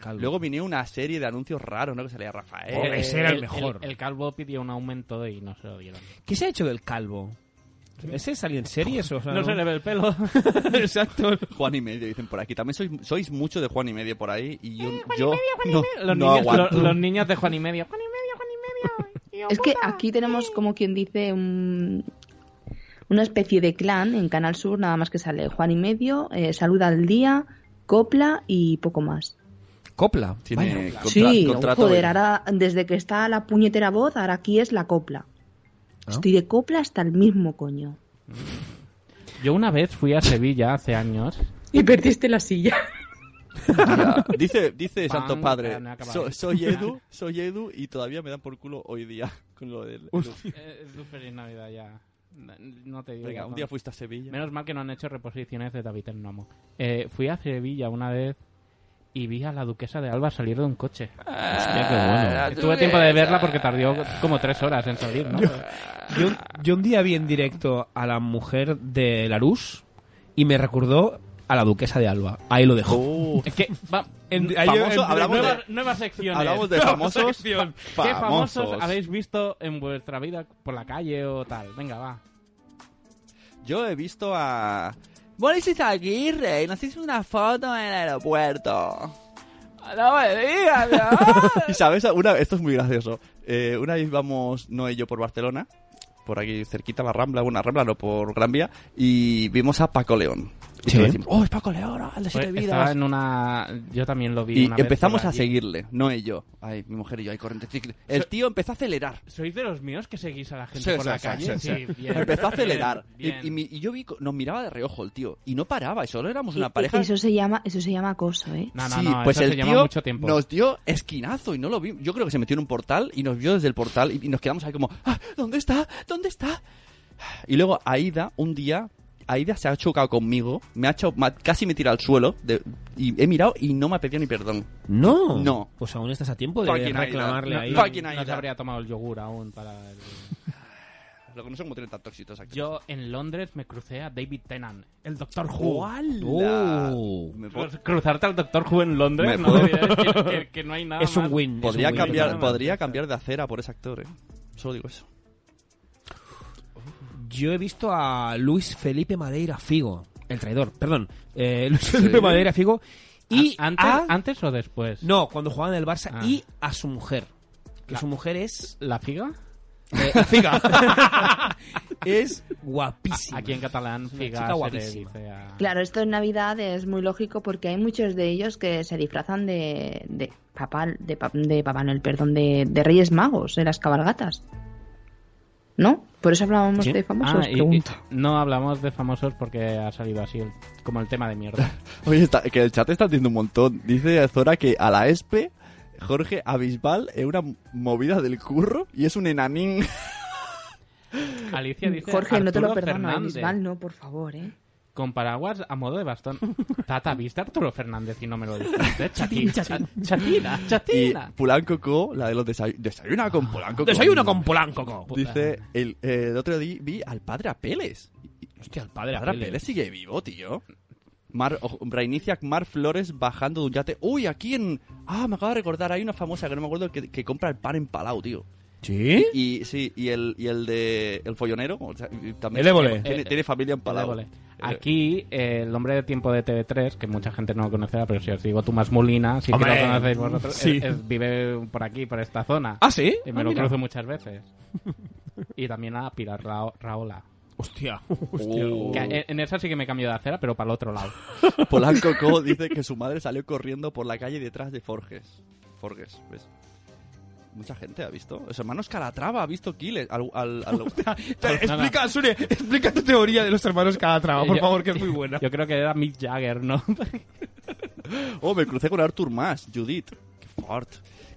Speaker 4: Oh, Luego vinieron una serie de anuncios raros, ¿no? Que salía Rafael.
Speaker 6: Eh, El, el calvo pidió un aumento y no se lo dieron.
Speaker 5: ¿Qué se ha hecho del calvo? ¿Ese salió en series? O sea,
Speaker 6: No se le ve
Speaker 4: <laughs>
Speaker 6: el pelo. <laughs>
Speaker 4: Exacto. Juan y medio, dicen por aquí. También sois, sois mucho de Juan y medio por ahí. Y yo, yo no,
Speaker 6: Los,
Speaker 4: no
Speaker 6: niños,
Speaker 4: aguanto.
Speaker 6: lo- los niños de Juan y Medio.
Speaker 7: Es que aquí tenemos como quien dice un- una especie de clan en Canal Sur, nada más que sale Juan y Medio, eh, Salud al Día, Copla y poco más.
Speaker 5: Copla.
Speaker 4: Tiene contra-
Speaker 7: sí, oh,
Speaker 4: contrato
Speaker 7: joder,
Speaker 4: de-
Speaker 7: ahora desde que está la puñetera voz, ahora aquí es la Copla.
Speaker 4: ¿Ah?
Speaker 7: Estoy de Copla hasta el mismo coño.
Speaker 6: Yo una vez fui a Sevilla hace años.
Speaker 7: Y perdiste la
Speaker 6: <laughs>
Speaker 7: silla.
Speaker 4: Ya. Dice, dice
Speaker 6: Pan,
Speaker 4: Santo Padre,
Speaker 6: pan, acabado.
Speaker 4: "So- soy
Speaker 6: <laughs>
Speaker 4: Edu, soy Edu y todavía me dan por culo hoy día <laughs> con lo del...
Speaker 6: Eh, Edu, feliz Navidad ya. No te digo.
Speaker 4: Venga, un
Speaker 6: razón.
Speaker 4: día fuiste a Sevilla.
Speaker 6: Menos mal que no han hecho reposiciones de David el Nomo. Eh, fui a Sevilla una vez y vi a la duquesa de Alba salir de un coche. Hostia, qué bueno.
Speaker 4: Ah,
Speaker 5: la
Speaker 6: Tuve tiempo de
Speaker 5: duquesa.
Speaker 6: verla porque tardó como tres horas en salir, ¿no?
Speaker 5: Yo, yo un- yo un día vi en directo a la mujer de Larús y me recordó a la duquesa de Alba. Ahí lo dejó.
Speaker 4: Uh.
Speaker 6: Es que, va, en-
Speaker 5: Ahí
Speaker 6: famoso-
Speaker 5: en directo-
Speaker 6: hablamos de-
Speaker 5: nueva-
Speaker 6: nuevas secciones.
Speaker 4: Hablamos de
Speaker 6: eh. Nueva
Speaker 4: famosos.
Speaker 6: sección.
Speaker 4: Fa-
Speaker 6: ¿Qué famosos
Speaker 4: famosos.
Speaker 6: habéis visto en vuestra vida por la calle o tal? Venga, va.
Speaker 4: Yo he visto a... Boris Aguirre, nos hizo una foto en el aeropuerto.
Speaker 6: ¡No me
Speaker 4: <laughs> <laughs> y sabes, una, esto es muy gracioso. Eh, una vez íbamos, no y yo, por Barcelona, por aquí cerquita la Rambla, una Rambla, no, por Gran Vía, y vimos a Paco León. Y todos decimos, "Oh, es Paco León, ah, el de siete vidas".
Speaker 6: Pues, Estaba en una... Yo también lo vi
Speaker 4: Y
Speaker 6: una vez
Speaker 4: empezamos
Speaker 6: por
Speaker 4: a
Speaker 6: allí.
Speaker 4: seguirle, no y yo. Ay, mi mujer y yo, hay corriente ciclista. El tío empezó a acelerar.
Speaker 6: ¿Sois de los míos que seguís a la gente
Speaker 4: Sí,
Speaker 6: por
Speaker 4: sí,
Speaker 6: la
Speaker 4: sí,
Speaker 6: calle?
Speaker 4: sí, <laughs> sí.
Speaker 6: bien,
Speaker 4: empezó a
Speaker 6: bien,
Speaker 4: acelerar. Y-
Speaker 6: bien.
Speaker 4: Y, mi- y yo vi, co- nos miraba de reojo el tío. Y no paraba, y solo éramos
Speaker 7: Y-
Speaker 4: una
Speaker 7: y-
Speaker 4: pareja.
Speaker 7: Eso se llama, eso se llama acoso, ¿eh?
Speaker 6: No, no,
Speaker 4: Sí,
Speaker 6: no,
Speaker 4: pues
Speaker 6: eso
Speaker 4: el
Speaker 6: se
Speaker 4: tío
Speaker 6: llama mucho tiempo.
Speaker 4: nos dio esquinazo y no lo vi. Yo creo que se metió en un portal y nos vio desde el portal y, y nos quedamos ahí como, "Ah, ¿dónde está? ¿Dónde está? Y luego Aida, un día, Aida se ha chocado conmigo, me ha hecho, me ha- casi me tira al suelo de- y he mirado y no me ha pedido ni perdón.
Speaker 5: No.
Speaker 4: No.
Speaker 5: Pues aún estás a tiempo de
Speaker 4: Fucking Aida.
Speaker 5: reclamarle
Speaker 4: No,
Speaker 5: ahí.
Speaker 4: fucking
Speaker 6: No te habría tomado el yogur aún para... el-
Speaker 4: Lo que no son como tienen tan tóxitos aquí.
Speaker 6: Yo en Londres me crucé a David Tennant, el Doctor Who.
Speaker 4: ¡Hola!
Speaker 6: Oh.
Speaker 4: Me puedo-
Speaker 6: Pues cruzarte al Doctor Who en
Speaker 4: Me
Speaker 6: Londres, no,
Speaker 4: puedo-
Speaker 6: que, que- que no hay nada más.
Speaker 4: Podría cambiar, podría cambiar de acera por ese actor, eh. Solo digo eso.
Speaker 5: Yo he visto a Luis Felipe Madeira Figo, el traidor, perdón. Eh, Luis Felipe Madeira Figo y
Speaker 6: ¿Antes,
Speaker 5: a-
Speaker 6: ¿Antes o después?
Speaker 5: No, cuando jugaba en el Barça
Speaker 6: Ah.
Speaker 5: y a su mujer. Que su mujer es.
Speaker 6: ¿La figa?
Speaker 5: eh, la Figa. <laughs> es guapísima.
Speaker 6: Aquí en catalán, figa
Speaker 5: chica
Speaker 6: se le
Speaker 5: guapísima.
Speaker 6: dice a-
Speaker 7: Claro, esto en Navidad es muy lógico porque hay muchos de ellos que se disfrazan de, de papá, de, pa- de papá Noel, perdón, de, de Reyes Magos, de las cabalgatas. ¿No? Por eso hablábamos
Speaker 6: ¿Sí?
Speaker 7: de famosos,
Speaker 6: Ah, y-
Speaker 7: pregunto.
Speaker 6: y no hablamos de famosos porque ha salido así el- como el tema de mierda.
Speaker 4: Oye, está- que el chat está haciendo un montón. Dice Zora que a la ESPE, Jorge Abisbal es una movida del curro y es un enanín.
Speaker 6: Alicia dice
Speaker 7: Jorge, no te lo
Speaker 6: Arturo
Speaker 7: perdono, eh,
Speaker 6: Fernández,
Speaker 7: Bisbal, no, por favor, ¿eh?
Speaker 6: Con paraguas a modo de bastón. Tata, ¿viste a Arturo Fernández y no me lo dijiste? Chati-
Speaker 5: Chatín, chatín.
Speaker 6: cha- Chatina,
Speaker 4: Y
Speaker 6: chatina.
Speaker 4: Pulanco Co, la de los desay- desayuna con Pulanco Co.
Speaker 5: Desayuno con Polanco. co.
Speaker 4: Dice, el, eh, el otro día vi al padre Apeles.
Speaker 5: Hostia, el padre
Speaker 4: Padre
Speaker 5: Apeles.
Speaker 4: Apeles sigue vivo, tío. Mar, ojo, reinicia Mar Flores bajando de un yate. Uy, aquí en... Ah, me acabo de recordar, hay una famosa que no me acuerdo que, que compra el pan en Palau, tío.
Speaker 5: ¿Sí?
Speaker 4: Y sí, y el, y el de... El follonero. o sea, y también
Speaker 5: El Évole.
Speaker 4: Tiene,
Speaker 6: Eh,
Speaker 4: tiene familia en Palau.
Speaker 6: Vale, vale. Aquí, eh, el hombre de tiempo de TV3, que mucha gente no lo conocerá, pero si os digo Tomás Molina, si
Speaker 5: Hombre,
Speaker 6: lo conocéis vosotros,
Speaker 5: sí.
Speaker 6: es- es- vive por aquí, por esta zona.
Speaker 5: ¿Ah, sí?
Speaker 6: Y me
Speaker 5: Ah,
Speaker 6: lo
Speaker 5: mira.
Speaker 6: cruzo
Speaker 5: <laughs>
Speaker 6: muchas veces. Y también a Pilar Ra- Raola.
Speaker 4: <laughs>
Speaker 5: Hostia. hostia.
Speaker 4: Oh.
Speaker 6: Que en- en esa sí que me cambio de acera, pero para el otro lado.
Speaker 4: <laughs> Polanco Co dice que su madre salió corriendo por la calle detrás de Forges. Forges, ¿ves? Mucha gente ha visto. Los hermanos Calatrava ha visto Kiles. Al, al-
Speaker 5: <laughs>
Speaker 4: <laughs> al-
Speaker 5: Explica, Sune, explica tu teoría de los hermanos Calatrava, por
Speaker 6: Yo-
Speaker 5: favor, que es
Speaker 6: <laughs>
Speaker 5: muy buena.
Speaker 4: <laughs>
Speaker 6: Yo creo que era Mick Jagger, ¿no?
Speaker 4: Oh, me crucé con Arthur Mas, Judith. Qué Ford.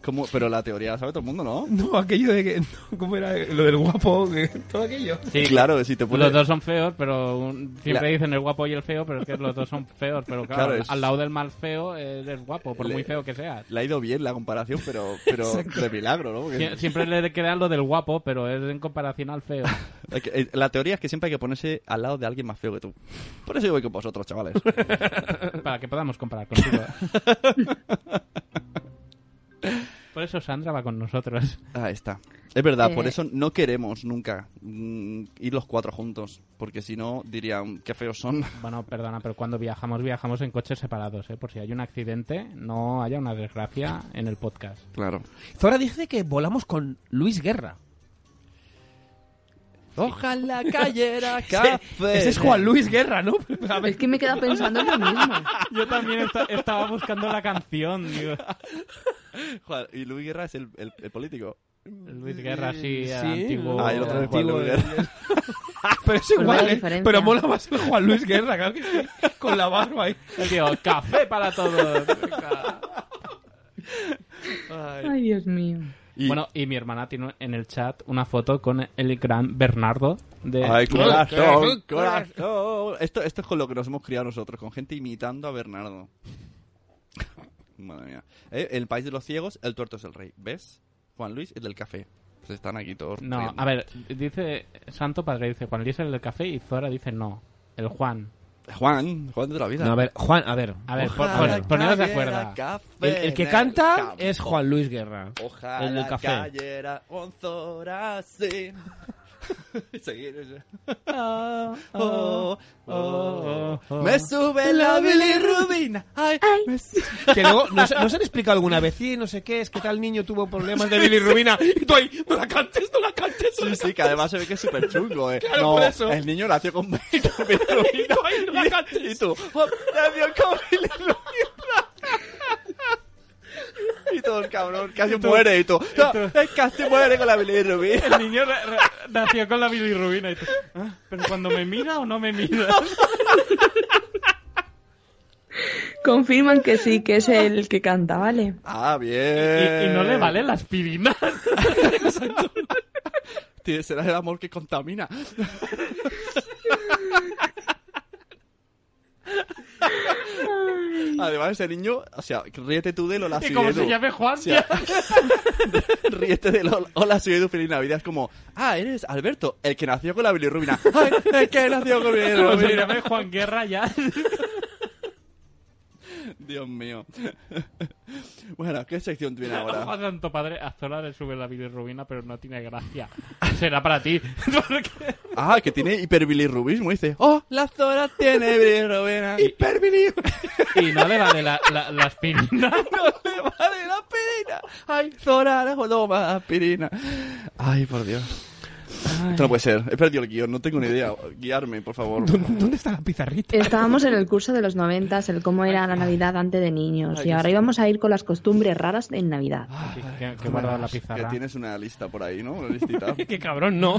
Speaker 4: Como, pero la teoría la sabe todo el mundo, ¿no?
Speaker 5: No, aquello de que. no, ¿Cómo era? Lo del guapo, que- todo aquello.
Speaker 4: Claro, que si te pones...
Speaker 6: Los dos son feos, pero un- siempre
Speaker 4: La-
Speaker 6: dicen el guapo y el feo, pero es que los dos son feos. Pero claro,
Speaker 4: Claro, es-
Speaker 6: al lado del mal feo eres eh, guapo, por muy feo que seas.
Speaker 4: Le ha ido bien la comparación, pero, pero
Speaker 6: <laughs> Exacto.
Speaker 4: de milagro, ¿no? Porque-
Speaker 6: Sie- Siempre le queda lo del guapo, pero es en comparación al feo.
Speaker 4: Hay que- eh, La teoría <laughs> es que siempre hay que ponerse al lado de alguien más feo que tú. Por eso yo voy con vosotros, chavales.
Speaker 6: <laughs> Para que podamos comparar contigo. Por eso Sandra va con nosotros.
Speaker 4: <laughs> Ahí está. Es verdad, por
Speaker 6: Eh.
Speaker 4: eso no queremos nunca mm, ir los cuatro juntos, porque si no dirían qué feos son. <laughs>
Speaker 6: Bueno, perdona, pero cuando viajamos, viajamos en coches separados, ¿eh? Por si hay un accidente, no haya una desgracia en el podcast.
Speaker 4: Claro.
Speaker 5: Zora dice que volamos con Luis Guerra. Ojalá <laughs>
Speaker 4: cayera Pues,
Speaker 5: café. Ese Este es
Speaker 4: eh,
Speaker 5: Juan Luis Guerra,
Speaker 4: <laughs>
Speaker 5: ¿no?
Speaker 7: Es que me he quedado <laughs> pensando en lo
Speaker 5: <laughs>
Speaker 7: mismo.
Speaker 6: <laughs> Yo también esta- estaba buscando la canción, digo.
Speaker 4: Joder, y Luis Guerra es el, el- el político.
Speaker 6: Luis Guerra, sí,
Speaker 4: Sí.
Speaker 6: antiguo.
Speaker 4: Ah, y el otro es Juan
Speaker 6: antiguo-
Speaker 4: Luis Guerra.
Speaker 5: Pero es
Speaker 6: Pero
Speaker 5: igual,
Speaker 6: vaya
Speaker 5: ¿eh?
Speaker 6: diferencia.
Speaker 5: Pero mola más el Juan Luis Guerra, claro que sí. Con la barba
Speaker 6: <laughs>
Speaker 5: ahí.
Speaker 6: El tío, café para
Speaker 5: <laughs>
Speaker 6: todos.
Speaker 7: Ay, Dios mío.
Speaker 6: Bueno, y mi hermana tiene en el chat una foto con el gran Bernardo de...
Speaker 4: Ay, corazón, corazón. Esto, esto es con lo que nos hemos criado nosotros, con gente imitando a Bernardo. <laughs> Madre mía. Eh, El país de los ciegos, el tuerto es el rey. ¿Ves? Juan Luis, el del café. Pues están aquí todos.
Speaker 6: No,
Speaker 4: riendo.
Speaker 6: a ver, dice Santo Padre, dice Juan Luis el del café y Zora dice no, el Juan.
Speaker 4: Juan, Juan de la vida. Ah,
Speaker 5: No, a ver, Juan, a ver.
Speaker 6: A ver, pon-
Speaker 5: Ojalá
Speaker 6: pon- poneros de
Speaker 5: cayera
Speaker 6: acuerdo.
Speaker 5: El, el que canta es Juan Luis Guerra.
Speaker 4: Ojalá
Speaker 5: el del café.
Speaker 4: cayera once horas sin- <laughs> Seguir. Oh, oh, oh, oh. Me sube la bilirrubina. Ay, me sube-
Speaker 5: Que luego, ¿no, se- no se han explicado alguna vez? Sí, no sé qué, es que tal niño tuvo problemas de
Speaker 4: <laughs>
Speaker 5: bilirrubina. Y tú ahí, no la cantes, no la cantes.
Speaker 4: Sí, sí, que además se ve que es súper chungo, eh.
Speaker 5: Claro,
Speaker 4: no,
Speaker 5: por eso.
Speaker 4: El niño nació
Speaker 6: <laughs>
Speaker 4: con bilirrubina. y, y tú, "Oh, nació con bilirrubina. Y todo el cabrón casi muere. Y tú, "No, es casi muere con
Speaker 5: <laughs>
Speaker 4: la bilirrubina.
Speaker 6: El niño re- re- nació con la bilirrubina y tú, "Ah, pero cuando me mira o no
Speaker 4: <laughs>
Speaker 6: me mira.
Speaker 7: Confirman que sí, que es el que canta, ¿vale?
Speaker 4: Ah,
Speaker 6: Y,
Speaker 4: bien.
Speaker 6: y no le vale la <laughs> aspirina.
Speaker 4: Tío, será el amor que contamina. Además, ese niño, o sea, ríete tú de Lola
Speaker 6: <laughs> Y como se
Speaker 4: Siedu.
Speaker 6: llame Juan,
Speaker 4: O <laughs> sea, <laughs> ríete de Lola, Hola, soy Edu Feliz Navidad. Es como, ah, eres Alberto, el que nació con la bilirrubina. <laughs> Ay, el que nació con
Speaker 6: Como se <laughs>
Speaker 4: bilirrubina.
Speaker 6: llame Juan Guerra ya.
Speaker 4: Dios mío. <laughs> <laughs> Bueno, ¿qué sección tiene
Speaker 6: <laughs>
Speaker 4: ahora?
Speaker 6: Ojo, santo padre, a Zora le sube la bilirrubina, pero no tiene gracia. Será
Speaker 4: <laughs>
Speaker 6: para ti. <laughs>
Speaker 4: Ah, que tiene hiperbilirrubismo, dice. ¡Oh, la Zora tiene bilirrubina! ¡Hiperbilirrubina!
Speaker 6: Y no le vale la, la, la aspirina.
Speaker 4: ¡No le vale la aspirina! ¡Ay, Zora, la toma aspirina! ¡Ay, por Dios! Esto no puede ser. He perdido el guión, no tengo ni idea. Guiarme,
Speaker 5: <laughs>
Speaker 4: por favor.
Speaker 5: ¿Dónde está la pizarrita?
Speaker 7: Estábamos en el curso de los noventas, el cómo era la Navidad antes de niños,
Speaker 4: Ay,
Speaker 7: y ahora
Speaker 4: Dios.
Speaker 7: íbamos a ir con las costumbres raras en Navidad.
Speaker 6: Que,
Speaker 4: Qué
Speaker 6: guarda la
Speaker 4: maravilla.
Speaker 6: pizarra.
Speaker 4: Que tienes una lista por ahí, ¿no? Una listita.
Speaker 5: <laughs>
Speaker 4: Eh.
Speaker 5: Qué cabrón,
Speaker 4: <laughs>
Speaker 5: no.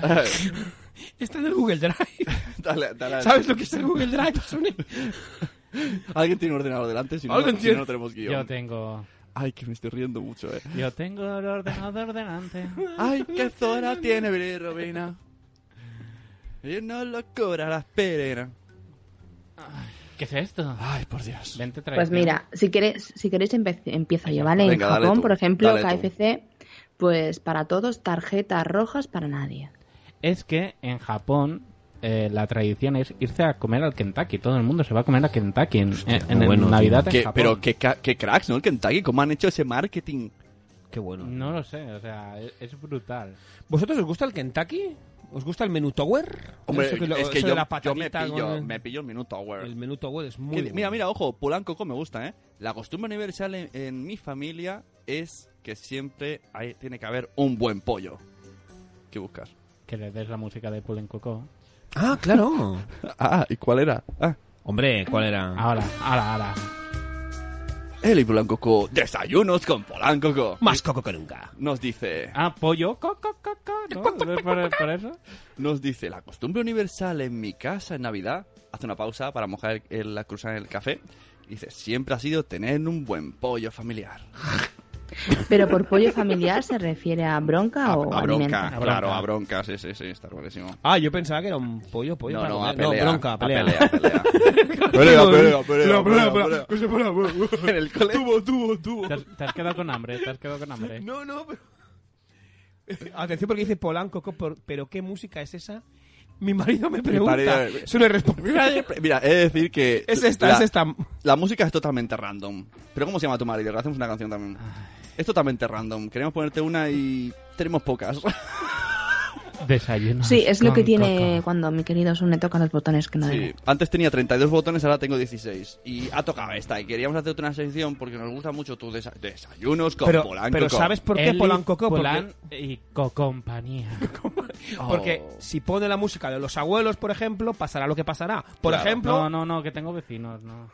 Speaker 5: Está en el Google Drive.
Speaker 4: Dale, dale.
Speaker 5: ¿Sabes lo que es el Google Drive,
Speaker 4: <laughs>
Speaker 5: Sune?
Speaker 4: Alguien tiene un ordenador delante, si no,
Speaker 5: Alguien
Speaker 4: si
Speaker 5: tiene-
Speaker 4: no, no tenemos guión.
Speaker 6: Yo tengo.
Speaker 4: Ay, que me estoy riendo mucho, eh.
Speaker 6: Yo tengo el ordenador delante.
Speaker 4: Ay, qué Zora tiene bilirrubina. Y no lo cobra la aspirina.
Speaker 6: ¿Qué es esto?
Speaker 4: Ay, por Dios.
Speaker 6: Vente
Speaker 7: Pues mira, si queréis, si queréis empe- empiezo yo, ¿vale?
Speaker 4: Venga,
Speaker 7: en
Speaker 4: dale
Speaker 7: Japón,
Speaker 4: tú,
Speaker 7: por ejemplo,
Speaker 4: dale tú.
Speaker 7: KFC, pues para todos, tarjetas rojas para nadie.
Speaker 6: Es que en Japón eh, la tradición es irse a comer al Kentucky. Todo el mundo se va a comer a Kentucky en, en- en
Speaker 5: bueno,
Speaker 6: Navidad en
Speaker 4: Que-
Speaker 6: Japón.
Speaker 4: pero qué, ca- qué cracks, ¿no? El Kentucky, cómo han hecho ese marketing.
Speaker 5: Qué bueno.
Speaker 6: No lo sé, o sea, es, es brutal.
Speaker 5: ¿Vosotros os gusta el Kentucky? ¿Os gusta el menú Tower?
Speaker 4: Hombre,
Speaker 5: Eso lo-
Speaker 4: es que
Speaker 5: eso de
Speaker 4: yo,
Speaker 5: la
Speaker 4: yo me
Speaker 5: patadita
Speaker 4: pillo,
Speaker 5: con-
Speaker 4: me pillo el minuto hour.
Speaker 5: El menú Tower es muy
Speaker 4: Que-
Speaker 5: bueno.
Speaker 4: Mira, mira, ojo, Polanco me gusta, ¿eh? La costumbre universal en, en mi familia es que siempre hay- tiene que haber un buen pollo. ¿Qué buscas?
Speaker 6: Que le des la música de Pulen Coco.
Speaker 5: Ah, claro.
Speaker 4: <laughs> Ah, ¿y cuál era? Ah,
Speaker 5: Hombre, ¿cuál era?
Speaker 6: Ahora, ahora, ahora.
Speaker 4: él y Polanco, desayunos con Polanco.
Speaker 5: Más coco que nunca.
Speaker 4: Nos dice...
Speaker 6: Ah, pollo. Co, co, co, co, ¿no? ¿Por, por eso?
Speaker 4: Nos dice, la costumbre universal en mi casa en Navidad, hace una pausa para mojar el- el- la cruzada en el café, dice, siempre ha sido tener un buen pollo familiar.
Speaker 7: Pero por pollo familiar se refiere a bronca o
Speaker 4: A bronca,
Speaker 7: alimento.
Speaker 4: claro, a bronca, sí, sí, sí, está buenísimo.
Speaker 5: Ah, yo pensaba que era un pollo, pollo.
Speaker 4: No,
Speaker 5: para
Speaker 4: no,
Speaker 5: comer.
Speaker 4: a pelea,
Speaker 5: no, bronca,
Speaker 4: a
Speaker 5: pelea.
Speaker 4: pelea,
Speaker 5: <laughs>
Speaker 4: pelea. Pelea, pelea, pelea,
Speaker 5: No,
Speaker 4: pelea, pelea.
Speaker 5: que se para, bu- bu-
Speaker 4: <laughs> En el cole.
Speaker 5: Tuvo, tuvo, tuvo.
Speaker 6: Te has, te has quedado con hambre, te has quedado con hambre.
Speaker 5: No, no, pero... Atención porque dice Polanco, co- por- pero ¿qué música es esa? Mi marido me pregunta.
Speaker 4: marido-
Speaker 5: Eso le responde.
Speaker 4: Mira, he de decir que...
Speaker 5: Es esta, es esta.
Speaker 4: La música es totalmente random. Pero ¿cómo se llama tu marido? Que le hacemos una canción también. Es totalmente random. Queremos ponerte una y tenemos pocas.
Speaker 6: Desayuno.
Speaker 7: Sí, es lo que tiene cuando mi querido Sune toca los botones que no
Speaker 4: Sí.
Speaker 7: debe.
Speaker 4: Antes tenía 32 botones, ahora tengo 16. Y ha tocado esta. Y queríamos hacerte una sección porque nos gusta mucho tus desa- desayunos con
Speaker 5: Pero-
Speaker 4: Polanco.
Speaker 5: pero
Speaker 4: con-
Speaker 5: ¿sabes por qué
Speaker 6: Eli
Speaker 5: Polanco co?
Speaker 6: Polán y co-compañía.
Speaker 5: Porque
Speaker 4: Oh.
Speaker 5: si pone la música de los abuelos, por ejemplo, pasará lo que pasará. Por
Speaker 6: Claro.
Speaker 5: ejemplo,
Speaker 6: No, no, no, que tengo vecinos, no.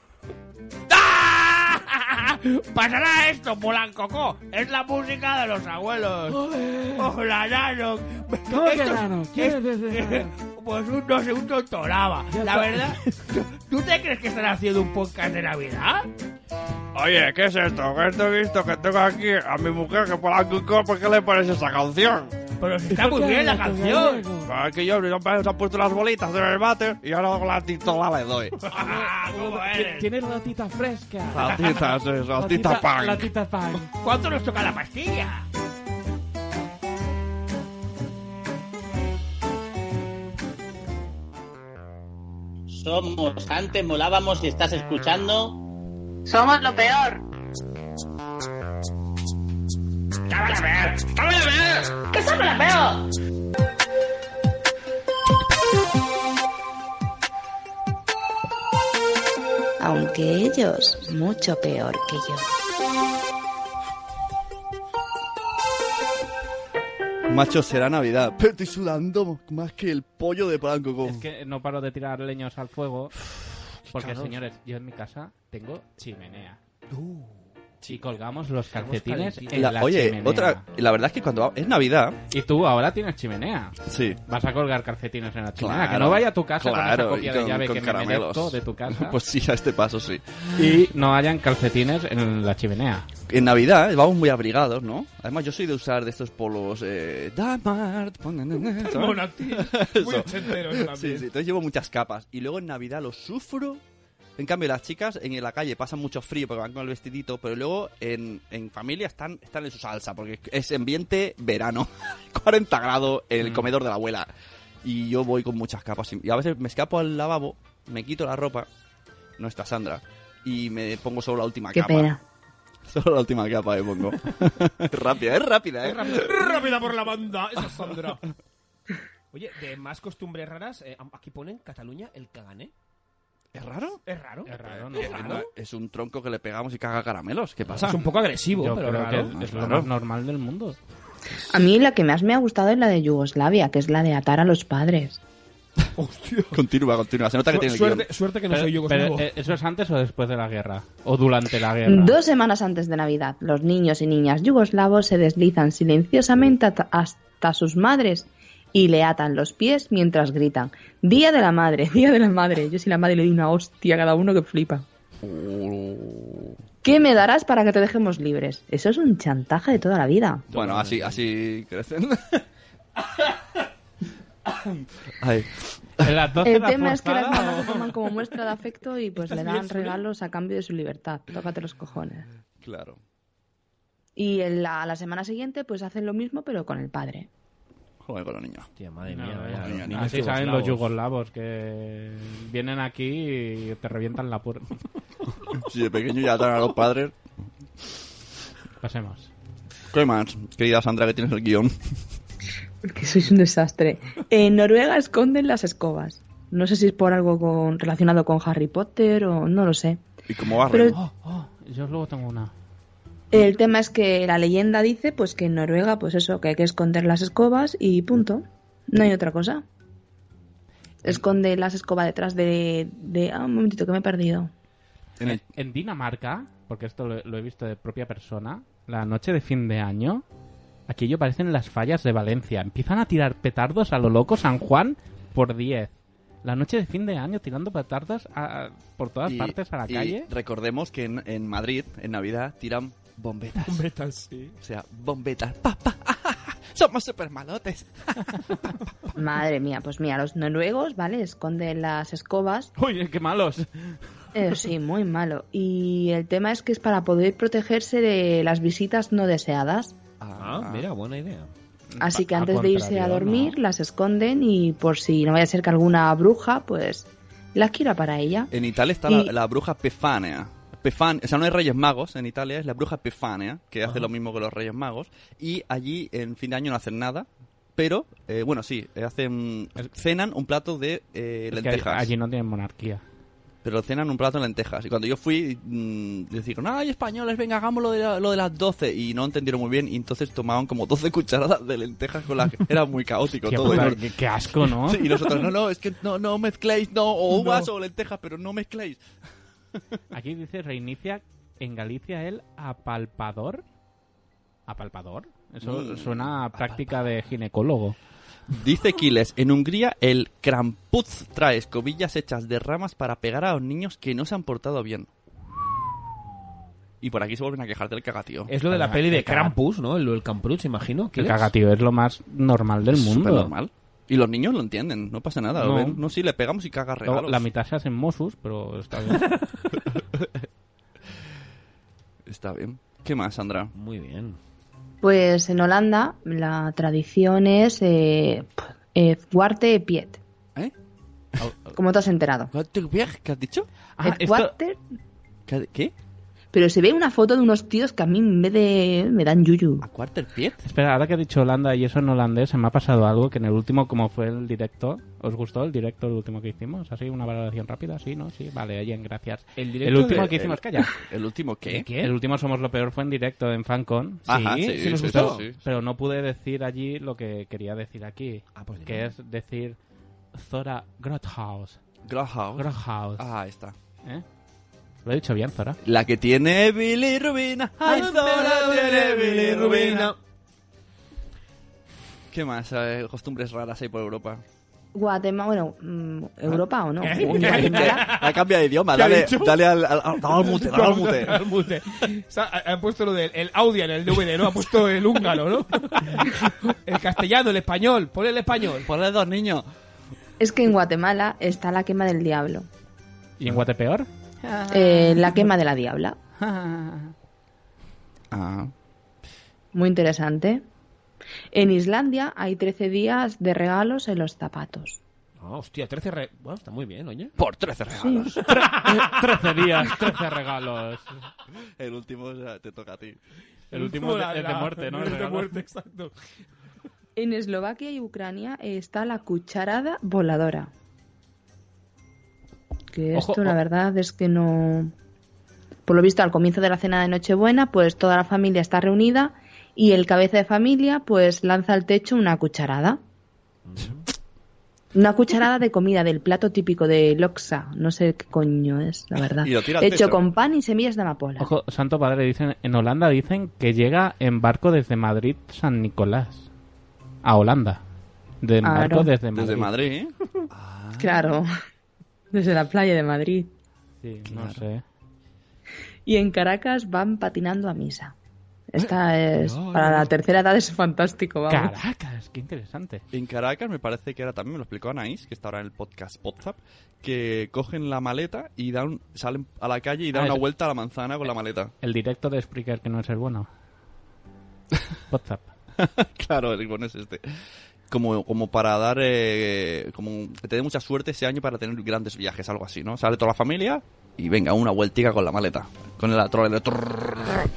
Speaker 5: Pasará esto, Polanco. Es la música de los abuelos. Hola, Nano.
Speaker 6: ¿Cómo que
Speaker 5: Esto es-
Speaker 6: Nano? ¿Quién
Speaker 5: es- <laughs>
Speaker 6: es ese
Speaker 5: Pues un, no sé, un doctoraba.
Speaker 6: Ya
Speaker 5: La
Speaker 6: está.
Speaker 5: verdad, ¿tú- ¿tú te crees que están haciendo un podcast de Navidad?
Speaker 16: Oye, ¿qué es esto? ¿Qué esto que esto que tengo aquí a mi mujer que por algún co- ¿por qué le parece esa canción?
Speaker 5: Pero si está muy bien la canción.
Speaker 16: Es que yo, mis compañeros han puesto las bolitas en el váter y ahora con la titola le doy.
Speaker 4: Ah,
Speaker 6: Tienes ratita fresca.
Speaker 16: Salsita, sí, salsita
Speaker 6: Ratita-
Speaker 16: eh, punk.
Speaker 6: ratita punk.
Speaker 5: ¿Cuánto nos toca la pastilla?
Speaker 17: Somos antes molábamos y estás escuchando.
Speaker 3: Somos lo peor.
Speaker 17: ¡Cámara ver! ¡Cámara ver! ¡Que somos lo peor!
Speaker 7: Aunque ellos, mucho peor que yo.
Speaker 4: Macho, será Navidad. Pero estoy sudando más que el pollo de Polanco. con-
Speaker 6: Es que no paro de tirar leños al fuego. Porque,
Speaker 4: calor.
Speaker 6: señores, yo en mi casa tengo chimenea. Y colgamos los
Speaker 4: Estamos
Speaker 6: calcetines en
Speaker 4: Uh. La-
Speaker 6: la,
Speaker 4: oye,
Speaker 6: chimenea.
Speaker 4: otra. La verdad es que cuando es Navidad.
Speaker 6: Y tú ahora tienes chimenea.
Speaker 4: Sí.
Speaker 6: Vas a colgar calcetines en la chimenea.
Speaker 4: Claro,
Speaker 6: que no vaya a tu casa
Speaker 4: claro,
Speaker 6: con esa copia
Speaker 4: y
Speaker 6: de llave que me
Speaker 4: caramelos.
Speaker 6: merezco de tu casa.
Speaker 4: <laughs> Pues sí, a este paso sí.
Speaker 6: Y no hayan calcetines en la chimenea.
Speaker 4: En Navidad eh, vamos muy abrigados, ¿no? Además, yo soy de usar de estos polos. Eh, Damart.
Speaker 5: Monatil, muy
Speaker 4: Eso.
Speaker 5: ochentero
Speaker 4: Sí,
Speaker 5: también.
Speaker 4: sí, entonces llevo muchas capas. Y luego en Navidad lo sufro. En cambio, las chicas en la calle pasan mucho frío porque van con el vestidito, pero luego en, en familia están, están en su salsa porque es ambiente verano. 40 grados en
Speaker 6: Mm.
Speaker 4: el comedor de la abuela. Y yo voy con muchas capas. Y a veces me escapo al lavabo, me quito la ropa. No está Sandra. Y me pongo solo la última
Speaker 7: Qué
Speaker 4: capa.
Speaker 7: pena.
Speaker 4: <laughs> Solo la última capa me
Speaker 6: <laughs>
Speaker 4: pongo. es rápida, es rápida, ¿eh?
Speaker 5: Rápida por la <laughs> banda, esa Sandra. Oye, de más costumbres raras, eh, aquí ponen Cataluña el cagané.
Speaker 4: ¿Es raro?
Speaker 5: Es raro. Es raro,
Speaker 4: Es verdad, Es un tronco que le pegamos y caga caramelos. ¿Qué pasa?
Speaker 5: Es un poco agresivo,
Speaker 6: Yo
Speaker 5: pero
Speaker 6: creo
Speaker 5: raro.
Speaker 6: que es lo más normal del mundo.
Speaker 7: A mí la que más me ha gustado es la de Yugoslavia, que es la de atar a los padres.
Speaker 4: Continúa, continúa. Se nota que
Speaker 6: Su-
Speaker 4: tiene el
Speaker 6: suerte-
Speaker 4: guión.
Speaker 5: suerte
Speaker 6: Pero-
Speaker 4: yugoslavo.
Speaker 6: pero, eh, ¿Eso es antes o después de la guerra? ¿O durante la guerra?
Speaker 7: Dos semanas antes de Navidad, los niños y niñas yugoslavos se deslizan silenciosamente at- hasta sus madres y le atan los pies mientras gritan: Día de la madre, <laughs> día de la madre. Yo, si la madre le di una hostia a cada uno que flipa.
Speaker 4: Uh,
Speaker 7: ¿Qué me darás para que te dejemos libres? Eso es un chantaje de toda la vida.
Speaker 4: Bueno, así, así crecen.
Speaker 6: <laughs>
Speaker 4: Ay.
Speaker 7: El tema es que las mamás lo toman como muestra de afecto y pues le dan regalos a cambio de su libertad. Tócate los cojones.
Speaker 4: Claro.
Speaker 7: Y en la, a la semana siguiente pues hacen lo mismo pero con el padre.
Speaker 4: Joder con los niños.
Speaker 5: Hostia, madre
Speaker 6: No,
Speaker 5: mía.
Speaker 6: no,
Speaker 5: vaya,
Speaker 6: no,
Speaker 5: niños
Speaker 6: así
Speaker 5: yugoslavos.
Speaker 6: saben los yugoslavos que vienen aquí y te revientan la puerta. <laughs>
Speaker 4: Si de pequeño ya atan a los padres.
Speaker 6: Pasemos.
Speaker 4: ¿Qué más? Querida Sandra, que tienes el guión.
Speaker 7: Que sois un desastre. En Noruega esconden las escobas. No sé si es por algo con- relacionado con Harry Potter o no lo sé.
Speaker 4: ¿Y cómo va?
Speaker 7: Pero-
Speaker 6: Oh, oh, yo luego tengo una.
Speaker 7: El tema es que la leyenda dice pues que en Noruega pues eso, que hay que esconder las escobas y punto. No hay otra cosa. Esconde las escobas detrás de... de... Ah, un momentito que me he perdido.
Speaker 4: En,
Speaker 6: en Dinamarca, porque esto lo, lo he visto de propia persona, la noche de fin de año, aquello parecen las fallas de Valencia. Empiezan a tirar petardos a lo loco San Juan por 10. La noche de fin de año tirando patatas a- a- por todas
Speaker 4: Y-
Speaker 6: partes a la
Speaker 4: y
Speaker 6: calle.
Speaker 4: Recordemos que en, en Madrid, en Navidad, tiran bombetas.
Speaker 5: Bombetas, sí.
Speaker 4: O sea, bombetas. Pa, pa, ah, ah, ah, Somos super malotes.
Speaker 7: Madre mía, pues mira, los noruegos, ¿vale? Esconden las escobas.
Speaker 6: ¡Uy, qué malos!
Speaker 7: Eh, sí, muy malo. Y el tema es que es para poder protegerse de las visitas no deseadas.
Speaker 5: Ah, mira, buena idea.
Speaker 7: Así que
Speaker 5: Al
Speaker 7: antes de irse a
Speaker 5: contrario,
Speaker 7: dormir las esconden y por si no vaya a ser que alguna bruja, pues las quiera para ella.
Speaker 4: En Italia está la, la bruja Pefanea. Pefan, o sea, no hay Reyes Magos en Italia, es la bruja Pefanea, que hace
Speaker 5: Ajá.
Speaker 4: lo mismo que los Reyes Magos. Y allí en fin de año no hacen nada, pero, eh, bueno, sí, eh, hacen, cenan un plato de eh,
Speaker 6: Es que
Speaker 4: lentejas.
Speaker 6: allí no tienen monarquía.
Speaker 4: Pero cenan un plato de lentejas. Y cuando yo fui, mm, decían, ¡ay, españoles, venga, hagamos lo de, la- lo de las 12! Y no entendieron muy bien, y entonces tomaban como 12 <laughs> cucharadas de lentejas con las que... Era muy caótico
Speaker 6: Hostia
Speaker 4: todo. Y
Speaker 6: puta,
Speaker 4: nos-
Speaker 6: qué- qué asco, ¿no?
Speaker 4: <laughs> Sí, y nosotros, no, no, es que no, no mezcléis, no, o
Speaker 6: No.
Speaker 4: uvas o lentejas, pero no mezcléis. <laughs>
Speaker 6: Aquí dice reinicia en Galicia el apalpador. ¿Apalpador? Eso
Speaker 4: Mm,
Speaker 6: suena a práctica de ginecólogo.
Speaker 4: Dice Quiles, en Hungría el Krampus trae escobillas hechas de ramas para pegar a los niños que no se han portado bien. Y por aquí se vuelven a quejar del cagatío.
Speaker 5: Es lo de la peli de Krampus, ¿no? El, el Camprutz, imagino.
Speaker 4: El
Speaker 6: cagatío es lo más normal del mundo.
Speaker 4: normal. Y los niños lo entienden, no pasa nada. No,
Speaker 6: No.
Speaker 4: ven, no sí, le pegamos y caga
Speaker 6: Luego,
Speaker 4: regalos.
Speaker 6: La mitad se hacen mosus, pero está bien.
Speaker 4: <laughs> Está bien. ¿Qué más, Sandra?
Speaker 5: Muy bien.
Speaker 7: Pues en Holanda la tradición es eh, pf, eh, guarte piet.
Speaker 4: ¿Eh?
Speaker 7: ¿Cómo te has enterado? Eh,
Speaker 4: ¿Qué has dicho?
Speaker 6: Ah, esto-
Speaker 4: ¿Qué? ¿Qué?
Speaker 7: Pero se ve una foto de unos tíos que a mí me, de, me dan yuyu.
Speaker 4: ¿A Quarterpiet?
Speaker 6: Espera, ahora que he dicho Holanda y eso en holandés, se me ha pasado algo que en el último, como fue el directo, ¿os gustó el directo, el último que hicimos? Así, una valoración rápida, sí, ¿no? Sí, vale, bien, gracias.
Speaker 5: El,
Speaker 6: último que hicimos, calla.
Speaker 4: ¿El último qué?
Speaker 6: El último Somos lo Peor fue en directo en Fancon.
Speaker 4: Ajá, sí, sí, sí, sí, sí.
Speaker 6: Pero no pude decir allí lo que quería decir aquí.
Speaker 4: Ah, pues
Speaker 6: que es decir Zora Grothaus.
Speaker 4: Grothaus.
Speaker 6: Grothaus.
Speaker 4: Ah, ahí está.
Speaker 6: ¿Eh? Lo he dicho bien, Zora.
Speaker 4: La que tiene Billy Rubina. Ay, Zora tiene Billy Rubina. ¿Qué más? eh, costumbres raras hay por Europa.
Speaker 7: Guatemala, bueno, mm, Europa
Speaker 4: <laughs>
Speaker 7: o no.
Speaker 4: ¿Qué?
Speaker 7: Uy,
Speaker 4: ¿Qué?
Speaker 7: Guatemala.
Speaker 4: <laughs> Ha cambiado de idioma,
Speaker 5: ¿Qué ha
Speaker 4: dale,
Speaker 5: dicho?
Speaker 4: dale al, al, al- dale al mute, dale al mute.
Speaker 5: Al mute. O sea, ha- han puesto lo del el audio en el DVD, ¿no? Ha puesto el húngaro, <laughs> ¿no? El castellano, el español. Ponle el español.
Speaker 4: Ponle dos niños.
Speaker 7: Es que en Guatemala está la quema del diablo.
Speaker 6: ¿Y en Guatepeor?
Speaker 7: Eh, la quema de la diabla.
Speaker 4: Ah.
Speaker 7: Muy interesante. En Islandia hay 13 días de regalos en los zapatos.
Speaker 5: Ah, hostia, 13 re... Bueno, está muy bien, oye.
Speaker 4: Por 13 regalos.
Speaker 6: 13 días, 13 regalos.
Speaker 4: El último o sea, te toca a ti.
Speaker 6: El último es de- es de
Speaker 5: <laughs>
Speaker 6: muerte, ¿no? El
Speaker 5: Es de
Speaker 6: regalo.
Speaker 5: muerte, exacto.
Speaker 7: En Eslovaquia y Ucrania está la cucharada voladora. Que
Speaker 6: Ojo,
Speaker 7: esto, la
Speaker 6: o-
Speaker 7: verdad, es que no. Por lo visto, al comienzo de la cena de Nochebuena, pues toda la familia está reunida y el cabeza de familia, pues lanza al techo una cucharada. Una cucharada de comida del plato típico de Loxa. No sé qué coño es, la verdad.
Speaker 6: Y lo tira al
Speaker 7: Hecho
Speaker 6: techo.
Speaker 7: con pan y semillas de amapola.
Speaker 6: Ojo, Santo Padre, dicen, en Holanda dicen que llega en barco desde Madrid San Nicolás. A Holanda. De
Speaker 7: Ah,
Speaker 6: barco
Speaker 7: no.
Speaker 6: desde Madrid.
Speaker 4: Madrid, ¿eh? Ah.
Speaker 7: Claro. Desde la playa de Madrid.
Speaker 6: Sí, no sé.
Speaker 7: y en Caracas van patinando a misa. Esta es
Speaker 6: No,
Speaker 7: para
Speaker 6: no.
Speaker 7: la tercera edad es fantástico, vamos.
Speaker 6: Caracas, qué interesante.
Speaker 4: En Caracas me parece que ahora también me lo explicó Anaís, que está ahora en el podcast WhatsApp, que cogen la maleta y dan, salen a la calle y dan
Speaker 6: Ah,
Speaker 4: una
Speaker 6: es-
Speaker 4: vuelta a la manzana con la maleta. <laughs>
Speaker 6: El directo de Spreaker que no es el bueno. WhatsApp.
Speaker 4: claro, el icono es este. Como, como para dar. eh, como que te dé mucha suerte ese año para tener grandes viajes, algo así, ¿no? Sale toda la familia y venga, una vueltica con la maleta. Con el troleo. <laughs>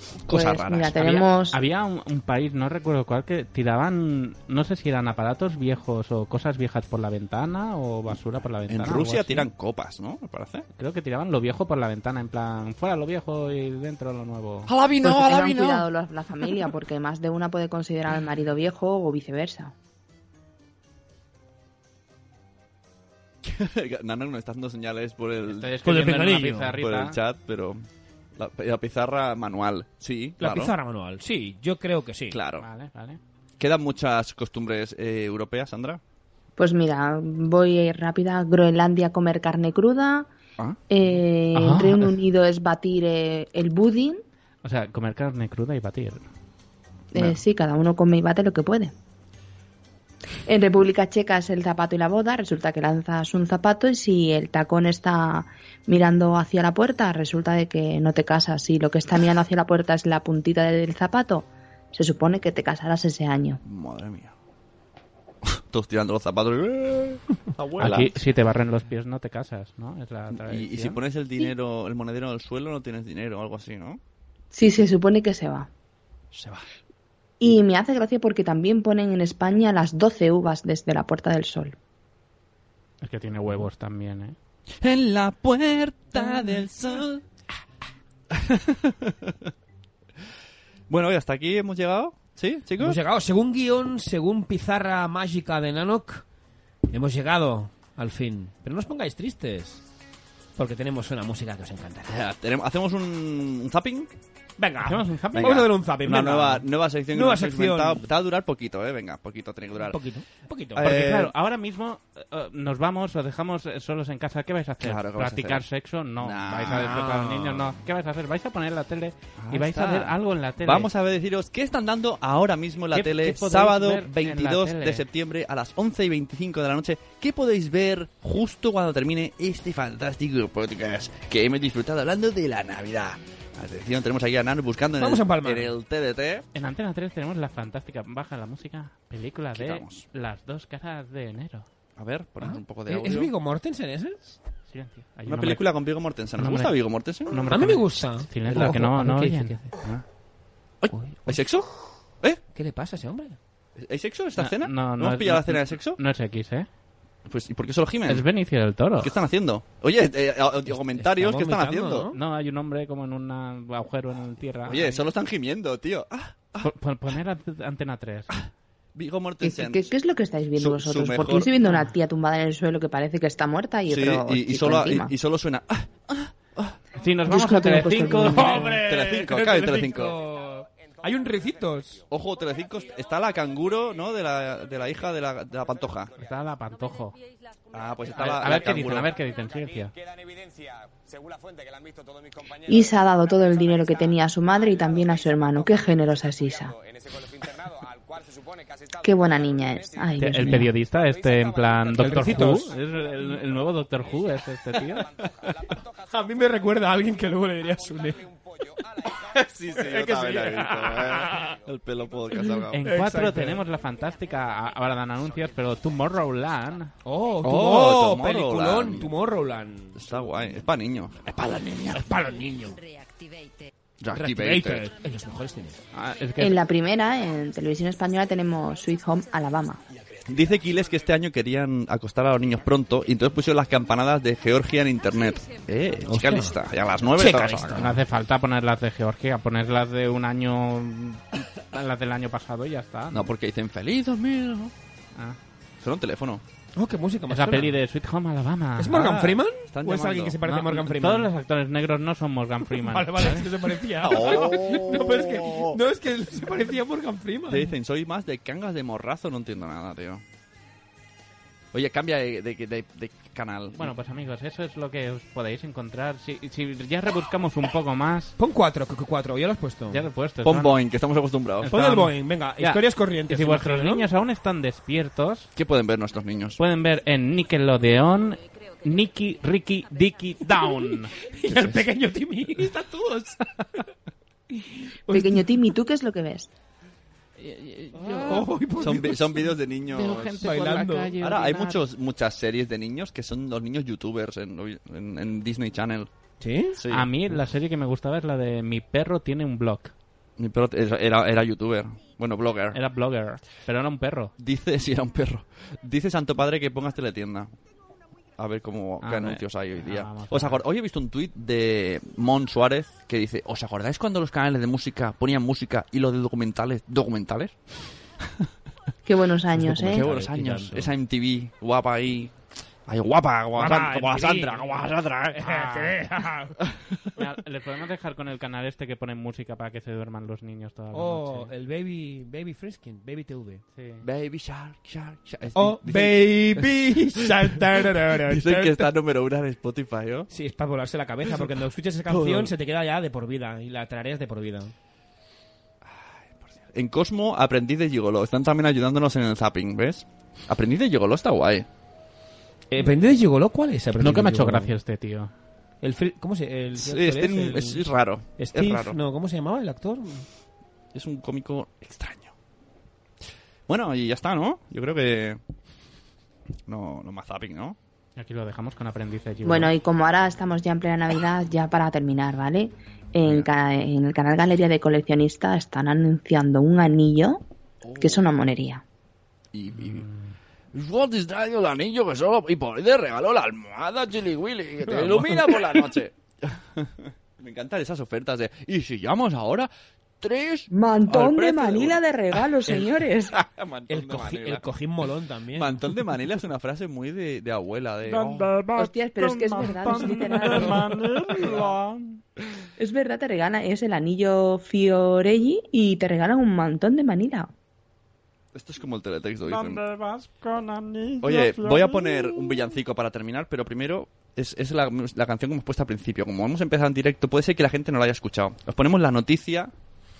Speaker 6: Ah,
Speaker 4: Cosas raras.
Speaker 7: tenemos-
Speaker 6: Había, había un, un país, no recuerdo cuál, que tiraban, no sé si eran aparatos viejos o cosas viejas por la ventana o basura por la
Speaker 4: En
Speaker 6: ventana. algo
Speaker 4: Rusia
Speaker 6: así.
Speaker 4: tiran copas, ¿no? Me parece.
Speaker 6: Creo que tiraban lo viejo por la ventana, en plan, fuera lo viejo y dentro lo nuevo.
Speaker 7: Pues que tengan cuidado la, la familia, porque más de una puede considerar al marido viejo o viceversa.
Speaker 4: <laughs> Nano nos está dando señales por el.
Speaker 6: Estoy escribiendo en una
Speaker 4: pinganillo.
Speaker 6: pizarrita.
Speaker 4: Por el chat, pero. La, la pizarra manual, sí.
Speaker 5: La
Speaker 4: claro.
Speaker 5: pizarra manual, sí, yo creo que sí.
Speaker 4: Claro.
Speaker 6: Vale, vale.
Speaker 4: ¿Quedan muchas costumbres eh, europeas, Sandra?
Speaker 7: Pues mira, voy a ir rápida. Groenlandia a comer carne cruda.
Speaker 6: Ah.
Speaker 7: Eh,
Speaker 6: Ah.
Speaker 7: Reino Unido es batir eh, el budín.
Speaker 6: O sea, comer carne cruda y batir.
Speaker 7: Eh,
Speaker 6: Bueno.
Speaker 7: Sí, cada uno come y bate lo que puede. En República Checa es el zapato y la boda. Resulta que lanzas un zapato y si el tacón está mirando hacia la puerta, resulta de que no te casas. Si lo que está mirando hacia la puerta es la puntita del zapato, se supone que te casarás ese año.
Speaker 4: Madre mía. <laughs> Todos tirando los zapatos. ¡eh! <laughs> Abuela.
Speaker 6: Aquí, si te barren los pies, no te casas, ¿no? Es la
Speaker 4: Y, y si
Speaker 6: tradición.
Speaker 4: pones el dinero, el monedero en el suelo, no tienes dinero o algo así, ¿no?
Speaker 7: Sí, se supone que se va.
Speaker 4: Se va.
Speaker 7: Y me hace gracia porque también ponen en España las 12 uvas desde la Puerta del Sol.
Speaker 6: Es que tiene huevos también, ¿eh?
Speaker 4: En la
Speaker 6: Ah.
Speaker 4: puerta del sol. Bueno, y hasta aquí hemos llegado. ¿Sí, chicos?
Speaker 5: Hemos llegado, según guión, según pizarra mágica de Nanok, hemos llegado al fin. Pero no os pongáis tristes, porque tenemos una música que os encantará.
Speaker 4: Ya, tenemos- ¿Hacemos un, un zapping?
Speaker 5: Venga,
Speaker 6: ¿Hacemos un zapping?
Speaker 4: Venga.
Speaker 5: Vamos a ver un zapping,
Speaker 4: Una
Speaker 5: venga.
Speaker 4: nueva, nueva sección. que
Speaker 5: Nueva
Speaker 4: nos hemos
Speaker 5: sección.
Speaker 4: inventado. Te va a durar poquito, ¿eh? Venga, poquito tiene que durar.
Speaker 5: Poquito, poquito.
Speaker 6: Porque
Speaker 4: Eh,
Speaker 6: claro, ahora mismo eh, eh, nos vamos, os dejamos eh, solos en casa. ¿Qué vais a hacer?
Speaker 4: Claro, ¿qué vais a
Speaker 6: ¿Practicar
Speaker 4: hacer?
Speaker 6: sexo? No.
Speaker 4: No.
Speaker 6: ¿Vais a despertar a los niños? No. ¿Qué vais a hacer? ¿Vais a poner la tele y
Speaker 4: Ahí
Speaker 6: vais a
Speaker 4: está.
Speaker 6: ver algo en la tele?
Speaker 4: Vamos a ver, deciros qué están dando ahora mismo en la
Speaker 6: ¿Qué- qué
Speaker 4: tele,
Speaker 6: podéis
Speaker 4: sábado
Speaker 6: ver en la
Speaker 4: 22
Speaker 6: tele?
Speaker 4: de septiembre a las 11 y 25 de la noche. ¿Qué podéis ver justo cuando termine este fantástico podcast que hemos disfrutado hablando de la Navidad? Atención, tenemos aquí a Nano buscando en
Speaker 6: Vamos a
Speaker 4: el, en
Speaker 6: empalmar.
Speaker 4: el TDT.
Speaker 6: En Antena 3 tenemos la fantástica, baja la música, película
Speaker 4: Quitamos.
Speaker 6: de Las dos caras de enero. Ah.
Speaker 4: A ver, ponemos un poco de
Speaker 5: ¿Es-
Speaker 4: audio.
Speaker 5: ¿Es Vigo Mortensen ese?
Speaker 6: Silencio. Hay un
Speaker 4: Una
Speaker 6: hombre-
Speaker 4: película con Vigo Mortensen. ¿Nos
Speaker 6: un hombre-
Speaker 4: gusta Vigo Mortensen?
Speaker 6: un hombre con- Silencio, que no, no oyen.
Speaker 4: Ah. Ay, ¿Hay sexo?
Speaker 5: ¿Qué le pasa a ese hombre?
Speaker 4: ¿Eh? ¿Hay sexo en esta
Speaker 6: No,
Speaker 4: cena?
Speaker 6: no, no
Speaker 4: hemos
Speaker 6: es-
Speaker 4: pillado
Speaker 6: no-
Speaker 4: la cena de sexo?
Speaker 6: No es X, ¿eh?
Speaker 4: Pues, ¿y por qué solo gimen?
Speaker 6: Es Benicio del Toro.
Speaker 4: ¿Qué están haciendo? Oye, eh, eh, comentarios, ¿qué están
Speaker 6: vomitando,
Speaker 4: haciendo?
Speaker 6: ¿no? No, hay un hombre como en un agujero en la tierra.
Speaker 4: Oye, solo están gimiendo, tío. Ah,
Speaker 6: Po- pon- poner ant- Antena 3.
Speaker 4: Vigo
Speaker 7: ¿Qué,
Speaker 4: Mortensen.
Speaker 7: qué- qué es lo que estáis viendo
Speaker 4: Su- su
Speaker 7: vosotros? Porque
Speaker 4: mejor- Ah.
Speaker 7: yo estoy viendo una tía tumbada en el suelo que parece que está muerta y
Speaker 4: Sí,
Speaker 7: otro
Speaker 4: y- y,
Speaker 7: chico
Speaker 4: solo, y,
Speaker 7: encima.
Speaker 4: y solo suena. ¡Ah!
Speaker 6: Sí, nos
Speaker 4: Yo
Speaker 6: vamos
Speaker 4: es que
Speaker 6: a
Speaker 4: no tengo
Speaker 6: Telecinco.
Speaker 4: puesto el nombre. Telecinco, cae
Speaker 5: Hay un Ricitos.
Speaker 4: Ojo, Telecinco. Está la canguro, ¿no? De la, de la hija de la, de la pantoja.
Speaker 6: Está la pantojo.
Speaker 4: Ah, pues
Speaker 6: A
Speaker 4: está
Speaker 6: ver-
Speaker 4: la,
Speaker 6: a
Speaker 4: la
Speaker 6: ver qué dicen,
Speaker 4: Canguro.
Speaker 6: a ver qué dicen, silencio.
Speaker 7: Isa ha dado todo el dinero que tenía a su madre y también a su hermano. Qué generosa es Isa. Qué buena niña es. Ay, Dios
Speaker 6: El
Speaker 7: mío.
Speaker 6: periodista, este en plan Doctor Who,
Speaker 5: Ricitos.
Speaker 6: es el, el nuevo Doctor Who, es este
Speaker 5: <laughs>
Speaker 6: tío.
Speaker 5: A mí me recuerda a alguien que luego le diría a Sune.
Speaker 4: <laughs> sí, sí,
Speaker 5: Es
Speaker 4: yo
Speaker 5: que sí.
Speaker 4: también la
Speaker 5: <laughs>
Speaker 4: he visto. eh. El pelo podcast. salga.
Speaker 6: En cuatro tenemos la fantástica, a- ahora dan anuncios, pero Tomorrowland.
Speaker 5: Oh,
Speaker 4: Oh,
Speaker 5: Tomorrow,
Speaker 4: Tomorrowland.
Speaker 5: peliculón, Tomorrowland.
Speaker 4: Está guay. Es para niños. Es para las niñas.
Speaker 5: Es para los niños.
Speaker 4: Reactivated.
Speaker 5: En los mejores cines.
Speaker 4: Ah,
Speaker 7: En la primera, en televisión española, tenemos Sweet Home Alabama.
Speaker 4: Dice Kiles que este año querían acostar a los niños pronto y entonces pusieron las campanadas de Georgia en internet. Eh, chica lista. Ya a las nueve
Speaker 6: Checa
Speaker 4: estamos
Speaker 6: lista.
Speaker 4: acá.
Speaker 6: No hace falta poner las de Georgia, poner las de un año. las del año pasado y ya está.
Speaker 4: No, porque dicen feliz 2000.
Speaker 6: Ah.
Speaker 4: Solo un teléfono.
Speaker 5: Oh, qué música más
Speaker 6: Es la
Speaker 5: suena.
Speaker 6: peli de Sweet Home Alabama.
Speaker 5: ¿Es Morgan
Speaker 6: Ah.
Speaker 5: Freeman?
Speaker 6: Están
Speaker 5: ¿O es
Speaker 6: llamando.
Speaker 5: alguien que se parece a
Speaker 6: No,
Speaker 5: Morgan Freeman?
Speaker 6: Todos los actores negros no son
Speaker 5: <laughs>
Speaker 6: Morgan Freeman. ¿Eh?
Speaker 5: Vale, vale, es
Speaker 6: ¿sabes?
Speaker 5: que se parecía.
Speaker 4: <laughs> Oh.
Speaker 5: No, pero es que, no, es que se parecía a Morgan Freeman.
Speaker 4: Te dicen, soy más de cangas de morrazo, no entiendo nada, tío. Oye, cambia de, de- de- de canal.
Speaker 6: Bueno, pues amigos, eso es lo que os podéis encontrar. Si, si ya rebuscamos un poco más,
Speaker 5: Pon cuatro, cu- cu- cuatro, ya lo has puesto.
Speaker 6: ya lo he puesto.
Speaker 4: Pon
Speaker 6: ¿no?
Speaker 4: Boeing, que estamos acostumbrados.
Speaker 5: Pon el Boeing, venga,
Speaker 6: Ya.
Speaker 5: historias corrientes.
Speaker 6: Y si
Speaker 5: imagino,
Speaker 6: vuestros
Speaker 5: ¿no?
Speaker 6: niños aún están despiertos,
Speaker 4: ¿Qué pueden ver nuestros niños?
Speaker 6: pueden ver en Nickelodeon Nicky, Ricky, Dicky, Down.
Speaker 5: <laughs> Y el pequeño Timmy, <laughs> está todos.
Speaker 7: Pequeño Timmy, ¿tú qué es lo que ves?
Speaker 5: Ay, por
Speaker 4: Son, vi-
Speaker 5: Dios.
Speaker 4: son vídeos de niños
Speaker 6: Veo gente por la calle
Speaker 4: Ahora hay
Speaker 6: orinar.
Speaker 4: muchos, muchas series de niños que son los niños youtubers en, en- en Disney Channel.
Speaker 5: ¿Sí?
Speaker 4: Sí.
Speaker 6: A mí la serie que me gustaba es la de Mi perro tiene
Speaker 5: <laughs>
Speaker 6: un blog.
Speaker 4: Mi perro era, era youtuber. Bueno, blogger.
Speaker 6: Era blogger, pero era un perro.
Speaker 4: Dice <laughs> si era un perro. Dice Santo Padre que pongas teletienda. A ver cómo
Speaker 6: Ah,
Speaker 4: qué
Speaker 6: me-
Speaker 4: anuncios hay hoy día.
Speaker 6: Ah, vamos a
Speaker 4: Os
Speaker 6: ver.
Speaker 4: acor- Hoy he visto un tuit de Mon Suárez que dice, ¿os acordáis cuando los canales de música ponían música y los de documentales, documentales?
Speaker 7: Qué buenos años,
Speaker 4: Pues, Qué
Speaker 7: ¿eh?
Speaker 4: buenos años. Esa MTV guapa ahí. Ay, guapa, como, la, San-
Speaker 6: Guapa,
Speaker 4: como la
Speaker 6: sí.
Speaker 4: Sandra, como la Sandra. ¿eh?
Speaker 6: Ah. Mira, ¿Le podemos dejar con el canal este que pone música para que se duerman los niños toda la
Speaker 5: O
Speaker 6: noche?
Speaker 5: Oh, el Baby Baby Friskin, Baby TV.
Speaker 4: Baby Shark, Shark, Shark.
Speaker 5: Oh,
Speaker 4: Dicen- <laughs>
Speaker 5: Baby Shark.
Speaker 4: Dicen que está número uno en Spotify, ¿oh? ¿no?
Speaker 5: Sí, es para volarse la cabeza, porque cuando escuchas esa canción se te queda ya de por vida y la traerías de por vida.
Speaker 4: En Cosmo, Aprendiz de Gigolo. Están también ayudándonos en el zapping, ¿ves? Aprendiz de Gigolo está guay.
Speaker 5: ¿Aprendiz de Gigolo cuál es? Aprendiz
Speaker 6: Nunca me ha
Speaker 5: de
Speaker 6: hecho
Speaker 5: Gigolo?
Speaker 6: gracia este tío.
Speaker 5: El Fri- ¿Cómo se el-
Speaker 4: Sí,
Speaker 5: ¿cuál es?
Speaker 4: este
Speaker 5: El-
Speaker 4: es- es raro, es
Speaker 5: Steve,
Speaker 4: raro.
Speaker 5: no, ¿cómo se llamaba el actor?
Speaker 4: Es un cómico extraño. Bueno, y ya está, ¿no? Yo creo que... No, no más zapping, ¿no?
Speaker 6: Aquí lo dejamos con Aprendiz de Gigolo.
Speaker 7: Bueno, y como ahora estamos ya en plena Navidad, ya para terminar, ¿vale? En, ca- en el canal Galería de Coleccionista están anunciando un anillo que es una monería.
Speaker 4: Y... y...
Speaker 6: Mm.
Speaker 17: What is that? El anillo que solo... Y por ahí te regaló la almohada, Chili Willy, que te ilumina por la noche.
Speaker 4: <laughs> Me encantan esas ofertas de... Y si llamamos ahora... Tres...
Speaker 7: Montón
Speaker 4: al
Speaker 7: de
Speaker 4: precio
Speaker 7: Manila de regalos,
Speaker 4: El- <laughs>
Speaker 7: señores.
Speaker 4: El,
Speaker 5: cojín molón también.
Speaker 4: Mantón de Manila es una frase muy de, de abuela, de... "Oh,
Speaker 7: Hostias, <laughs> pero es que es verdad, es
Speaker 4: <laughs>
Speaker 7: literal. Es verdad, te regala, es el anillo Fiorelli y te regalan un montón de Manila.
Speaker 4: esto es como el teletexto, dicen. Oye, voy a poner un villancico para terminar, pero primero es, es la, la canción que hemos puesto al principio. Como hemos empezado en directo, puede ser que la gente no la haya escuchado. Os ponemos la noticia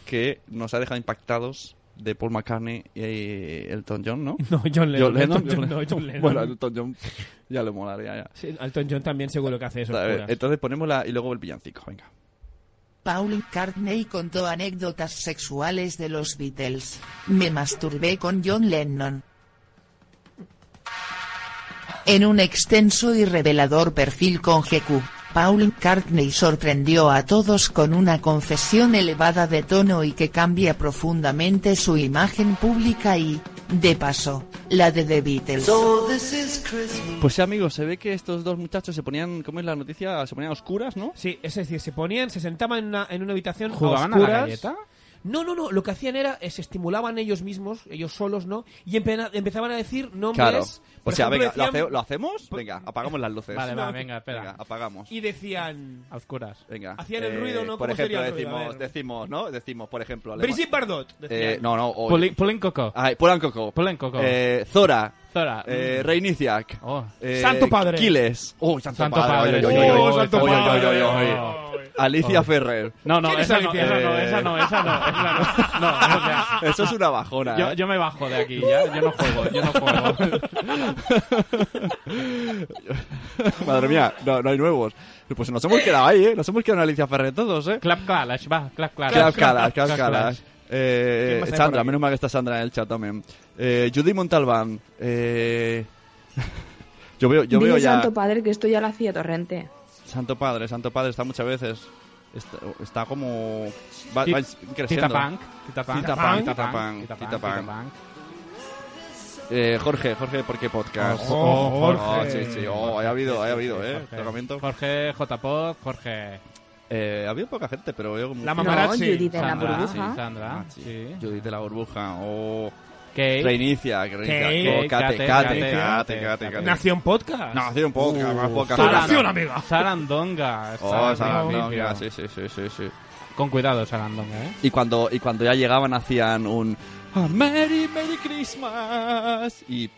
Speaker 4: que nos ha dejado impactados de Paul McCartney y eh, Elton John, ¿no?
Speaker 5: <laughs> No, John Lennon, <laughs> Elton John, no, John Lennon.
Speaker 4: Bueno, Elton John ya le molaría. Ya.
Speaker 5: Sí, Elton John también seguro que hace eso.
Speaker 4: A ver, entonces ponemos la y luego el villancico, venga.
Speaker 2: Paul McCartney contó anécdotas sexuales de los Beatles. Me masturbé con John Lennon. En un extenso y revelador perfil con GQ, Paul McCartney sorprendió a todos con una confesión elevada de tono y que cambia profundamente su imagen pública y, de paso, la de The Beatles.
Speaker 3: So this is Christmas.
Speaker 4: Pues sí, amigos, se ve que estos dos muchachos se ponían, ¿cómo es la noticia? Se ponían oscuras, ¿no?
Speaker 5: Sí, es decir, se ponían, se sentaban en una, en una habitación
Speaker 4: ¿Jugaban
Speaker 5: a
Speaker 4: a la
Speaker 5: oscuras.
Speaker 4: galleta?
Speaker 5: No, no, no, lo que hacían era, eh, se estimulaban ellos mismos, ellos solos, ¿no? Y empe- empezaban a decir
Speaker 4: Claro.
Speaker 5: nombres.
Speaker 4: O
Speaker 5: por
Speaker 4: sea,
Speaker 5: ejemplo,
Speaker 4: venga, ¿lo,
Speaker 5: decían-
Speaker 4: hace- lo hacemos? Venga, apagamos las luces.
Speaker 6: Vale, va, venga, espera.
Speaker 4: apagamos.
Speaker 5: Y decían...
Speaker 6: A oscuras.
Speaker 4: Venga. eh,
Speaker 5: Hacían el ruido, ¿no?
Speaker 4: Por
Speaker 5: ¿Cómo
Speaker 4: ejemplo,
Speaker 5: sería el ruido?
Speaker 4: decimos,
Speaker 5: A ver.
Speaker 4: decimos, ¿no? Decimos, por ejemplo... alemán-
Speaker 5: Brigitte Bardot. decían.
Speaker 4: Eh, no, no. o-
Speaker 6: Pulin- Pulin Coco.
Speaker 4: Ay, Polan Coco.
Speaker 6: Coco.
Speaker 4: Eh, Zora.
Speaker 6: Zora. mm. Oh.
Speaker 4: Eh, Reiniciac. Eh, <laughs>
Speaker 6: Santo Padre.
Speaker 4: Kiles. Oh, Santo,
Speaker 6: Santo Padre.
Speaker 4: Oy, oy, oy,
Speaker 6: Oh,
Speaker 4: oy, oy,
Speaker 6: Santo
Speaker 4: oy, oy,
Speaker 6: Padre.
Speaker 4: oy, oy, oy. Alicia
Speaker 6: Oy.
Speaker 4: Ferrer.
Speaker 6: No, no,
Speaker 4: ¿Quién es
Speaker 6: esa no,
Speaker 4: Alicia?
Speaker 6: esa no, esa no, esa
Speaker 4: <laughs>
Speaker 6: no, esa no. No, o sea,
Speaker 4: Eso es una bajona.
Speaker 6: Yo,
Speaker 4: ¿eh?
Speaker 6: yo me bajo de aquí, ya. Yo no juego, yo no juego.
Speaker 4: <laughs> Madre mía, no, no hay nuevos. Pues nos hemos quedado ahí, ¿eh? Nos hemos quedado en Alicia Ferrer todos, ¿eh?
Speaker 6: Clap Clash, va, Clap Clash.
Speaker 4: Clap, clap, clap, clap.
Speaker 6: ¿Quién
Speaker 4: Eh,
Speaker 6: más hay por
Speaker 4: Sandra,
Speaker 6: aquí?
Speaker 4: menos mal que está Sandra en el chat también. Eh, Judy Montalbán. Eh... <laughs> yo veo, yo
Speaker 7: Dile,
Speaker 4: veo ya.
Speaker 7: Santo Padre, que esto ya lo hacía Torrente.
Speaker 4: Santo Padre, Santo Padre está muchas veces. Está, está como. Va,
Speaker 6: Ti-
Speaker 4: va creciendo.
Speaker 6: Tita Punk, Tita Punk,
Speaker 4: Tita Punk,
Speaker 6: Tita
Speaker 4: Tita
Speaker 6: Punk,
Speaker 4: Punk,
Speaker 6: Tita
Speaker 4: Tita
Speaker 6: Punk,
Speaker 4: Punk.
Speaker 6: Tita Punk.
Speaker 4: Eh, Jorge, Jorge, ¿por qué podcast?
Speaker 6: Oh, Jorge.
Speaker 4: sí, sí, oh, ha habido, ha habido, ¿eh?
Speaker 6: Jorge.
Speaker 4: Tocamiento.
Speaker 6: Jorge J. Pod, Jorge.
Speaker 4: Eh, ha habido poca gente, pero veo como...
Speaker 6: La mamarazzi. No, Judith de la
Speaker 4: Sandra,
Speaker 6: burbuja.
Speaker 4: sí,
Speaker 6: Sandra,
Speaker 4: Ah, sí. Judith de la burbuja, o...
Speaker 6: Kate.
Speaker 4: Reinicia, que reinicia.
Speaker 6: Kate,
Speaker 4: Oh, Kate, Cate,
Speaker 6: Kate, Kate,
Speaker 4: Cate,
Speaker 6: Kate,
Speaker 4: Cate, Cate.
Speaker 5: Nación Podcast.
Speaker 4: Nación Podcast, más podcast.
Speaker 6: Sarandonga.
Speaker 4: Nación,
Speaker 6: Sarandonga.
Speaker 4: Oh,
Speaker 6: Sarandonga.
Speaker 4: Sarandonga, sí, sí, sí, sí, sí.
Speaker 6: Con cuidado, Sarandonga, ¿eh?
Speaker 4: Y cuando, y cuando ya llegaban hacían un... "Ah, Merry, Merry Christmas. Y...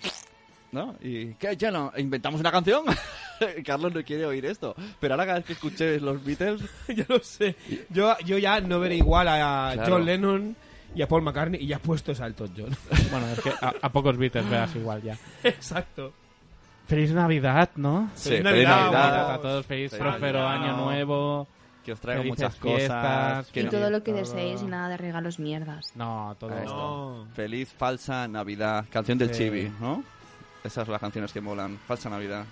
Speaker 4: ¿No? ¿Y qué? ¿Ya no? ¿Inventamos una canción? <laughs> Carlos no quiere oír esto. Pero ahora cada vez que escuché los
Speaker 6: <laughs>
Speaker 4: Beatles...
Speaker 5: yo lo sé. Yo, yo ya no veré igual a
Speaker 4: Claro.
Speaker 5: John Lennon y a Paul McCartney y ya puesto es a Elton
Speaker 4: <laughs>
Speaker 5: John.
Speaker 6: Bueno, es que a, a pocos Beatles verás igual ya.
Speaker 5: Exacto.
Speaker 6: Feliz Navidad, ¿no?
Speaker 4: Sí, Feliz feliz Navidad. Navidad.
Speaker 6: a todos, feliz
Speaker 4: Feliz
Speaker 6: próspero
Speaker 4: Navidad.
Speaker 6: año nuevo.
Speaker 4: Que os traiga
Speaker 6: felices
Speaker 4: muchas cosas, que
Speaker 7: y
Speaker 4: no-
Speaker 7: todo lo que deseéis y nada de regalos mierdas.
Speaker 6: No, todo
Speaker 4: Ahí
Speaker 6: esto.
Speaker 4: está. Feliz falsa Navidad. Canción del
Speaker 6: Sí.
Speaker 4: Chibi, ¿no? Esas son las canciones que molan. Falsa Navidad.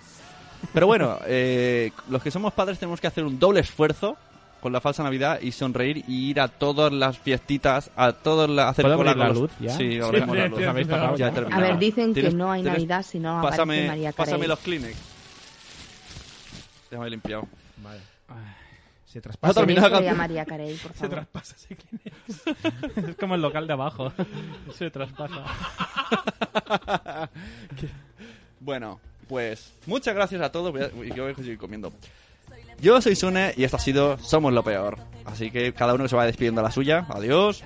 Speaker 4: Pero bueno, <laughs> eh, los que somos padres tenemos que hacer un doble esfuerzo con la falsa Navidad y sonreír y ir a todas las fiestitas, a todas las... hacer
Speaker 6: ¿Puedo
Speaker 4: cola
Speaker 6: abrir la
Speaker 4: con los-
Speaker 6: luz ya?
Speaker 4: Sí,
Speaker 6: Sí,
Speaker 4: abrimos
Speaker 6: sí,
Speaker 4: la
Speaker 6: sí,
Speaker 4: luz.
Speaker 6: sí, Habéis sí, pagado sí.
Speaker 4: Ya
Speaker 6: ya.
Speaker 4: terminamos.
Speaker 7: A ver, dicen
Speaker 4: Tienes-
Speaker 7: que no hay
Speaker 4: tienes-
Speaker 7: Navidad si no aparece
Speaker 4: Pásame,
Speaker 7: María Carey.
Speaker 4: pásame los Kleenex. Déjame limpiado.
Speaker 5: Vale. Se
Speaker 4: Ha
Speaker 5: traspasa.
Speaker 4: terminado la
Speaker 7: Tenéis que
Speaker 4: canción.
Speaker 7: llamar ya a Carey,
Speaker 16: <laughs>
Speaker 7: por
Speaker 5: Se
Speaker 7: favor.
Speaker 5: traspasa ese Kleenex.
Speaker 6: Es como el local de abajo. <laughs>
Speaker 16: <laughs>
Speaker 6: Se traspasa.
Speaker 4: Bueno, Pues muchas gracias a todos. Voy a- uy, yo voy a seguir comiendo. Yo soy Sune y esto ha sido Somos lo Peor. Así que cada uno que se va despidiendo a la suya. Adiós.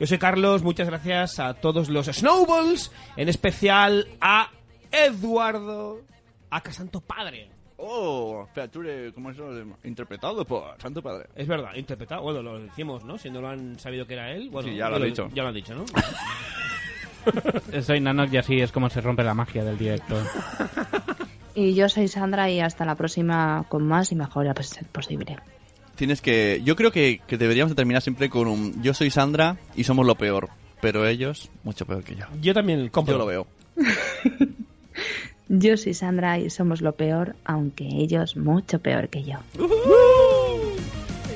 Speaker 5: Yo soy Carlos, muchas gracias a todos los Snowballs, en especial a Eduardo, a Casanto Padre.
Speaker 4: Oh, Feature, ¿cómo es eso? Interpretado por Santo Padre.
Speaker 5: Es verdad, interpretado. Bueno, lo decimos, ¿no? Si no lo han sabido que era él. Bueno,
Speaker 4: Sí, ya lo
Speaker 5: he
Speaker 4: he dicho.
Speaker 5: Ya lo han dicho, ¿no?
Speaker 6: Soy Nanoc y así es como se rompe la magia del directo.
Speaker 7: Y yo soy Sandra y hasta la próxima con más y mejor a ser posible.
Speaker 4: Tienes que. Yo creo que, que deberíamos de terminar siempre con un. Yo soy Sandra y somos lo peor. Pero ellos, mucho peor que yo.
Speaker 5: Yo también compro.
Speaker 4: Yo lo veo.
Speaker 7: Yo soy Sandra y somos lo peor, aunque ellos mucho peor que yo.
Speaker 8: Soy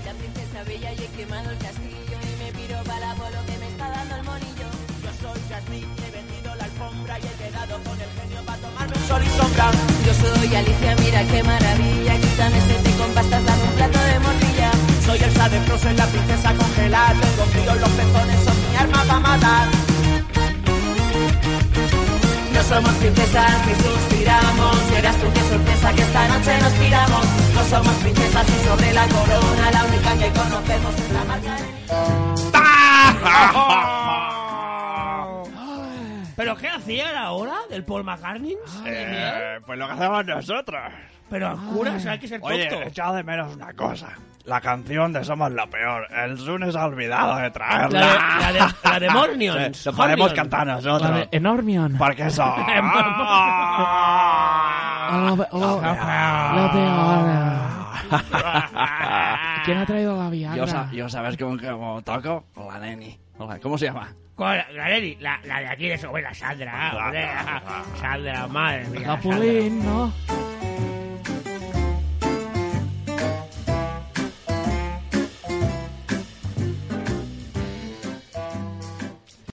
Speaker 8: la princesa bella y he quemado el castillo y me piro para por lo que me está dando el monillo. Yo soy Jasmine, he vendido la alfombra y he quedado con el genio para tomarme un sol y sombra. Yo soy Alicia, mira qué maravilla, quítame ese té con pastas, dame un plato de morcilla.
Speaker 3: Soy el Sade Frozen, la princesa congelada. Tengo frío, los pezones son mi arma para matar.
Speaker 8: No somos princesas ni suspiramos, y eras tú qué sorpresa que esta noche nos tiramos. No somos princesas y sobre la corona la única que conocemos es la marca de...
Speaker 5: ¿Pero qué hacían ahora del Paul McCartney?
Speaker 16: Eh, pues lo que hacemos nosotros.
Speaker 5: Pero a curas hay que ser
Speaker 16: Oye,
Speaker 5: tonto.
Speaker 16: echa de menos una cosa. La canción de Somos la Peor. El Sun se ha olvidado de
Speaker 5: La de,
Speaker 16: traerla.
Speaker 5: la de, la de Mornions.
Speaker 16: <laughs> Sí, lo podemos
Speaker 5: Mornions.
Speaker 16: cantar nosotros.
Speaker 6: La de Enormion.
Speaker 16: Porque eso...
Speaker 5: <laughs>
Speaker 6: <laughs> Lo, pe-
Speaker 16: <laughs>
Speaker 17: <laughs>
Speaker 6: lo- lo peor. ¿Quién ha traído la Viagra?
Speaker 17: Yo, sa- yo sabes cómo, cómo toco. Hola, neni. Hola, ¿cómo se llama?
Speaker 5: Con la, la de-
Speaker 16: Ah,
Speaker 5: la- la de aquí de sobre la Sandra. joder. Sandra, madre mía.
Speaker 6: Capulín, ¿no?